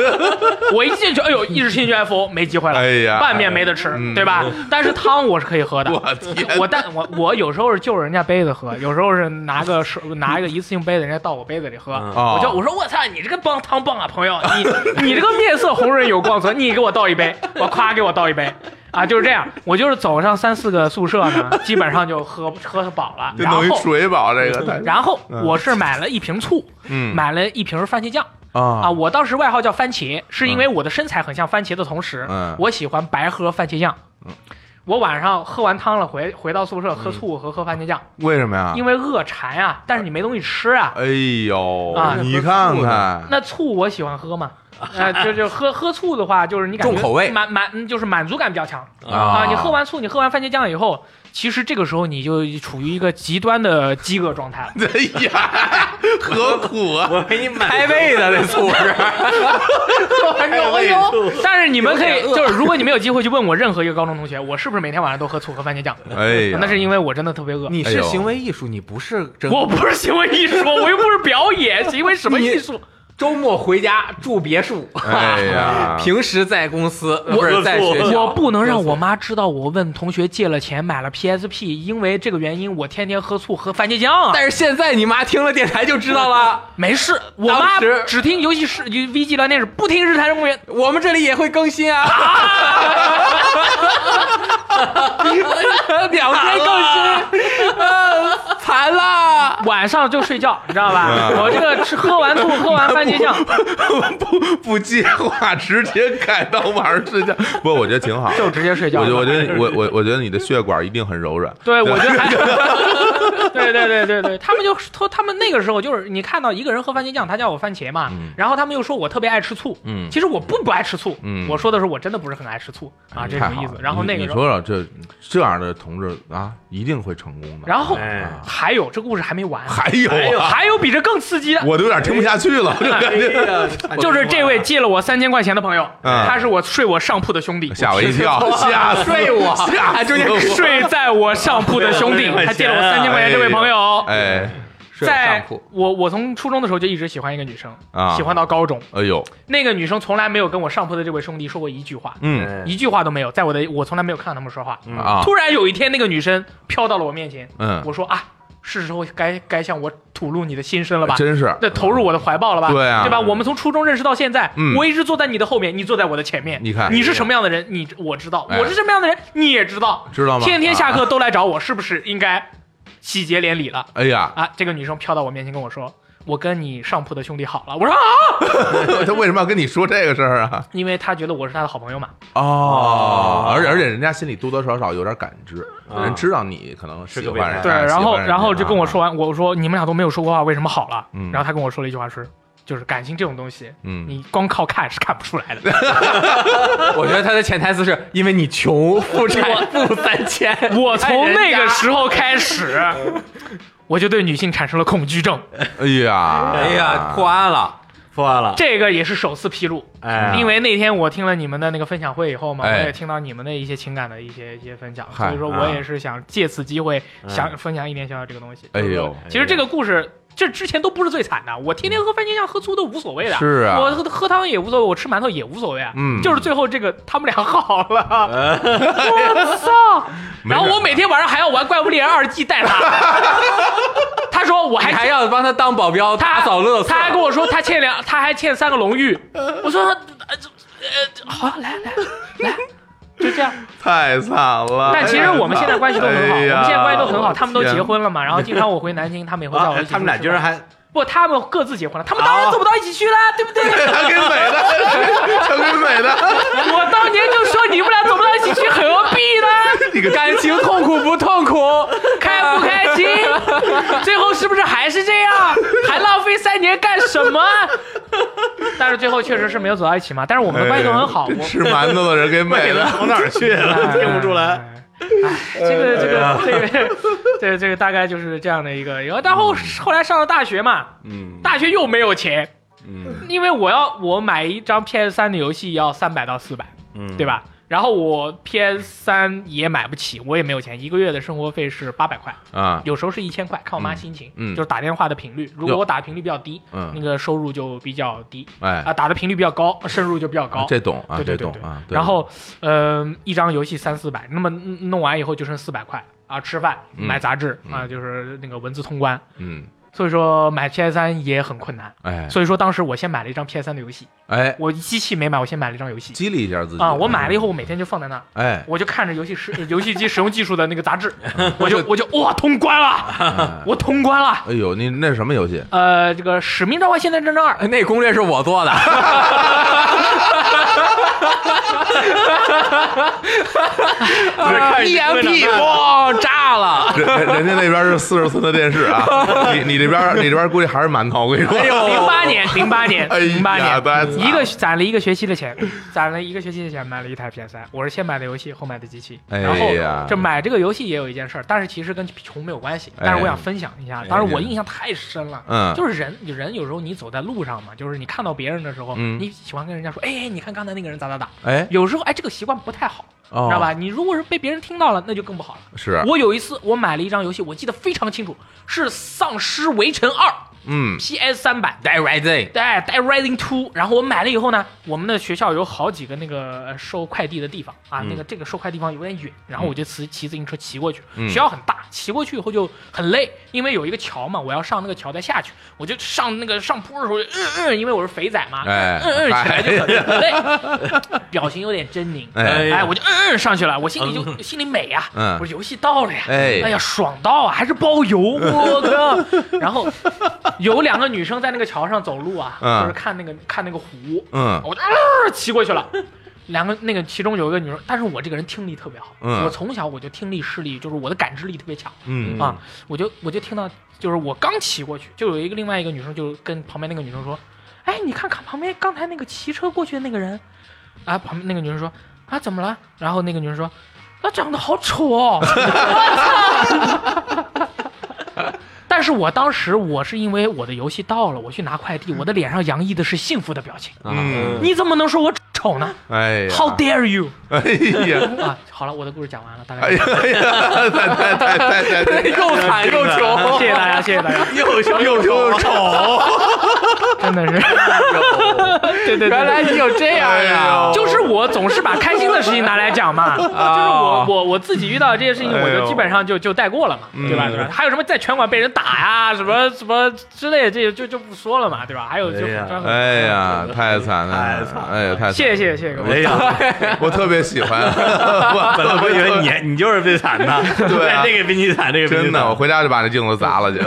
S3: 我一进去，哎呦，一时兴趣 FO 没机会了，
S2: 哎呀嗯
S3: 拌面没得吃，对吧？但是汤我是可以喝的，
S2: 我天
S3: 哎我但我我有时候是就着人家杯子喝，有时候是拿个手拿一个一次性杯子，人家倒我杯子里喝，
S2: 哦
S3: 我就我说我操，你这个棒汤棒啊，朋友，你你这个面色红润有光泽，你给我倒一杯，我夸给我倒一杯。啊，就是这样，我就是走上三四个宿舍呢，基本上就喝喝饱了，
S2: 这
S3: 然
S2: 等于
S3: 后
S2: 水饱这个太
S3: 然后我是买了一瓶醋，
S2: 嗯
S3: 买了一瓶番茄酱啊。
S2: 啊
S3: 我当时外号叫番茄，是因为我的身材很像番茄的同时，
S2: 嗯
S3: 我喜欢白喝番茄酱。我晚上喝完汤了，回回到宿
S2: 嗯
S3: 舍喝醋和喝番茄酱，
S2: 为什么呀？
S3: 因为饿馋啊，但是你没东西吃啊。
S2: 哎呦，
S3: 啊
S2: 你看看，
S3: 那醋我喜欢喝嘛，呃，就就喝喝醋的话，就是你感觉
S4: 重口味
S3: 满满嗯就是满足感比较强
S2: 啊
S3: 你喝完醋，你喝完番茄酱以后，其实这个时候你就处于一个极端的饥饿状态了。
S2: 哎呀，何苦啊？
S1: 我给你买
S4: 开胃的那醋是，
S3: 哎
S1: 开胃
S4: 哦
S1: 醋，
S3: 但是你们可以，就是如果你们有机会去问我任何一个高中同学，我是不是每天晚上都喝醋和番茄酱？
S2: 哎呀，
S3: 那是因为我真的特别饿。
S4: 你
S2: 哎
S4: 是
S2: 呦
S4: 行为艺术，你不是真。
S3: 我不是行为艺术，我又不是表 演，行为什么艺术？
S4: 周末回家住别墅，
S2: 哎呀
S4: 平时在公司，不是在学
S3: 我
S4: 校。
S3: 不能让我妈知道我问同学借了钱买了 PSP，因为这个原因我天天喝醋喝番茄酱啊。
S4: 但是现在你妈听了电台就知道了，
S3: 没事，我妈
S4: 当时
S3: 只听游戏室 V G 聊天室，不听日坛公园。
S4: 我们这里也会更 新啊，两天更新，啊惨啦！
S3: 晚上就睡觉，你知 道吧？
S2: 嗯
S3: 我这个吃喝完醋喝完番茄 酱，
S2: 哎不不接话，直接改到晚上睡觉。不，我觉得挺好。
S3: 就直接睡觉
S2: 我
S3: 了。
S2: 觉得，我觉得，我我我觉得你的血管一定很柔软。
S3: 对，我觉 得还，对对对对对，他们就说他们那个时候就是你看到一个人喝番茄酱，他叫我番茄嘛，然后他们又说我特别爱吃醋，
S2: 嗯
S3: 其实我不不爱吃醋，
S2: 嗯
S3: 我说的是我真的不是很爱吃醋啊，这
S2: 太
S3: 种
S2: 好
S3: 意
S2: 了
S3: 思。然后那
S2: 你你
S3: 个时候，
S2: 说说这这样的同志啊，一定会成功的。啊
S3: 然后
S1: 哎，
S3: 还有这故事还没完，
S2: 还有啊，
S3: 还有比这更刺激的，
S2: 我都有点听不下去 了，我就感觉
S1: 哎
S3: 就是这位借了我三千块钱的朋友，
S2: 嗯
S3: 他是我睡我上铺的兄弟，
S2: 吓我一跳，吓死
S4: 睡我
S2: 吓死
S4: 中间
S2: 我！
S3: 睡在我上铺的 兄弟，他借了我三千块钱。这位朋友，
S2: 哎
S3: 在我我从初中的时候就一直喜欢一个女生，
S2: 啊
S3: 喜欢到高中。
S2: 哎呦，
S3: 那个女生从来没有跟我上铺的这位兄弟说过一句话，
S2: 嗯
S3: 一句话都没有，在我的我从来没有看到他们说话。
S2: 啊，
S3: 突然有一天，那个女生飘到了我面前，
S2: 嗯
S3: 我说啊，是时候该该向我吐露你的心声了吧？
S2: 真是
S3: 对，投入我的怀抱了吧？
S2: 对啊
S3: 吧？我们从初中认识到现在，
S2: 嗯
S3: 我一直坐在你的后面，你坐在我的前面。
S2: 你看
S3: 你是什么样的人，你我知道；
S2: 哎
S3: 我是什么样的人，你也知道。
S2: 知道吗？啊
S3: 天天下课都来找我，是不是应该喜结连理了？
S2: 哎 呀，
S3: 啊！这个女生飘到我面前跟我说：“我跟你上铺的兄弟好了。”我说啊，
S2: 他为什么要跟你说这个事儿啊？
S3: 因为她觉得我是她的好朋友嘛。
S2: 哦，而且而且人家心里多多少少有点感知，
S1: 啊
S2: 人知道你可能喜欢人家，
S3: 嗯对，然
S2: 喜
S3: 后
S2: 欢人家
S3: 然后就跟我说完，我说你们俩都没有说过话，为什么好了？
S2: 嗯
S3: 然后她跟我说了一句话是：“就是感情这种东西，
S2: 嗯
S3: 你光靠看是看不出来的。
S4: 我觉得他的潜台词是因为你穷，负产 负三千。
S3: 我从那个时候开始， 我就对女性产生了恐惧症，
S2: 哎呀，
S4: 哎呀，破案了！
S1: 破案了，
S3: 这个也是首次披露。
S1: 哎，
S3: 因为那天我听了你们的那个分享会以后嘛，
S2: 哎
S3: 我也听到你们的一些情感的一些一些分享，
S2: 嗨啊
S3: 所以说我也是想借此机会想
S1: 嗯
S3: 分享一点小小这个东西。
S2: 哎
S3: 就是
S2: 呦
S3: 说，其实这个故事。这之前都不是最惨的，我天天喝番茄酱喝醋都无所谓的，
S2: 是啊
S3: 我喝喝汤也无所谓，我吃馒头也无所谓啊，
S2: 嗯
S3: 就是最后这个他们俩好了，我 操！然后我每天晚上还要玩《怪物猎人二 G》带他，他说我还
S4: 你还要帮他当保镖，
S3: 他
S4: 打扫垃圾，
S3: 他还跟我说他欠两，他还欠三个龙玉。我说他呃这呃这好来来来，就这样。
S2: 太惨了！
S3: 但其实我们现在关系都很好，
S2: 哎呀
S3: 我们现在关系都很好，他们都结
S2: 天
S3: 婚了嘛。然后经常我回南京，他们也会在我
S1: 啊
S3: 一起。
S1: 他们俩居然还
S3: 不，他们各自结婚了，他们当然走不到一起去了，对不对？
S2: 全给美 的，全给美的，
S3: 我当年就说你们俩走不到一起去，何必呢？
S2: 你个
S4: 感情痛苦不痛苦？
S3: 开不开心？最后是不是还是这样？还浪费三年干什么？ 但是最后确实是没有走到一起嘛。但是我们的关系都很好，我
S2: 吃馒头的人给美
S1: 给他
S2: 的，
S1: 跑哪儿去了？听不出来。
S3: 这个这个这个这个这个大概就是这样的一个，然后但后后来上了大学嘛，
S1: 嗯
S3: 大学又没有钱，
S1: 嗯
S3: 因为我要我买一张 PS 三的游戏要三百到四百，
S1: 嗯，
S3: 对？吧？然后我 PS 三也买不起，我也没有钱，一个月的生活费是八百块，
S2: 啊，
S3: 有时候是一千块，看我妈心情，
S2: 嗯嗯
S3: 就是打电话的频率，如果
S2: 哟
S3: 我打频率比较低，
S2: 嗯
S3: 那个收入就比较低，啊、
S2: 哎，
S3: 打的频率比较高，收入就比较高，
S2: 这懂啊，
S3: 对对
S2: 这懂
S3: 对对
S2: 啊。对
S3: 然后，呃，一张游戏三四百，那么嗯弄完以后就剩四百块啊，吃饭、
S2: 嗯
S3: 买杂志啊，就是那个文字通关。
S2: 嗯，
S3: 所以说买 PS 三也很困难。
S2: 哎
S3: 所以说当时我先买了一张 PS 三的游戏，
S2: 哎，
S3: 我机器没买，我先买了一张游戏
S2: 激励一下自己
S3: 啊。我买了以后，我每天就放在那儿，
S2: 哎，
S3: 我就看着游戏使游戏机使用技术的那个 杂志，我就我就哇通关了，
S2: 哎
S3: 我通关了。
S2: 呦，你那是什么游戏？
S3: 呃，这个《使命召唤：现代战争二》
S4: 哎那攻略是 我做的，
S1: ，E
S3: ，EMP 哇炸了。
S2: 人人家那边是四十寸的电视啊，你你这边你这边估计还是馒头，我跟你说。
S3: 哎零 八年，零八年，
S2: 哎呀
S3: 零八年
S2: 大家，
S3: 一个攒了一个学期的钱，攒了一个学期的钱买了一台 PS 三。我是先买的游戏，后买的机器。
S2: 哎
S3: 然
S2: 呀
S3: 后这买这个游戏也有一件事儿，但是其实跟穷没有关系。
S2: 哎
S3: 但是我想分享一下，当时我印象太深了。
S2: 嗯
S3: 就是人人有时候你走在路上嘛，就是你看到别人的时候，
S2: 嗯
S3: 你喜欢跟人家说，哎，你看刚才那个人咋咋咋。
S2: 哎，
S3: 有时候哎，这个习惯不太好，
S2: 哦
S3: 知道吧？你如果是被别人听到了，那就更不好了。
S2: 是，啊
S3: 我有一次我买了一张游戏，我记得非常清楚，是《丧尸围城二》
S2: 嗯
S3: PS 三版。
S4: Dead Rising
S3: 对，带 Rising Two，然后我买了以后呢，我们的学校有好几个那个呃收快递的地方啊，那个这个收快递地方有点远，然后我就骑骑自行车骑过去，
S2: 嗯
S3: 学校很大，骑过去以后就很累，因为有一个桥嘛，我要上那个桥再下去，我就上那个上坡的时候，嗯嗯，因为我是肥仔嘛，
S2: 哎
S3: 嗯嗯起来就很累， 表情有点狰狞，
S2: 哎
S3: 哎，我就嗯嗯上去了，我心里就心里美呀、
S2: 嗯
S3: 我说游戏到了呀，
S2: 哎
S3: 呀爽到啊，还是包邮，我 靠！然后有两个女生在那个桥上走路啊，
S2: 嗯
S3: 就是看那个看那个湖，
S2: 嗯
S3: 我就、呃、骑过去了。两个那个其中有一个女生，但是我这个人听力特别好，
S2: 嗯
S3: 我从小我就听力视力就是我的感知力特别强，
S2: 嗯
S3: 啊，我就我就听到，就是我刚骑过去，就有一个另外一个女生就跟旁边那个女生说：“哎，你看看旁边刚才那个骑车过去的那个人。”啊，旁边那个女生说：“啊，怎么了？”然后那个女生说：“他长得好丑哦。” 但是我当时我是因为我的游戏到了，我去拿快递，我的脸上洋溢的是幸福的表情。
S4: 啊
S2: 嗯，
S3: 你怎么能说我丑呢
S2: 哎呀，
S3: ？How dare you！
S2: 哎呀，
S3: 啊，好了，我的故事讲完了，大概
S2: 哎呀，哎呀，太太太太太，
S4: 又惨又穷，
S3: 谢谢大家，谢谢大家，
S2: 又穷又穷又丑，
S3: 真的是，对对对，
S4: 原来你有这样
S2: 哎
S4: 呀
S2: 呦！
S3: 啊就是我总是把开心的事情拿来讲 嘛，就是我我我自己遇到的这些事情，
S1: 哎
S3: 我就基本上就就带过了嘛，
S1: 嗯
S3: 对吧？对吧？还有什么在拳馆被人打呀，什么什么之类的，这些就就不说了嘛，对吧？还有就
S1: 哎呀
S3: 专门
S2: 哎呀，太惨了，
S1: 太惨了
S2: 哎呀，太惨
S3: 谢谢谢谢各
S1: 哎
S3: 位，
S1: 呀，
S2: 了，我特别喜欢，我
S1: 本来我以为 你你就是最惨的，
S2: 对啊
S1: 这个比你惨，这个比你
S2: 真的，我
S1: 惨。
S2: 回家就把那镜子砸了 去，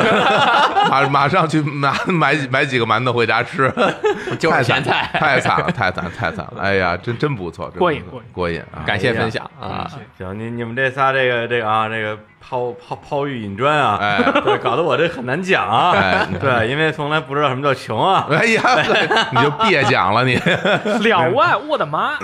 S2: 马马上去拿买买几个馒头回家吃，
S4: 就是
S2: 太惨
S4: 咸菜
S2: 太惨了，太惨了，太惨了！哎呀，真真不错，
S3: 过瘾
S2: 过
S3: 过瘾
S2: 过瘾啊！嗯
S4: 感谢分享啊！
S1: 行，你你们这仨这个这个啊，这个抛抛抛玉引砖啊，
S2: 哎
S1: 对，搞得我这很难讲啊。
S2: 哎
S1: 对，因为从来不知道什么叫穷啊。
S2: 哎呀，你就别讲了，你
S3: 两万，我的妈！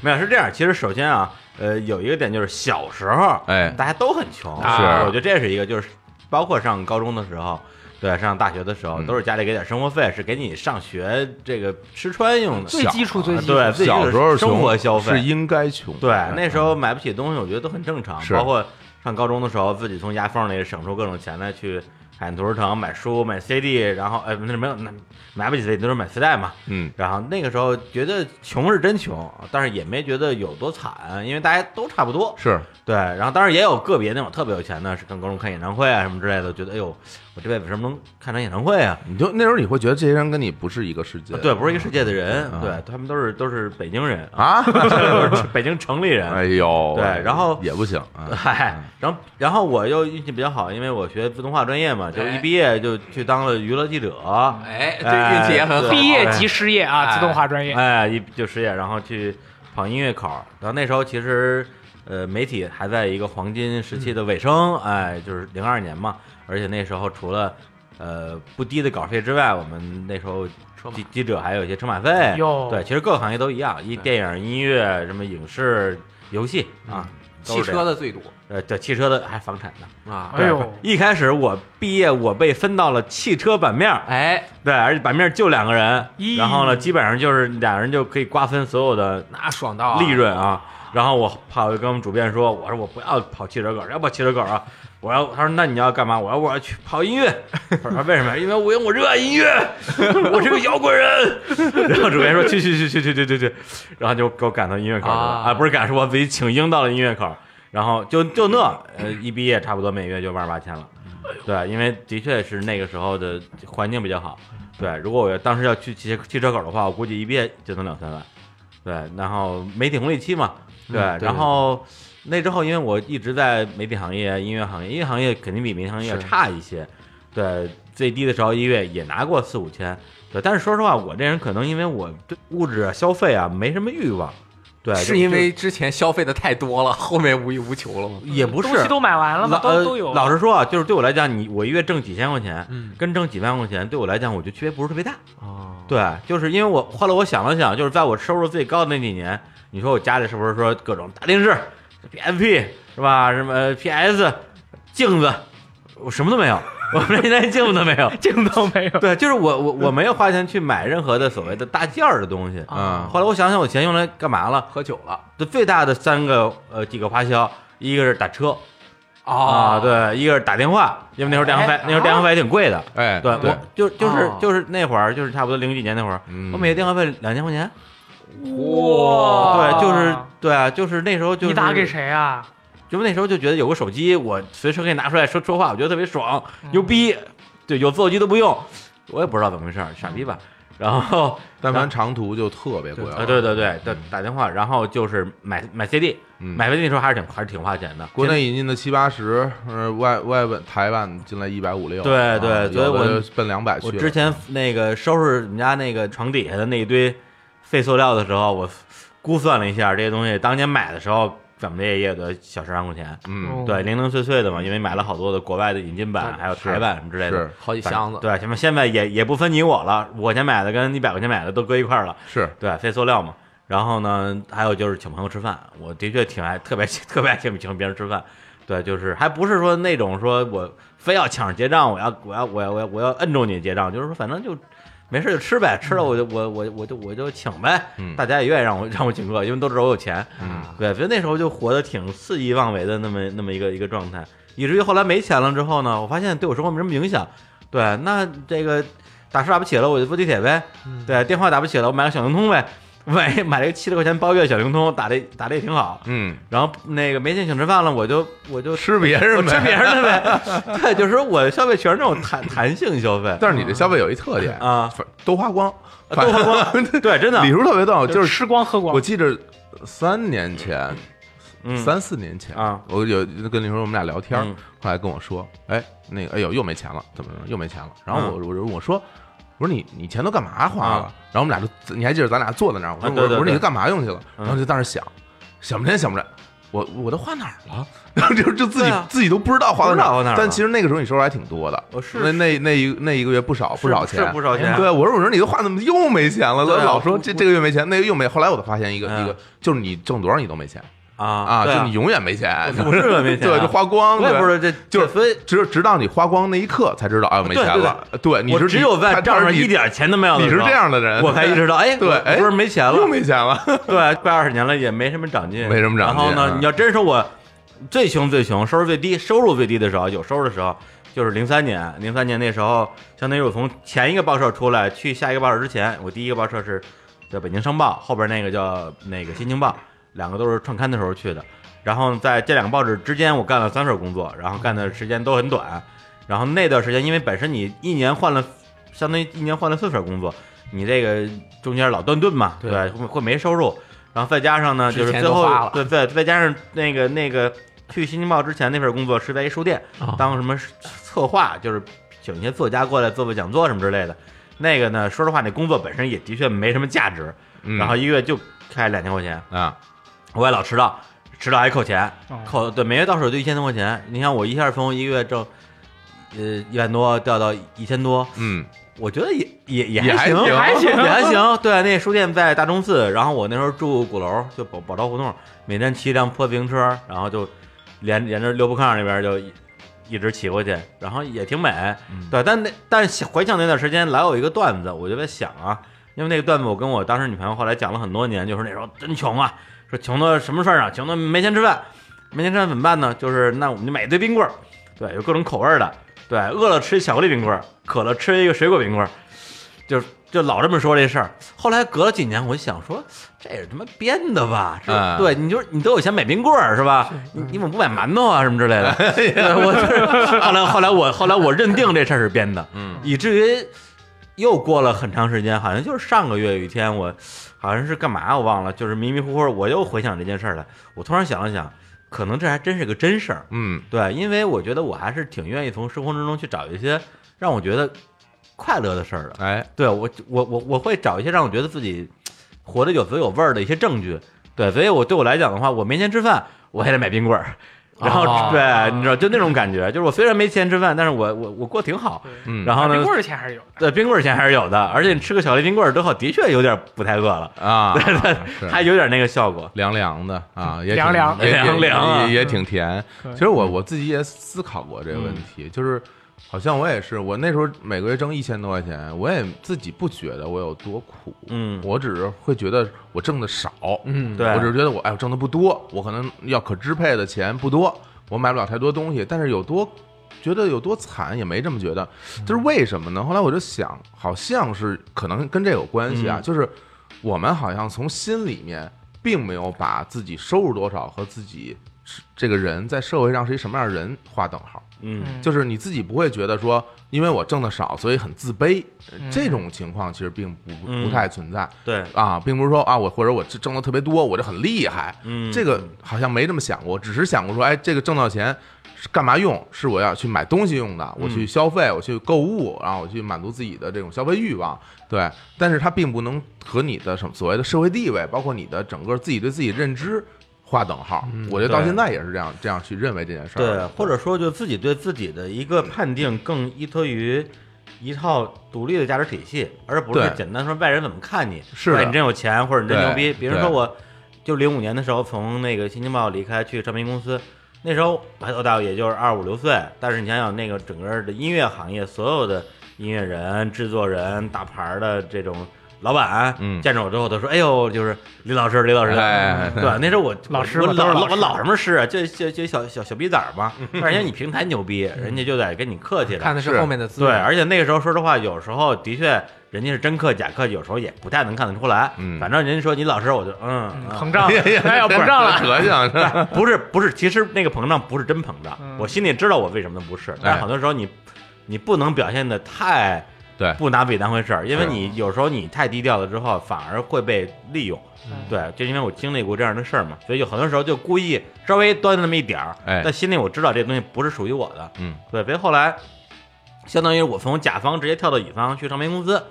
S1: 没有是这样，其实首先啊，呃，有一个点就是小时候，
S2: 哎
S1: 大家都很穷，
S2: 啊
S1: 我
S2: 是
S1: 觉得这是一个，就是包括上高中的时候。对，上大学的时候
S2: 嗯
S1: 都是家里给点生活费，是给你上学这个吃穿用的。
S3: 最基础最基础
S1: 对，最基础
S2: 小时候
S1: 生活
S2: 穷
S1: 消费
S2: 是应该穷，
S1: 对
S2: 哎，
S1: 那时候买不起东西，我觉得都很正常。
S2: 是
S1: 包括上高中的时候，自己从牙缝里省出各种钱来去海淀图书城买书、买 CD，然后哎，那没有，那买不起 CD 都是买磁带嘛。
S2: 嗯
S1: 然后那个时候觉得穷是真穷，但是也没觉得有多惨，因为大家都差不多。
S2: 是
S1: 对，然后当然也有个别那种特别有钱的，是跟高中看演唱会啊什么之类的，觉得哎呦，我这辈子为什么能看场演唱会啊？
S2: 你就那时候你会觉得这些人跟你不是一个世界，
S1: 啊对，不是一个世界的人，
S2: 啊
S1: 对他们都是都是北京人，
S2: 啊，
S1: 都是北京城里人。
S2: 哎呦，
S1: 对然后
S2: 也不行，啊
S1: 嗨，然后然后我又运气比较好，因为我学自动化专业嘛，就一毕业就去当了娱乐记者，
S4: 哎，
S1: 哎
S4: 这运气也很好。
S1: 对
S3: 毕业即失业啊，
S4: 哎
S3: 自动化专业。
S1: 哎，一就失业，然后去跑音乐口儿。然后那时候其实呃，媒体还在一个黄金时期的尾声，哎，就是零二年嘛，而且那时候除了呃不低的稿费之外，我们那时候
S4: 车马
S1: 记记者还有一些车马费
S3: 哟，
S1: 哎对，其实各个行业都一样，一电影、音乐、什么影视、游戏啊，都
S4: 汽
S1: 是这样
S4: 车的最多
S1: 呃，对，汽车的还房产的。
S4: 啊！
S3: 哎呦，
S1: 一开始我毕业，我被分到了汽车版面儿，
S4: 哎，
S1: 对，而且版面就两个人，
S3: 咦
S1: 然后呢，基本上就是俩人就可以瓜分所有的
S4: 那爽到啊
S1: 利润啊。然后我跑去跟我们主编说，我说我不要跑汽车狗，要不要汽车狗啊？我要，他说那你要干嘛？我要我要去跑音乐。 我说为什么？因为我因为我热爱音乐， 我是个摇滚人。然后主编说去去去去去去去去，然后就给我赶到音乐口去了
S4: 啊
S1: 啊，不是赶，是我自己请缨到了音乐口。然后就就那呃一毕业，差不多每月就万八千了。
S4: 哎
S1: 对，因为的确是那个时候的环境比较好。对，如果我要当时要去汽车汽车口的话，我估计一毕业就能两三万。对，然后媒体红利期嘛，对，
S4: 嗯对
S1: 然后那之后，因为我一直在媒体行业、音乐行业，音乐行业肯定比媒体行业要
S4: 是
S1: 差一些。对，最低的时候一月也拿过四五千。对，但是说实话，我这人可能因为我对物质啊、消费啊没什么欲望。对，就是
S4: 因为之前消费的太多了，后面无欲无求了吗？
S1: 也不是
S3: 东西都买完了
S1: 老
S3: 吗？
S1: 呃
S3: 都都有。
S1: 老实说啊，就是对我来讲，你我一月挣几千块钱，
S4: 嗯
S1: 跟挣几万块钱对我来讲，我觉得区别不是特别大。
S3: 嗯
S4: 啊，
S1: 对，就是因为我后来我想了想，就是在我收入最高的那几年，你说我家里是不是说各种大电视、PSP 是吧？什么 PS、镜子，我什么都没有，我们连镜子都没有。
S3: 镜都没有。
S1: 对，就是我我我没有花钱去买任何的所谓的大件儿的东西。
S4: 啊
S1: 后来我想想，我钱用来干嘛了？
S4: 喝酒了
S1: 这最大的三个呃几个花销，一个是打车啊，
S4: 啊，
S1: 对，一个是打电话，因为那时候电话费
S4: 哎
S1: 那时候电话费挺贵的。
S2: 哎，
S1: 对，
S2: 对
S1: 我，就就是
S4: 哦
S1: 就是那会儿，就是差不多零几年那会儿，
S2: 嗯
S1: 我每个电话费两千块钱。
S3: 哇
S1: 对，就是对啊，就是那时候就是
S3: 你打给？谁啊？
S1: 就那时候就觉得有个手机，我随时可以拿出来说说话，我觉得特别爽，牛逼。对，有座机都不用，我也不知道怎么回事儿，傻逼吧。
S3: 嗯
S1: 然后
S2: 但凡长途就特别贵了，
S1: 啊，对对对，打打电话，然后就是买买 CD，
S2: 嗯
S1: 买 CD 那时候还是挺还是挺花钱的。
S2: 国内引进的七八十，呃，外外本台湾进来一百五六，
S1: 对
S2: 啊
S1: 对所以
S2: 有的
S1: 我
S2: 就奔两百去
S1: 我
S2: 了。嗯
S1: 之前那个收拾我们家那个床底下的那一堆废塑料的时候，我估算了一下这些东西，当年买的时候怎么着也也得小十万块钱。
S2: 嗯
S3: 哦
S1: 对，零零碎碎的嘛，因为买了好多的国外的引进版，
S4: 对
S1: 还有台版什么之类的
S2: 是。
S4: 好几箱子，
S1: 对，什么现在也也不分你我了，五块钱买的跟一百块钱买的都搁一块儿了，
S2: 是
S1: 对，非塑料嘛。然后呢，还有就是请朋友吃饭，我的确挺爱，特别 特别爱请请别人吃饭。对，就是还不是说那种说我非要抢着结账，我要我要我要我要我要摁住你结账，就是说反正就没事就吃呗，吃了我就我我我就我就请呗，
S2: 嗯
S1: 大家也愿意让我让我请客，因为都知道我有钱。
S4: 啊，
S1: 对，所以那时候就活得挺肆意妄为的那么那么一个一个状态，以至于后来没钱了之后呢，我发现对我生活没什么影响。对，那这个打车打不起了，我就坐地铁呗；
S4: 嗯
S1: 对，电话打不起了，我买个小灵通呗。买买了个七十块钱包月小灵通，打的打的也挺好。
S2: 嗯，
S1: 然后那个没钱请吃饭了，我就我就
S2: 吃别人
S1: 我吃
S2: 呗。
S1: 别人的呗。对，就是说我消费全是那种弹弹性消费
S2: 但是你这消费有一特点，
S1: 啊，
S2: 反都花光，
S1: 都花
S2: 光。
S1: 对，真的
S2: 李，叔特别逗，就是
S3: 吃光喝光
S2: 我。记着三年前，
S1: 嗯，
S2: 三四年前
S1: 啊，
S2: 我有跟李叔我们俩聊天儿
S1: 嗯，嗯
S2: 后来跟我说，哎，那个哎呦又没钱了，怎么着又没钱了？然后我我我说。我说你你钱都干嘛花了？然后我们俩就你还记得咱俩坐在那儿，我说、
S1: 啊嗯对对
S2: 我说
S1: 对
S2: 你干嘛用去了？
S1: 嗯
S2: 然后就在那儿想，想半天想不着。我我都花哪儿了？然后 就就自己、
S1: 啊对啊
S2: 自己都不知道花到
S1: 不知道花哪儿了哦
S2: 但其实那个时候你收入还挺多的，
S1: 我是
S2: 那那那一那一个月不少不少钱，
S1: 是不少钱。
S2: 对，我说我说你都花怎么又没钱了？
S1: 对啊
S2: 老说
S1: 我
S2: 这这个月没钱，那个又没。后来我才发现一个
S1: 嗯
S2: 一个，就是你挣多少你都没钱
S1: 啊
S2: 啊，
S1: 对
S2: 就你永远没钱，
S1: 我是没钱啊
S2: 对，就花光。
S1: 我也
S2: 对
S1: 不知道这
S2: 就是
S1: 分，
S2: 直直到你花光那一刻才知道，哎，我没
S1: 对
S2: 钱
S1: 对
S2: 了。对，你
S1: 我
S2: 是
S1: 只有在
S2: 他
S1: 账
S2: 当
S1: 上
S2: 时你
S1: 一点钱都没有的
S2: 你是
S1: 时候
S2: 这，样的人，
S1: 我才意识到，哎，
S2: 对
S1: 我
S2: 哎
S1: 不是没钱
S2: 又
S1: 了，
S2: 没 钱了。
S1: 对，快二十年了也没什么长进，
S2: 没什么
S1: 然
S2: 长进
S1: 后呢
S2: 嗯，
S1: 你要真说我最穷最穷，收入最低，收入最低的时候，有收入的时候。就是零三年，零三年那时候，相当于我从前一个报社出来，去下一个报社之前，我第一个报社是叫北京商报，后边那个叫那个新京报，两个都是创刊的时候去的。然后在这两个报纸之间，我干了三份工作，然后干的时间都很短。然后那段时间，因为本身你一年换了，相当于一年换了四份工作，你这个中间老断顿嘛，对
S4: 对
S1: 吧，会会没收入。然后再加上呢，
S4: 之
S1: 就是
S4: 前
S1: 最
S4: 都
S1: 后
S4: 花了
S1: 对对，再加上那个那个去新京报之前那份工作是在一书店
S4: 啊
S1: 当什么策划，就是请一些作家过来做做讲座什么之类的。那个呢，说实话，那工作本身也的确没什么价值，
S2: 嗯
S1: 然后一个月就开两千块钱，
S2: 啊，
S1: 我也老迟到，迟到还扣钱，
S3: 哦
S1: 扣对每月到手就一千多块钱。你看我一下从一个月挣，呃一万多掉到一千多，
S2: 嗯，
S1: 我觉得也也也
S2: 也还
S1: 行，
S2: 行
S1: 也
S3: 还行
S1: 也还 行。对，那书店在大钟寺，然后我那时候住鼓楼，就宝宝钞胡同，每天骑一辆破自行车，然后就连连着六铺炕那边就一一直骑过去，然后也挺美。对，但那但是回想那段时间，老有一个段子，我就在想啊，因为那个段子我跟我当时女朋友后来讲了很多年，就是那时候真穷啊，说穷到什么事儿啊，穷到没钱吃饭，没钱吃饭怎么办呢？就是那我们就买一堆冰棍儿，对，有各种口味儿的，对，饿了吃一巧克力冰棍儿，渴了吃一个水果冰棍儿，就就老这么说这事儿。后来隔了几年，我就想说，这是他妈编的吧？是吧
S2: 嗯
S1: 对，你就是你都有钱买冰棍儿是吧？你你怎么不买馒头啊什么之类的？
S2: 哎
S1: 对我就是后来后来我后来我认定这事儿是编的，
S2: 嗯，
S1: 以至于又过了很长时间，好像就是上个月有一天我好像是干嘛我忘了，就是迷迷糊糊我又回想这件事儿来，我突然想了想，可能这还真是个真事儿。
S2: 嗯，
S1: 对，因为我觉得我还是挺愿意从生活之中去找一些让我觉得快乐的事儿的。
S2: 哎，
S1: 对我，我我我会找一些让我觉得自己活得有滋有味儿的一些证据。对，所以我对我来讲的话，我没钱吃饭，我还得买冰棍儿。然后、
S4: 哦
S1: 对，你知道，就那种感觉，就是我虽然没钱吃饭，但是我我我过挺好。
S2: 嗯，
S1: 然后
S3: 冰
S1: 呢，
S3: 棍儿钱还是有的。
S1: 对冰棍儿钱还是有的，而且你吃个巧克力冰棍儿之后，的确有点不太饿了，
S2: 啊，是
S1: 还有点那个效果。
S2: 凉凉的啊，也挺
S3: 凉凉
S2: 也挺
S1: 凉凉啊嗯
S2: 也也挺甜。
S3: 对
S2: 其实我我自己也思考过这个问题，就是好像我也是，我那时候每个月挣一千多块钱，我也自己不觉得我有多苦，
S1: 嗯
S2: 我只是会觉得我挣的少，
S4: 嗯，
S1: 对
S2: 我只是觉得我哎，我挣的不多，我可能要可支配的钱不多，我买不了太多东西，但是有多。觉得有多惨也没这么觉得，就是为什么呢？后来我就想，好像是可能跟这有关系啊，
S1: 嗯
S2: 就是我们好像从心里面并没有把自己收入多少和自己是这个人在社会上是一什么样的人划等号，
S1: 嗯
S2: 就是你自己不会觉得说，因为我挣的少，所以很自卑，呃
S3: 嗯
S2: 这种情况其实并不
S1: 嗯
S2: 不太存在。
S1: 对，
S2: 啊，并不是说啊，我或者我挣的特别多，我就很厉害。
S1: 嗯
S2: 这个好像没这么想过，只是想过说，哎，这个挣到钱是干嘛用？是我要去买东西用的，我
S1: 嗯
S2: 去消费，我去购物，然后我去满足自己的这种消费欲望。对，但是它并不能和你的什么所谓的社会地位，包括你的整个自己对自己认知划等号。我觉得
S1: 嗯
S2: 到
S1: 对
S2: 现在也是这样这样去认为这件事儿
S1: 对
S2: 的。，
S1: 或者说就自己对自己的一个判定更依托于一套独立的价值体系，而不是
S2: 对
S1: 简单说外人怎么看你，
S2: 是的
S1: 哎你真有钱或者你真
S2: 对
S1: 牛逼。比如说
S2: 对
S1: 我，就零五年的时候从那个新京报离开去唱片公司，那时候还多大，也就是二五六岁，但是你想想那个整个的音乐行业，所有的音乐人、制作人、大牌儿的这种。老板，
S2: 嗯
S1: 见着我之后，他说：“哎呦，就是李老师，李老师，
S2: 哎
S1: 对，那时候我
S3: 老师
S1: 我
S3: 嘛都
S1: 老老
S3: 是老师
S1: 我老什么师啊？就就就小小小逼崽儿嘛。而且你平台牛逼，人家就得跟你客气了。
S4: 看的
S2: 是
S4: 是后面的资
S1: 对，
S4: 源，
S1: 而且那个时候说实话，有时候的确人家是真客假客，有时候也不太能看得出来。
S2: 嗯
S1: 反正人家说你老师，我就嗯
S3: 嗯
S1: 嗯
S3: 膨胀
S2: 哎呀
S3: 了，哎呀，膨胀了。
S2: 德行是 吧
S1: 不是不是，其实那个膨胀不是真膨胀，
S3: 嗯
S1: 我心里知道我为什么不是，但
S2: 哎
S1: 是很多时候你你不能表现的太
S2: 对
S1: 不拿自己当回事儿，因为
S2: 是
S1: 你有时候你太低调了之后，反而会被利用。
S3: 嗯
S1: 对，就因为我经历过这样的事儿嘛，所以有很多时候就故意稍微端那么一点儿，
S2: 哎
S1: 但心里我知道这东西不是属于我的，
S2: 嗯，
S1: 对，所以后来相当于我从甲方直接跳到乙方去唱片公司，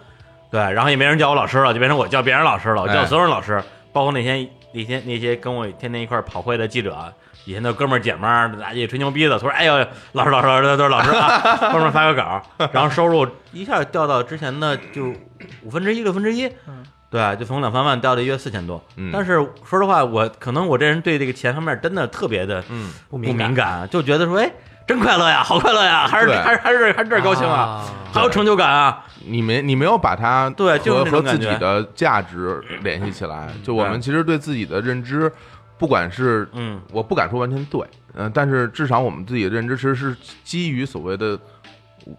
S1: 对，然后也没人叫我老师了，就变成我叫别人老师了，我叫
S2: 哎
S1: 所有人老师，包括那些那些那些跟我天天一块儿跑会的记者。以前的哥们儿姐们儿，大家也吹牛逼的，他说：“哎呦，老师老师老师都是老师啊， 帮忙发个稿。”然后收入一下掉到之前的就五分之一六分之一，对，就从两三万掉到约四千多。
S2: 嗯
S1: 但是说实话，我可能我这人对这个钱方面真的特别的
S2: 嗯，
S1: 不
S4: 敏感
S1: 敏感，就觉得说，哎，真快乐呀，好快乐呀，还是
S2: 对
S1: 还是还是还是这儿高兴啊，
S4: 啊
S1: 好有成就感啊。
S2: 你没你没有把它
S1: 对就是
S2: 和
S1: 那种
S2: 和自
S1: 感
S2: 己
S1: 觉
S2: 的价值联系起来。就我们
S1: 对
S2: 其实对自己的认知，不管是
S1: 嗯，
S2: 我不敢说完全对，嗯、但是至少我们自己的认知其实是基于所谓的，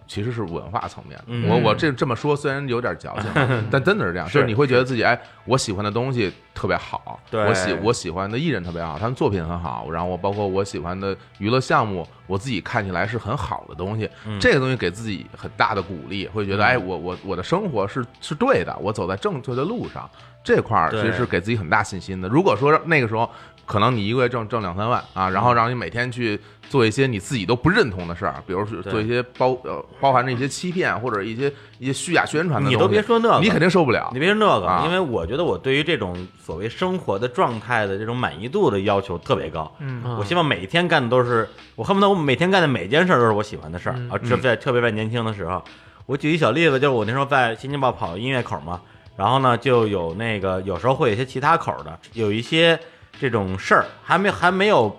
S2: 其实是文化层面的。
S1: 嗯
S2: 我我这这么说虽然有点矫情啊，但真的是这样，就是是你会觉得自己哎，我喜欢的东西特别好，
S1: 对
S2: 我喜我喜欢的艺人特别好，他们作品很好，然后我包括我喜欢的娱乐项目，我自己看起来是很好的东西，
S1: 嗯
S2: 这个东西给自己很大的鼓励，会觉得
S1: 嗯
S2: 哎，我我我的生活是是对的，我走在正确的路上。这块儿其
S1: 对
S2: 实是给自己很大信心的。如果说那个时候可能你一个月挣挣两三万啊，
S1: 嗯
S2: 然后让你每天去做一些你自己都不认同的事儿，比如是
S1: 对
S2: 做一些包呃包含着一些欺骗或者一些一些虚假宣传的东
S1: 啊
S2: 西，
S1: 你都别说那个
S2: 你肯定受不了
S1: 你。别说那
S2: 啊
S1: 个，因为我觉得我对于这种所谓生活的状态的这种满意度的要求特别高。
S4: 啊
S3: 嗯，
S1: 我希望每天干的都是，我恨不得我每天干的每件事儿都是我喜欢的事儿
S4: 嗯
S1: 啊！这在特别在年轻的时候，我举一小例子，就是我那时候在新京报跑音乐口嘛，然后呢就有那个有时候会有一些其他口的，有一些这种事儿还没还没有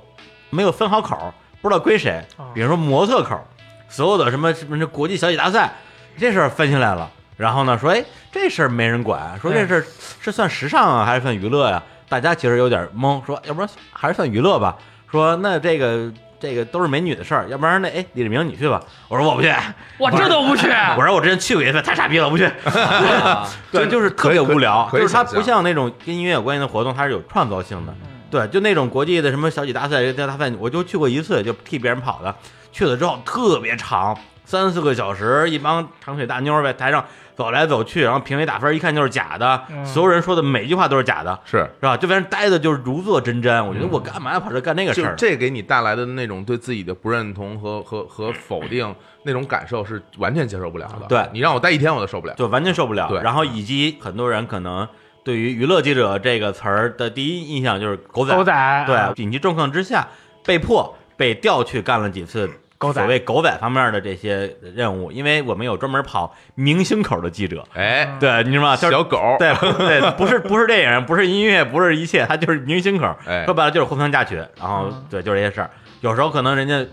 S1: 没有分好口，不知道归谁
S3: 哦，
S1: 比如说模特口，所有的什么什么国际小姐大赛这事儿分下来了，然后呢说哎这事儿没人管，说这
S3: 对
S1: 事儿是算时尚啊还是算娱乐呀、大家其实有点懵，说要不然还是算娱乐吧。说那这个这个都是美女的事儿，要不然那哎李志明你去吧。我说我不去，
S3: 我这都不去，
S1: 我说我之前去过一次，太傻逼了， 我不去。对，就是特别无聊，
S2: 可以可以
S1: 就是它
S2: 想
S1: 不
S2: 象嗯
S1: 像那种跟音乐有关系的活动，它是有创造性的。对，就那种国际的什么小姐大赛、人家大赛，我就去过一次，就替别人跑的。去了之后特别长，三四个小时，一帮长腿大妞儿在台上走来走去，然后评委打分一看就是假的，
S3: 嗯
S1: 所有人说的每句话都是假的，
S2: 是，
S1: 是吧？就反正待的就是如坐针毡。我觉得我干嘛要跑这干那个事
S2: 嗯就
S1: 儿？
S2: 这给你带来的那种对自己的不认同和和和否定那种感受是完全接受不了的。
S1: 对
S2: 你让我待一天我都受不了。
S1: 就完全受不了。
S2: 对
S1: 然后以及很多人可能对于娱乐记者这个词儿的第一印象就是狗仔，
S3: 狗仔，啊
S1: 对，啊紧急状况之下被迫被调去干了几次。
S3: 狗仔
S1: 所谓狗仔方面的这些任务，因为我们有专门跑明星口的记者，
S2: 哎，
S1: 对，你知道吗？就是
S2: 小狗，
S1: 对不对，不是不是电影，不是音乐，不是一切，他就是明星口儿。
S2: 哎
S1: 说白了就是婚丧嫁娶，然后
S3: 嗯
S1: 对，就是这些事儿。有时候可能人家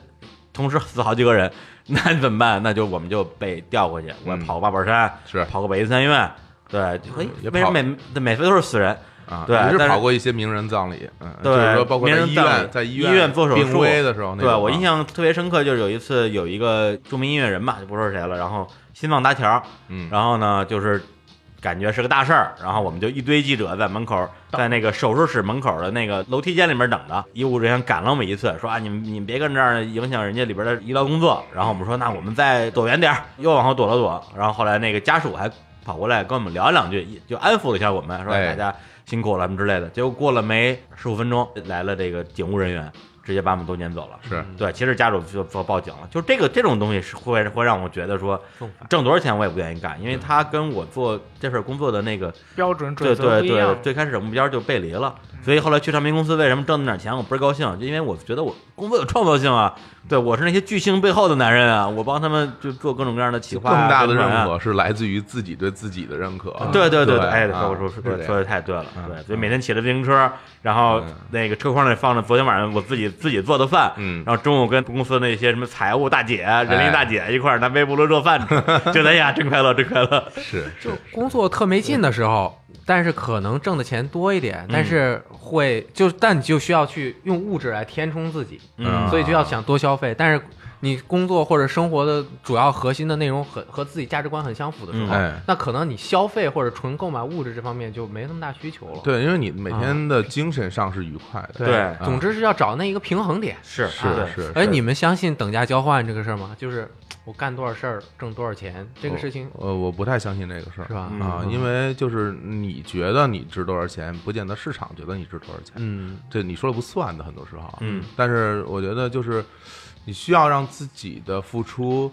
S1: 同时死好几个人， 那怎么办？那就我们就被调过去，我
S2: 嗯
S1: 跑个八宝山，
S2: 是嗯
S1: 跑个北京三院，对，就哎
S2: 也
S1: 为什
S2: 跑
S1: 么每每次都是死人？
S2: 啊，
S1: 对
S2: 也是
S1: 但是
S2: 跑过一些名人葬礼，嗯，
S1: 对
S2: 就是说包括
S1: 名
S2: 在
S1: 人
S2: 医
S1: 葬
S2: 院，
S1: 礼
S2: 在医
S1: 医院做手术
S2: 病危的时候，那
S1: 对
S2: 种
S1: 我
S2: 啊
S1: 印象特别深刻，就是有一次有一个著名音乐人吧，就不说是谁了，然后心脏搭桥，
S2: 嗯
S1: 然后呢就是感觉是个大事儿，然后我们就一堆记者在门口，在那个手术室门口的那个楼梯间里面等着，医务人员赶了我们一次，说啊你们你们别跟这儿影响人家里边的医疗工作，然后我们说那我们再躲远点儿，又往后躲了躲，然后后来那个家属还跑过来跟我们聊两句，就安抚了一下我们，说
S2: 哎
S1: 大家辛苦了什么之类的。结果过了没十五分钟，来了这个警务人员，直接把我们都撵走了。
S2: 是
S1: 对，其实家属就就报警了。就这个这种东西是会会让我觉得说
S4: 重罚，
S1: 挣多少钱我也不愿意干，因为他跟我做这份工作的那个
S3: 标准
S1: 对
S3: 准则
S1: 对
S3: 不一样
S1: 对，，最开始的目标就背离了。所以后来去唱片公司，为什么挣那点钱我倍儿高兴？就因为我觉得我工作有创造性啊，对我是那些巨星背后的男人啊，我帮他们就做各种各样的企划
S2: 更
S1: 啊、
S2: 大的
S1: 宣
S2: 认
S1: 传啊
S2: 可是来自于自己对自己的认可。
S1: 对对
S2: 对
S1: 对，哎，
S2: 啊
S1: 我说
S2: 是
S1: 说
S2: 这样
S1: 说的太对了，
S2: 嗯
S1: 对，所以每天骑着自行车，然后
S2: 嗯
S1: 那个车筐里放着昨天晚上我自己自己做的饭，
S2: 嗯哎
S1: 然后中午跟公司那些什么财务大姐、人力大姐一块儿拿微波炉热 饭吃，觉得哎呀真快乐，真快乐，
S2: 是是
S4: 就工作特没劲的时候，但是可能挣的钱多一点，但是会就但你就需要去用物质来填充自己，
S1: 嗯
S4: 所以就要想多消费。但是你工作或者生活的主要核心的内容很和自己价值观很相符的时候，
S1: 嗯
S2: 哎
S4: 那可能你消费或者纯购买物质这方面就没那么大需求了。
S2: 对，因为你每天的精神上是愉快的。
S1: 啊对嗯
S2: 啊
S4: 总之是要找那一个平衡点。
S1: 是啊
S2: 是
S1: 对
S2: 是
S4: 哎，你们相信等价交换这个事儿吗？就是我干多少事儿挣多少钱，这个事情
S2: 呃，我不太相信这个事儿，
S4: 是吧
S2: 啊，
S1: 嗯
S2: 因为就是你觉得你值多少钱，不见得市场觉得你值多少钱。
S4: 嗯，
S2: 这你说了不算的，很多时候。啊
S1: 嗯，
S2: 但是我觉得就是你需要让自己的付出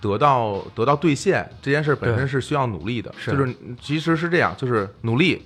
S2: 得到得到兑现这件事本身
S4: 对
S2: 是需要努力的，
S4: 是
S2: 就是其实是这样，就是努力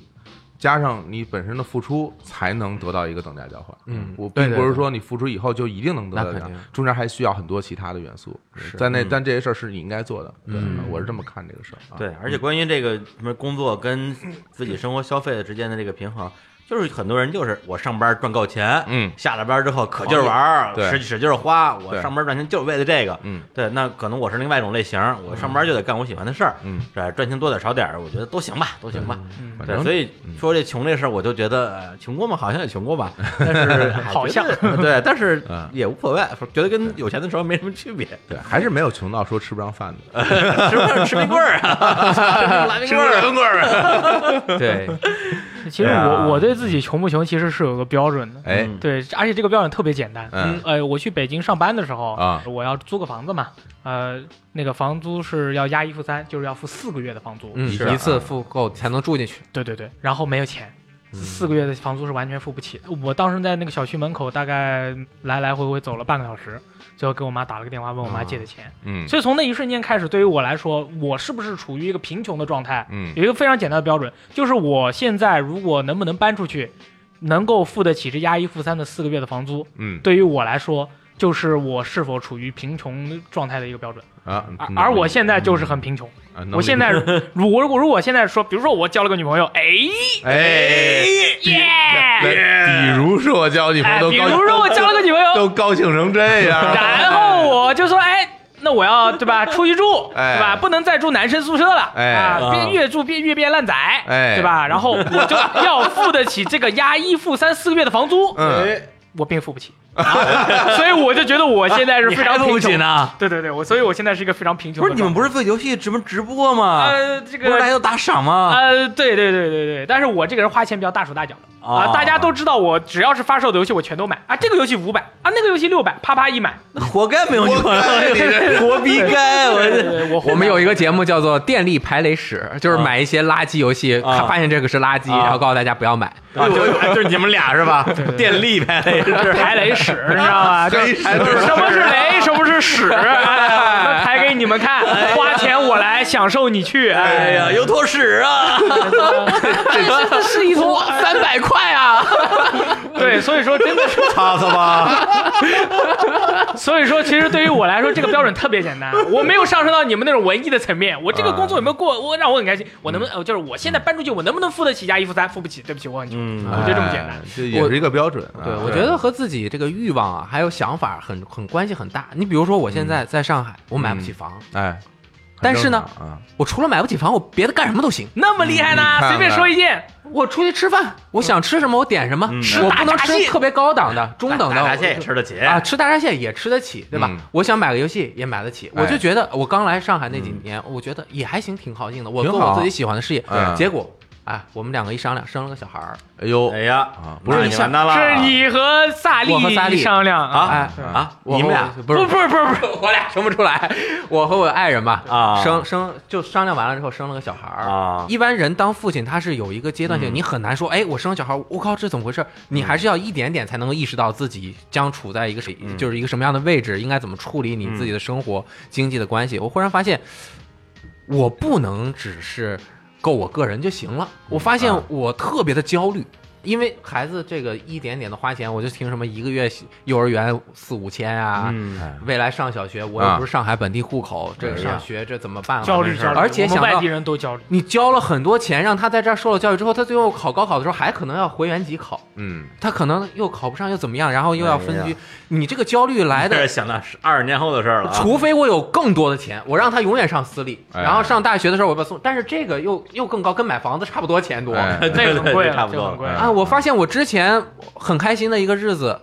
S2: 加上你本身的付出，才能得到一个等价交换。
S4: 嗯
S2: 我
S4: 对
S2: 并
S4: 对
S2: 不是
S4: 对
S2: 说你付出以后就一定能得到
S4: 那
S2: 等
S4: 肯
S2: 价
S4: 定，
S2: 中间还需要很多其他的元素。
S4: 是嗯
S2: 但那但这些事儿是你应该做的，对
S6: 嗯
S2: 我是这么看这个事儿啊。
S6: 对，而且关于这个什么工作跟自己生活消费之间的这个平衡，就是很多人就是我上班赚够钱，
S2: 嗯
S6: 下了班之后可劲儿玩儿，
S2: 对
S6: 使使劲儿花，我
S2: 对
S6: 上班赚钱就是为了这个。
S2: 嗯
S6: 对，那可能我是另外一种类型，我上班就得干我喜欢的事儿，
S2: 嗯，
S6: 是吧赚钱多点儿少点儿，我觉得都行吧，都行吧。
S3: 嗯
S2: 反
S6: 对，
S2: 正
S6: 所以说这穷这事儿，我就觉得呃穷过吗？好像也穷过 吧，但是
S3: 好
S6: 像对，但 是
S2: 嗯
S6: 也无所谓，觉得跟有钱的时候没什么区别，
S2: 对，还是没有穷到说吃不上饭
S4: 呃
S2: 的。
S6: 吃不吃冰棍儿啊，吃冰棍儿，冰棍儿，
S4: 对，
S3: 其实
S6: 对啊
S3: 我我对自己穷不穷其实是有个标准的，
S2: 哎，
S6: 嗯
S3: 对，而且这个标准特别简单。
S2: 嗯
S3: 呃，我去北京上班的时候
S2: 啊
S3: 我要租个房子嘛，呃，那个房租是要押一付三，就是要付四个月的房租。
S4: 嗯，
S2: 是啊
S4: 一次复购才能住进去。
S3: 对对对，然后没有钱，
S2: 嗯
S3: 四个月的房租是完全付不起的。我当时在那个小区门口，大概来来回回走了半个小时，最后给我妈打了个电话，问我妈借的钱。
S2: 嗯
S3: 所以从那一瞬间开始，对于我来说，我是不是处于一个贫穷的状态，
S2: 嗯
S3: 有一个非常简单的标准，就是我现在如果能不能搬出去，能够付得起这押一付三的四个月的房租，
S2: 嗯
S3: 对于我来说。就是我是否处于贫穷状态的一个标准，
S2: 啊
S3: 而，
S2: 能
S3: 而
S2: 理
S3: 我
S2: 解
S3: 现在就是很贫穷。
S2: 啊能
S3: 我现
S2: 理
S3: 在
S2: 解
S3: 如果如果如果现在说，比如说我交了个女朋友，哎，
S2: 哎，
S3: 耶！
S2: 来比如说我交女朋
S3: 哎
S2: 友都
S3: 比
S2: 高
S3: 如说我交了个女朋友，
S2: 都高兴成这样，啊
S3: 然后我就说，哎，那我要对吧，出去住，
S2: 哎
S3: 对吧？不能再住男生宿舍了，
S2: 哎
S3: 啊，
S6: 啊
S3: 边越住边越变烂仔，
S2: 哎
S3: 对吧？然后我就要付得起这个押一付三四个月的房租，
S2: 嗯，
S3: 我并付不起， 啊所以我就觉得我现在是非常贫穷的。
S6: 呢。
S3: 对对对，我所以我现在是一个非常贫穷
S6: 不
S3: 的
S6: 是啊
S3: 状
S6: 你们
S3: 态。
S6: 不是做游戏直播直播吗？
S3: 呃这个
S6: 不是大家都打赏吗？
S3: 呃，对对对对对，但是我这个人花钱比较大手大脚的啊、
S6: 哦
S3: 大家都知道我只要是发售的游戏我全都买啊，这个游戏五百啊，那个游戏六百，啪啪一买。
S6: 活该没有你们，活逼该！我
S3: 对对对，我
S4: 我们有一个节目叫做《电力排雷史》，就是
S6: 啊
S4: 买一些垃圾游戏，
S6: 啊
S4: 看发现这个是垃圾，
S6: 啊
S4: 然后告诉大家不要买。
S6: 啊就就是你们俩是吧
S3: 对对？
S6: 电力呗，那是
S3: 排 雷屎，你知道吗？就
S2: 真是
S3: 什么是 雷，什么是屎，哎我们排给你们看，花钱我来，享受你去。
S6: 哎
S3: 哎
S6: 呀，有坨屎啊！
S3: 这这是一坨三百块 啊！对，所以说真的是。
S6: 擦擦吧，
S3: 所以说，其实对于我来说，这个标准特别简单，我没有上升到你们那种文艺的层面。我这个工作有没有过，我让我很开心。我能不能，呃就是我现在搬出去，我能不能付得起押一付三？付不起，对不起，我很穷。
S6: 嗯
S3: 我觉得这么简单
S2: 哎，这也是一个标准。
S4: 对，
S2: 啊
S4: 我觉得和自己这个欲望啊，还有想法很很关系很大。你比如说，我现在在上海，我买不起房，
S2: 哎，很
S4: 但是呢
S2: 正常啊，
S4: 我除了买不起房，我别的干什么都行。
S3: 那么厉害呢
S2: 嗯你看？看
S3: 随便说一件，
S4: 我出去吃饭，我想吃什么我点什么，
S6: 吃
S4: 我不能
S3: 大闸
S4: 吃
S3: 蟹
S4: 特别高档的、中等的。
S6: 大闸蟹也吃得起
S1: 哎
S4: 啊，吃大闸蟹也吃得起，对吧？
S2: 嗯
S4: 我想买个游戏也买得起，
S2: 哎
S4: 我就觉得我刚来上海那几年，我觉得也还行，挺高兴的。我
S2: 挺
S4: 做
S2: 好
S4: 我自己喜欢的事业，
S2: 嗯
S4: 结果哎，我们两个一商量生了个小孩儿，
S2: 哎
S1: 哦
S2: 呦
S6: 哎，呀
S2: 啊，不
S4: 是
S6: 那你完蛋了，
S3: 是你和萨
S4: 我和萨
S3: 利
S4: 利
S3: 商量
S6: 啊
S4: 哎
S2: 嗯
S4: 啊，我
S6: 你们俩
S4: 我不
S3: 不
S4: 是
S3: 是不是不是不是，
S4: 我俩生不出来，我和我爱人嘛
S6: 啊
S4: 生生就商量完了之后生了个小孩儿
S6: 啊
S4: 一般人当父亲他是有一个
S3: 嗯
S4: 阶段性，你很难说，哎，我生了小孩儿，我靠，这怎么回事儿？你还是要一点点才能够意识到自己将处在一个谁
S6: 嗯
S4: 就是一个什么样的位置，应该怎么处理你自己的生活、
S3: 嗯
S4: 经济的关系。我忽然发现，我不能只是够我个人就行了。
S3: 嗯
S4: 我发
S3: 啊
S4: 现我特别的焦虑。因为孩子这个一点点的花钱，我就听什么一个月幼儿园四五千啊，
S6: 嗯
S4: 未来上小学，我
S2: 啊
S4: 又不是上海本地户口，这个
S6: 哎呀
S4: 上学这怎么办啊？
S3: 焦虑
S6: 是
S3: 焦虑，
S4: 而且
S3: 我们
S4: 想到
S3: 外地人都 焦虑。
S4: 你交了很多钱，让他在这儿受了教育之后，他最后考高考的时候还可能要回原籍考，
S2: 嗯，
S4: 他可能又考不上又怎么样，然后又要分
S6: 哎
S4: 居
S6: 呀，哎
S4: 你这个焦虑
S1: 哎
S4: 来
S6: 这是
S4: 的。
S6: 想到二十年后的事儿了啊，
S4: 除非我有更多的钱，我让他永远上私立，
S2: 哎
S4: 然后上大学的时候我把他送，但是这个又又更高，跟买房子差不多钱多。
S2: 哎
S6: 对
S3: 这
S6: 对
S3: 个很
S6: 对
S3: 贵了，
S6: 差不
S3: 这个
S6: 多
S3: 很贵
S2: 了
S3: 了。
S4: 啊，我发现我之前很开心的一个日子，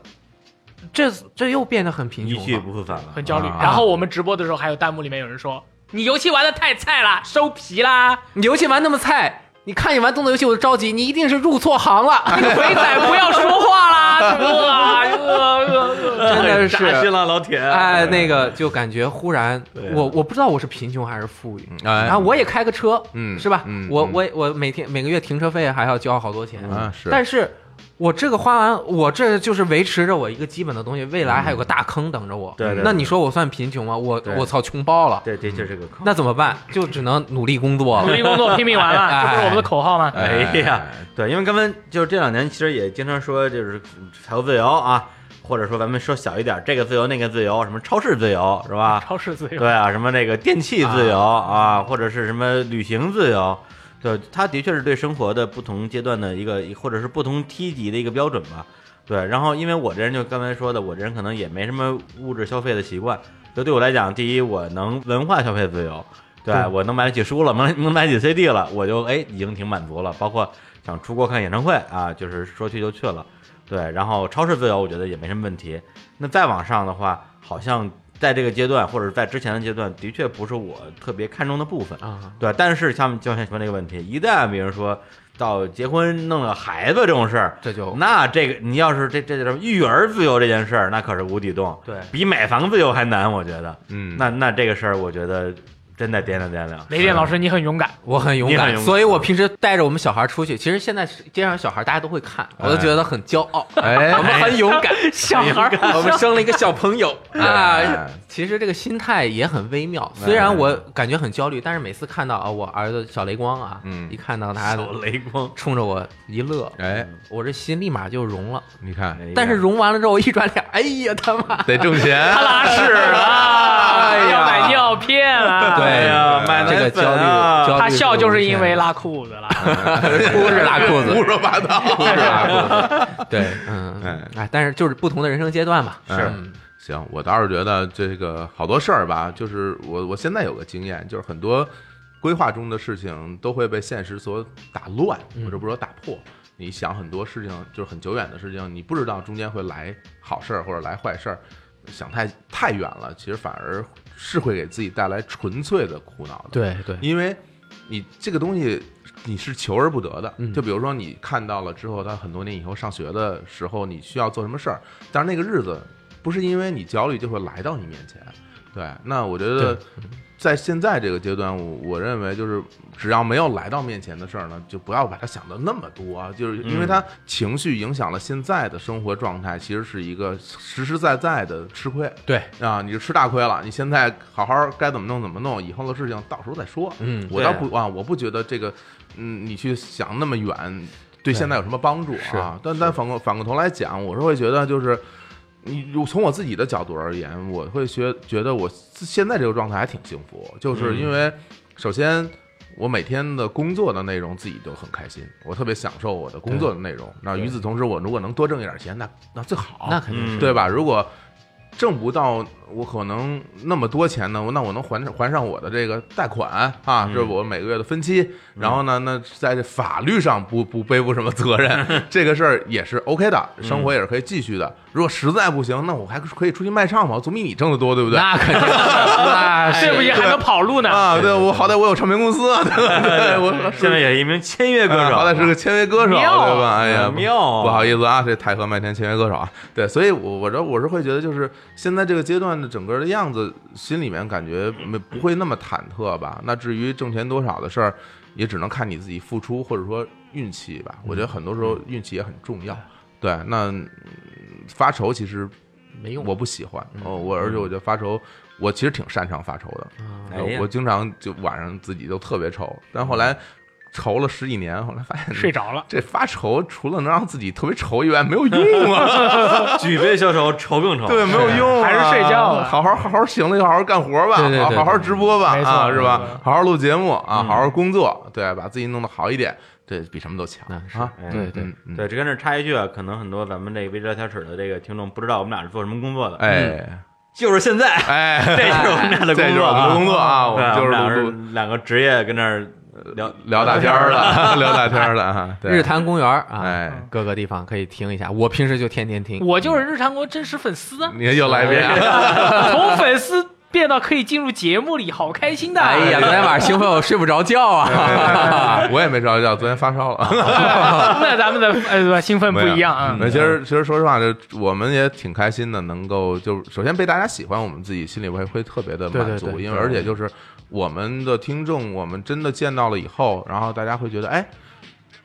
S4: 这这又变得很贫
S6: 一
S4: 穷
S6: 去
S4: 了。
S6: 不复返了
S3: 很。焦虑
S2: 啊。
S3: 然后我们直播的时候，还有弹幕里面有人说：“你游戏玩的太菜啦，收皮啦，
S4: 你游戏玩那么菜，你看你玩动作游戏我就着急，你一定是入错行了。
S3: 肥仔不要说话啦，呃呃呃
S4: 真的是
S6: 扎心了，老铁！
S4: 哎，那个就感觉忽然，
S6: 对
S4: 我我不知道我是贫穷还是富裕，
S2: 哎
S4: 然后我也开个车，
S2: 嗯
S4: 是吧？
S2: 嗯
S4: 我
S2: 嗯
S4: 我我每天每个月停车费还要交好多钱，
S2: 啊是
S4: 但是我这个花完，我这就是维持着我一个基本的东西，未来还有个大坑等着我。
S1: 对对对
S4: 那你说我算贫穷吗？我
S1: 对
S4: 我操，穷爆了。
S1: 对，的确是个坑。
S4: 那怎么办？就只能努力工作
S3: 努
S4: 了。
S3: 力工作，拼命玩了，
S4: 哎
S3: 这不是我们的口号吗？
S1: 哎呀，对，因为咱们就是这两年其实也经常说，就是财务自由啊，或者说咱们说小一点，这个自由那个自由，什么超市自由是吧？
S4: 哎
S3: 超市自由，
S1: 对啊，什么那个电器自由啊或者是什么旅行自由，对，它的确是对生活的不同阶段的一个，或者是不同梯级的一个标准吧。对，然后因为我这人就刚才说的，我这人可能也没什么物质消费的习惯，就对我来讲，第一我能文化消费自由，对我能买得起书了，能能买得起 CD 了，我就哎已经挺满足了。包括想出国看演唱会啊，就是说去就去了。对，然后超市自由我觉得也没什么问题。那再往上的话，好像在这个阶段或者在之前的阶段，的确不是我特别看重的部分。
S4: 啊，
S1: 对，但是像就像前面那个问题，一旦比如说到结婚弄了孩子这种事儿，
S4: 这就
S1: 那这个你要是这这叫什么育儿自由这件事儿，那可是无底洞，
S4: 对
S1: 比买房自由还难，我觉得。
S2: 嗯，
S1: 那那这个事儿，我觉得真得掂量掂量。
S3: 雷电老师，你很勇敢，
S4: 我很勇
S1: 你很
S4: 敢，
S1: 勇敢
S4: 所以我平时带着我们小孩出去，其实现在街上小孩大家都会看，我都觉得很骄傲。
S2: 哎
S4: 我们很勇敢，
S3: 小孩儿
S4: 我们生了一个小朋 友啊哎
S2: 哎。
S4: 其实这个心态也很微妙，虽然我感觉很焦虑，但是每次看到啊我儿子小雷光啊，
S2: 嗯
S4: 一看到他
S1: 小雷光，
S4: 冲着我一乐，
S2: 哎，
S4: 我这心立马就融了。
S2: 你看
S3: 哎
S4: 但是融完了之后，我一转脸，哎呀他妈！
S2: 得挣钱，
S3: 他拉屎了
S4: 哎，呀
S3: 要买尿片了，
S4: 对
S1: 哎呀，买
S4: 这个
S1: 奶
S4: 焦
S1: 粉
S4: 虑，
S1: 啊
S4: 焦虑
S3: 他笑就是因为拉裤子了。
S4: 哭是 拉裤子
S2: 胡，说八道，
S4: 哭是
S3: 哎
S4: 拉裤子。 对，嗯
S2: 哎，
S4: 哎，但是就是不同的人生阶段吧。
S2: 是
S4: 嗯
S2: 行，我倒是觉得这个好多事儿吧，就是我我现在有个经验，就是很多规划中的事情都会被现实所打乱，或者不说打破。你想很多事情就是很久远的事情，你不知道中间会来好事儿或者来坏事儿，想太太远了，其实反而是会给自己带来纯粹的苦恼的。
S4: 对对，
S2: 因为你这个东西你是求而不得的。
S4: 嗯
S2: 就比如说你看到了之后，他很多年以后上学的时候，你需要做什么事儿，但是那个日子不是因为你焦虑就会来到你面前。对，那我觉得
S4: 对
S2: 在现在这个阶段，我我认为就是只要没有来到面前的事儿呢，就不要把它想的那么多啊，就是
S4: 嗯
S2: 因为它情绪影响了现在的生活状态，其实是一个实实在在的吃亏。
S4: 对
S2: 啊，你就吃大亏了，你现在好好该怎么弄怎么弄，以后的事情到时候再说。
S4: 嗯
S2: 我
S1: 对
S2: 倒不啊，我不觉得这个，嗯，你去想那么远，对现在有什么帮助啊？但但反过反过头来讲，我是会觉得就是。你如从我自己的角度而言，我会觉觉得我自现在这个状态还挺幸福，就是因为首先我每天的工作的内容自己都很开心，我特别享受我的工作的内容。那与此同时，我如果能多挣一点钱，那那最好，
S4: 那肯定是
S1: 嗯
S2: 对吧？如果挣不到我可能那么多钱呢，那我能还还上我的这个贷款啊，这是我每个月的分期。然后呢，那在这法律上不不背负什么责任，这个事儿也是 OK 的，生活也是可以继续的。如果实在不行，那我还可以出去卖唱嘛，总比你挣得多，对不对？
S4: 那肯定，那 是哎
S3: 对不起，还能跑路呢。
S2: 啊，对我好歹我有唱片公司啊，对吧？对我
S1: 现在也是一名签约 歌
S2: 啊
S1: 手，
S2: 好歹是个签约歌手，
S3: 妙啊
S2: 对吧？哎呀，
S1: 妙啊
S2: 不好意思啊，这太和麦田签约歌手啊，对，所以我我这我是会觉得，就是现在这个阶段的整个的样子，心里面感觉没不会那么忐忑吧？那至于挣钱多少的事儿，也只能看你自己付出或者说运气吧。我觉得很多时
S1: 嗯
S2: 候运气也很重要。对，那嗯发愁其实
S4: 没用。
S2: 我不喜欢，
S1: 嗯
S2: 哦，我而且我觉得发愁，我其实挺擅长发愁的。
S1: 哎呀
S2: 我经常就晚上自己都特别愁，但后来愁了十几年，后来发现
S3: 睡着了，
S2: 这发愁除了能让自己特别愁以外，没有用啊，
S1: 举杯消愁愁更愁。
S2: 对，没有用啊、
S3: 还是睡觉吧
S2: 好好好好行了，就好好干活吧，
S4: 对对对
S2: 好
S4: 对
S2: 好好直播吧，
S3: 没错
S2: 啊，
S3: 没
S2: 是
S3: 错
S2: 吧？好好录节目啊，好好工作，对，把自己弄得好一点，这比什么都强
S4: 那是
S2: 啊。
S1: 哎
S4: 对对
S2: 嗯，嗯
S1: 对，这跟这儿插一句啊，可能很多咱们这个微知聊天室的这个听众不知道我们俩是做什么工作的，，
S2: 哎
S1: 就是现在， 这
S2: 哎，
S1: 就是我们俩的
S2: 这
S1: 工
S2: 就是
S1: 作
S2: 我们的
S1: 啊，
S2: 工作啊，我
S1: 对
S2: 们
S1: 我
S2: 就是
S1: 们俩
S2: 录
S1: 是
S2: 录呃
S1: 两个职业跟那儿聊
S2: 聊大天儿的， 聊大天儿的啊，对
S4: 日坛公园儿啊，
S2: 哎，
S4: 各个地方可以听一下。我平时就天天听，
S3: 我就是日常国真实粉丝啊，
S2: 你又来一遍，
S3: 从粉丝变到可以进入节目里，好开心的。
S4: 哎 呀，昨天晚上兴奋，我睡不着觉啊。
S2: 我也没睡着觉，昨天发烧 了。
S3: 那咱们的呃兴奋不一样
S4: 嗯
S3: 啊。
S2: 那其实其实说实话，就我们也挺开心的，能够就首先被大家喜欢，我们自己心里会会特别的满
S4: 对对
S2: 足，
S4: 对
S2: 因为而且就是我们的听众，我们真的见到了以后，然后大家会觉得，哎，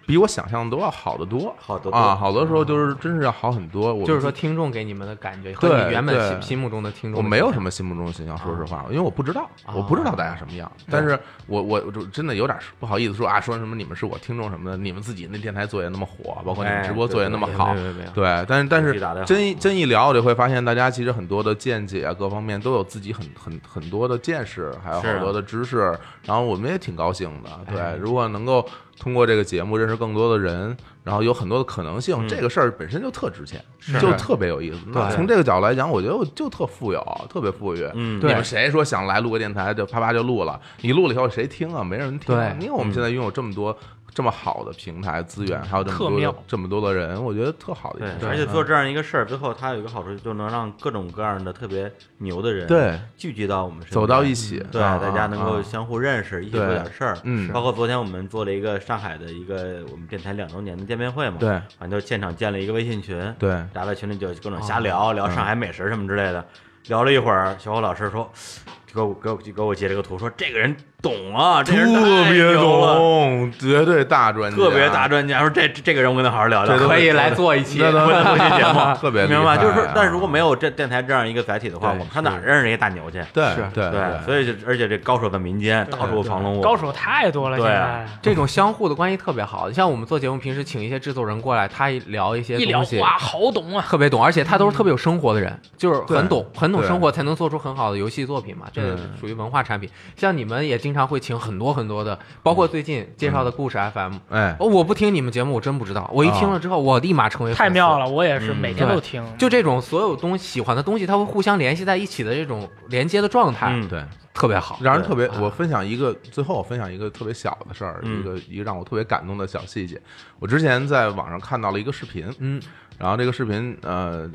S2: 比我想象的都要好得多，
S1: 好得多嗯
S2: 啊，好多时候就是真是要好很多。 我
S4: 就是说，听众给你们的感觉和你原本
S2: 对
S4: 心心目中的听众，
S2: 我没有什么心目中的形象，说实话，因为我不知道，
S4: 啊
S2: 我不知道大家什么样。但是我我我就真的有点不好意思说啊，说什么你们是我听众什么的，你们自己那电台做也那么火，包括你们
S1: 哎
S2: 直播做也那么
S4: 没有
S2: 好
S4: 没有没有，
S2: 对。但是但
S1: 自己打得
S2: 是
S1: 好
S2: 真一真一聊，我就会发现大家其实很多的见解啊，各方面都有自己很很很多的见识，还有
S1: 是啊
S2: 好多的知识。然后我们也挺高兴的，对。如果能够通过这个节目认识更多的人，然后有很多的可能性，这个事儿本身就特值钱，就特别有意思。那
S4: 对
S2: 从这个角度来讲，我觉得我就特富有，特别富裕。
S1: 嗯
S2: 你
S4: 对
S2: 们谁说想来录个电台就啪啪就录了？你录了以后谁听啊？没人听啊。
S4: 对嗯
S2: 因为我们现在拥有这么多这么好的平台资源，还有这么
S3: 特
S2: 多
S3: 妙
S2: 的这么多的人，我觉得特好的一件事
S1: 而且
S4: 嗯
S1: 做这样一个事儿，最后它有一个好处，就能让各种各样的特别牛的人
S2: 对
S1: 聚集到我们身边，
S2: 走到一起，
S1: 对，
S2: 啊
S1: 大家能够
S2: 啊
S1: 相互认识，一起做
S2: 对
S1: 点事儿。
S2: 嗯
S1: 包括昨天我们做了一个上海的一个我们电台两周年的见面会嘛，
S2: 对，
S1: 反正就现场建了一个微信群，
S2: 对
S1: 大家在群里就各种瞎聊，聊上海美食什么之类的。聊了一会儿，小侯老师说，给我给我给我截了个图，说这个人懂啊，这个人
S2: 特
S1: 太
S2: 别
S1: 牛了，
S2: 懂，绝对大专家，
S1: 特别大专家。说这这个人我跟他好好聊聊，
S2: 这都
S4: 可以来做一期
S2: 那都
S1: 不能不节目
S2: 特别厉害
S1: 明白吧？就是说
S2: 啊，
S1: 但是如果没有这电台这样一个载体的话，
S2: 对
S1: 我们上哪儿认识这些大牛去？
S2: 对
S4: 是
S2: 对
S1: 对，所以就而且这高手在民间，到处藏龙卧
S3: 高
S1: 虎。
S3: 手太多了，
S1: 对
S3: 现在
S4: 这种相互的关系特别好。像我们做节目，平时请一些制作人过来，他一聊一些
S3: 一聊
S4: 东西，
S3: 哇，好懂啊！
S4: 特别懂，而且他都是特别有生活的人，就是很懂，很懂
S2: 对
S4: 生活，才能做出很好的游戏作品嘛。这
S2: 嗯
S4: 属于文化产品。像你们也经常会请很多很多的，包括最近介绍的故事 FM。
S2: 哎，
S4: 哦，我不听你们节目，我真不知道。我一听了之后，我立马成为
S3: 太妙
S4: 了。
S3: 了，我也是
S1: 嗯
S3: 每天
S4: 对
S3: 都听。
S4: 就这种所有东喜欢的东西，它会互相联系在一起的这种连接的状态，
S1: 嗯
S2: 对。
S4: 特别好。
S2: 让人特别，
S4: 啊
S2: 我分享一个，最后我分享一个特别小的事儿，
S1: 嗯
S2: 一个一个让我特别感动的小细节。我之前在网上看到了一个视频，
S4: 嗯，
S2: 然后这个视频，呃，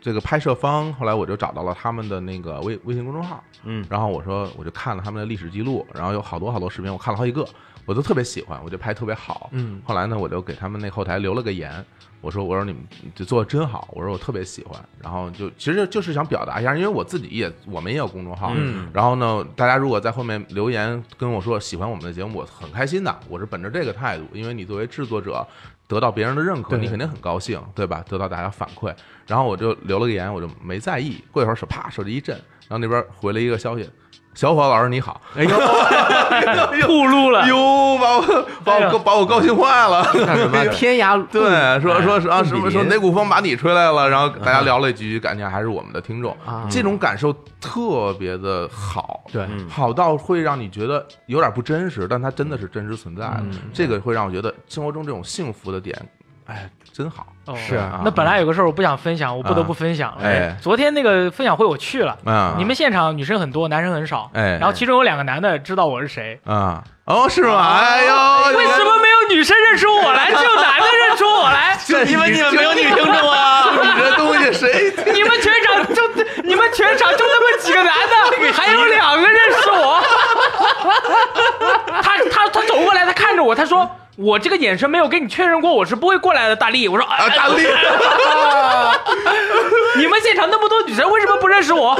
S2: 这个拍摄方后来我就找到了他们的那个微微信公众号，
S1: 嗯，
S2: 然后我说我就看了他们的历史记录，然后有好多好多视频，我看了好几个，我都特别喜欢，我就拍特别好，
S4: 嗯
S2: 后来呢，我就给他们那后台留了个言，我说我说你们就做的真好，我说我特别喜欢，然后就其实就是想表达一下，因为我自己也我们也有公众号，
S4: 嗯，
S2: 然后呢，大家如果在后面留言跟我说喜欢我们的节目，我很开心的，我是本着这个态度，因为你作为制作者得到别人的认可，
S4: 对
S2: 你肯定很高兴，对吧？得到大家反馈，然后我就留了个言，我就没在意，过一会儿手啪手机一震，然后那边回了一个消息。小伙老师你好，哎呦，
S3: 吐露了，
S2: 哟，把我把我把我高兴坏了，
S4: 那哎什么天涯
S2: 对，说说是啊，什么
S4: 比
S2: 说
S4: 邻
S2: 哪股风把你吹来了，然后大家聊了几句，感觉还是我们的听众
S4: 啊，
S2: 这种感受特别的好，
S4: 对
S1: 嗯
S2: 好到会让你觉得有点不真实，但它真的是真实存在的
S4: 嗯，
S2: 这个会让我觉得生活中这种幸福的点，哎，真好，
S3: 哦
S4: 是啊嗯
S3: 那本来有个事儿我不想分享，我不得不分享了。
S2: 哎
S3: 昨天那个分享会我去了，
S2: 啊，
S3: 你们现场女生很多，男生很少。
S2: 哎
S3: 然后其中有两个男的知道我是谁，
S2: 啊，哦，是吗？哎呦，
S3: 为什么没有女生认出我来，只有男的认出我来？
S2: 这
S1: 因为你们没有女听众啊，
S2: 你这东西谁听？
S3: 你们全场就你们全场就那么几个男 的，还有两个认识我。他他他走过来，他看着我，他说。我这个眼神没有跟你确认过，我是不会过来的，大力。我说，啊
S2: 啊，大力，
S3: 你们现场那么多女生，为什么不认识我？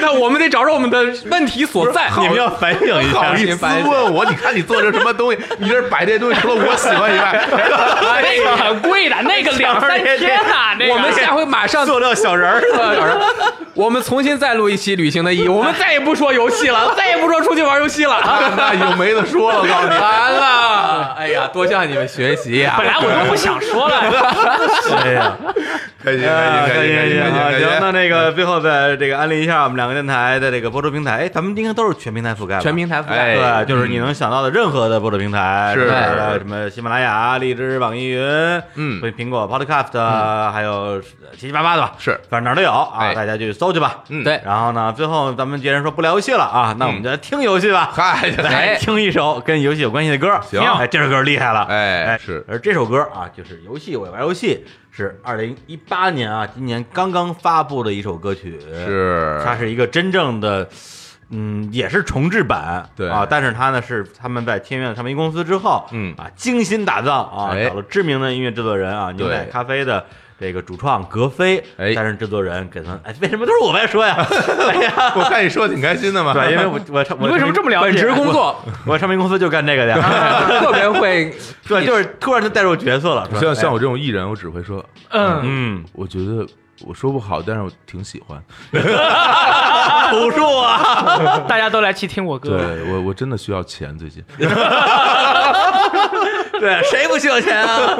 S4: 那我们得找找我们的问题所在。
S1: 你们要反省一
S2: 不好
S1: 下。
S2: 意思问我，你看你做这什么东西？你这摆这东西，除了我喜欢以外，
S3: 那个很贵的，那个两三千 呐，那个
S4: 哎我们下回马上
S1: 塑料小人儿，
S4: 我们重新再录一期《旅行的意义》，我们 再也不说游戏了，再也不说出去玩游戏 了。
S2: 那就没得说了。我告诉你，
S4: 完了，哎呀，多向你们学习 呀、
S3: 本来我都不想说了，
S1: 哎呀，
S2: 开心
S1: 啊
S2: 开心开心
S1: 啊行，
S2: 开心开
S1: 那
S2: 心！
S1: 那个最后再这个安利一下我们两个电台的这个播出平台，哎，咱们应该都是全平台覆盖吧，
S4: 全平台覆盖。
S1: 对，就是你能想到的任何的播客平台，
S2: 哎嗯是
S1: 什么
S2: 对
S1: 呃什么喜马拉雅、荔枝、网易云，
S2: 嗯
S1: 所以苹果 Podcast，啊还有七七八八的吧，
S2: 是
S1: 反正哪儿都有啊，
S2: 哎
S1: 大家就去搜去吧。
S2: 嗯
S4: 对
S1: 然后呢，最后咱们既然说不聊游戏了啊，那我们就来听游戏吧。
S2: 嗨，
S1: 来听一首跟游戏有关系的歌，
S2: 哎行
S1: 哎，这首歌厉害了，
S2: 哎
S1: 哎
S2: 是
S1: 而这首歌啊，就是游戏我也玩游戏，是二零一八年啊，今年刚刚发布的一首歌曲，它
S2: 是
S1: 是一个真正的，嗯，也是重制版，
S2: 对
S1: 啊，但是它呢是他们在天悦唱片公司之后，
S2: 嗯
S1: 啊，精心打造啊，
S2: 哎
S1: 找了知名的音乐制作人啊，牛奶
S2: 对
S1: 咖啡的这个主创格飞
S2: 哎
S1: 担任制作人，给他哎，为什么都是我在说 呀？哎呀，
S2: 我看你说的挺开心的嘛。
S1: 对， 因为我我我
S3: 你为什么这么了解啊哎
S1: 本职工作，
S4: 作
S1: 我唱片公司就干这个的 呀，
S4: 特别会，
S1: 对，就是突然就带入角色了，是吧哎
S2: 像像我这种艺人，我只会说，
S3: 嗯，
S1: 嗯，
S2: 我觉得我说不好，但是我挺喜欢。
S1: 口述啊，
S3: 大家都来去听我歌，
S2: 对我，我真的需要钱，最近。
S1: 对，谁不需要钱 啊？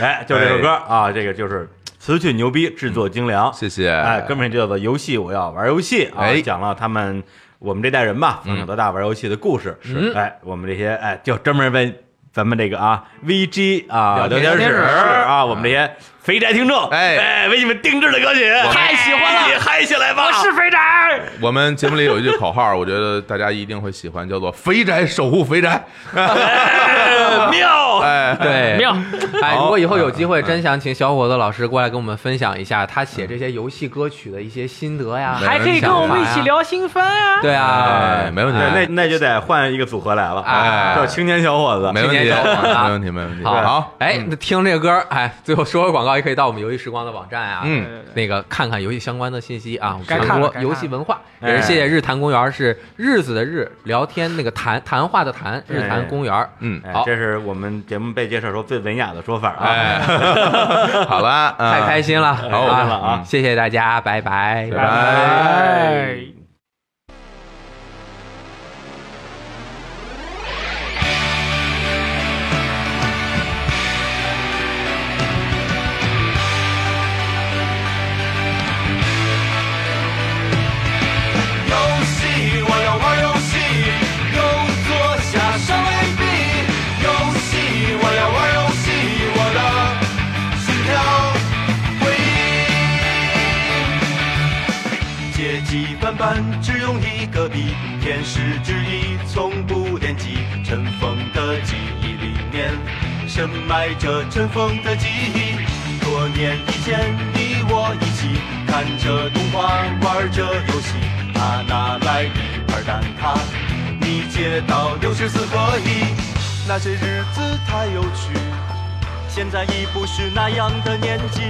S1: 哎，就这首歌
S2: 哎
S1: 啊，这个就是词曲牛逼，制作精良，
S2: 谢谢。
S1: 哎，哥们儿就叫做游戏，我要玩游戏啊，
S2: 哎嗯
S1: 讲了他们我们这代人吧，从小到大玩游戏的故事。是，哎，我们这些哎，就专门为咱们这个啊 VG 啊聊
S4: 聊天
S1: 天室
S4: 室
S1: 啊，我们这些肥宅听众，
S2: 哎
S1: 哎，为你们定制的歌曲，
S3: 太喜欢了
S1: 一起嗨起来吧！
S3: 我是肥宅，
S2: 我们节目里有一句口号，我觉得大家一定会喜欢，叫做“肥宅守护肥宅
S1: 哎妙”。，
S2: 哎，
S4: 对，
S3: 妙，
S4: 哎，
S2: 好
S4: 如果以后有机会，真想请小伙子老师过来跟我们分享一下他写这些游戏歌曲的一些心得呀，
S2: 没
S3: 还可以跟我们一起聊新番啊。
S4: 对啊
S2: 哎，，没问题，
S1: 对，那那就得换一个组合来了，
S4: 哎
S1: 叫青年小伙子，
S2: 没问题，
S4: 青年小伙子啊
S2: 没问题，没问题。
S4: 好，
S2: 好，
S3: 嗯
S4: 哎，那听这个歌儿，哎，最后说个广告，也可以到我们游戏时光的网站啊，
S2: 嗯
S4: 那个看看游戏相关的信息啊，我们
S3: 该看
S4: 传
S3: 了
S4: 播
S3: 该看
S4: 游
S3: 了哎
S4: 戏文化，也是谢谢日坛公园，是日子的日，聊天那个谈谈话的谈，日坛公园，
S2: 嗯，
S1: 哎
S4: 好，
S1: 这是我们节目被介绍时候最文雅的说法啊。
S2: 哎，好了，
S4: 太
S2: 啊
S4: 开心了，好
S1: 开心了啊
S4: 谢谢大家，拜拜，
S2: 拜拜。
S5: 游戏，我要玩游戏，右左下上 A B。游戏，我要玩游戏，我的心跳回忆。阶级翻版只用一个笔，天使之翼从不惦记，尘封的记忆里面深埋着尘封的记忆。多年以前，你我一起看着动画，玩着游戏。他拿来一块蛋挞，你接到六十四合一。那些日子太有趣，现在已不是那样的年纪。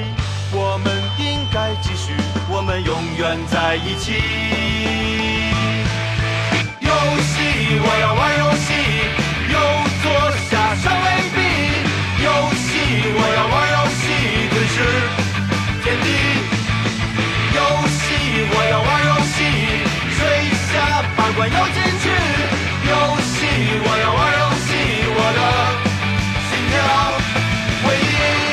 S5: 我们应该继续，我们永远在一起。游戏，我要玩游戏，右左下上 A B。游戏，我要玩游戏，吞噬天地。游戏，我要玩游戏，水下把关要进去。游戏，我要玩游戏，我的心跳回忆。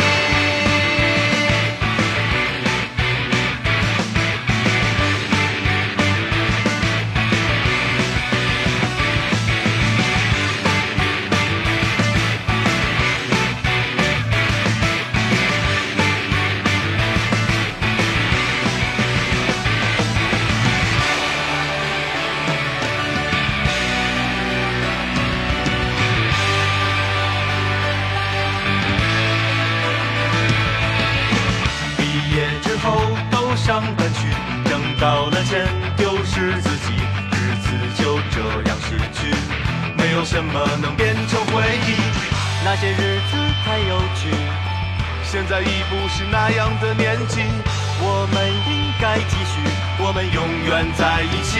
S5: 毕业之后都上班去，挣到了钱丢失自己，日子就这样逝去，没有什么能变成回忆，那些日子太有趣，现在已不是那样的年纪，我们应该继续，我们永远在一起。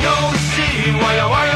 S5: 游戏，我要玩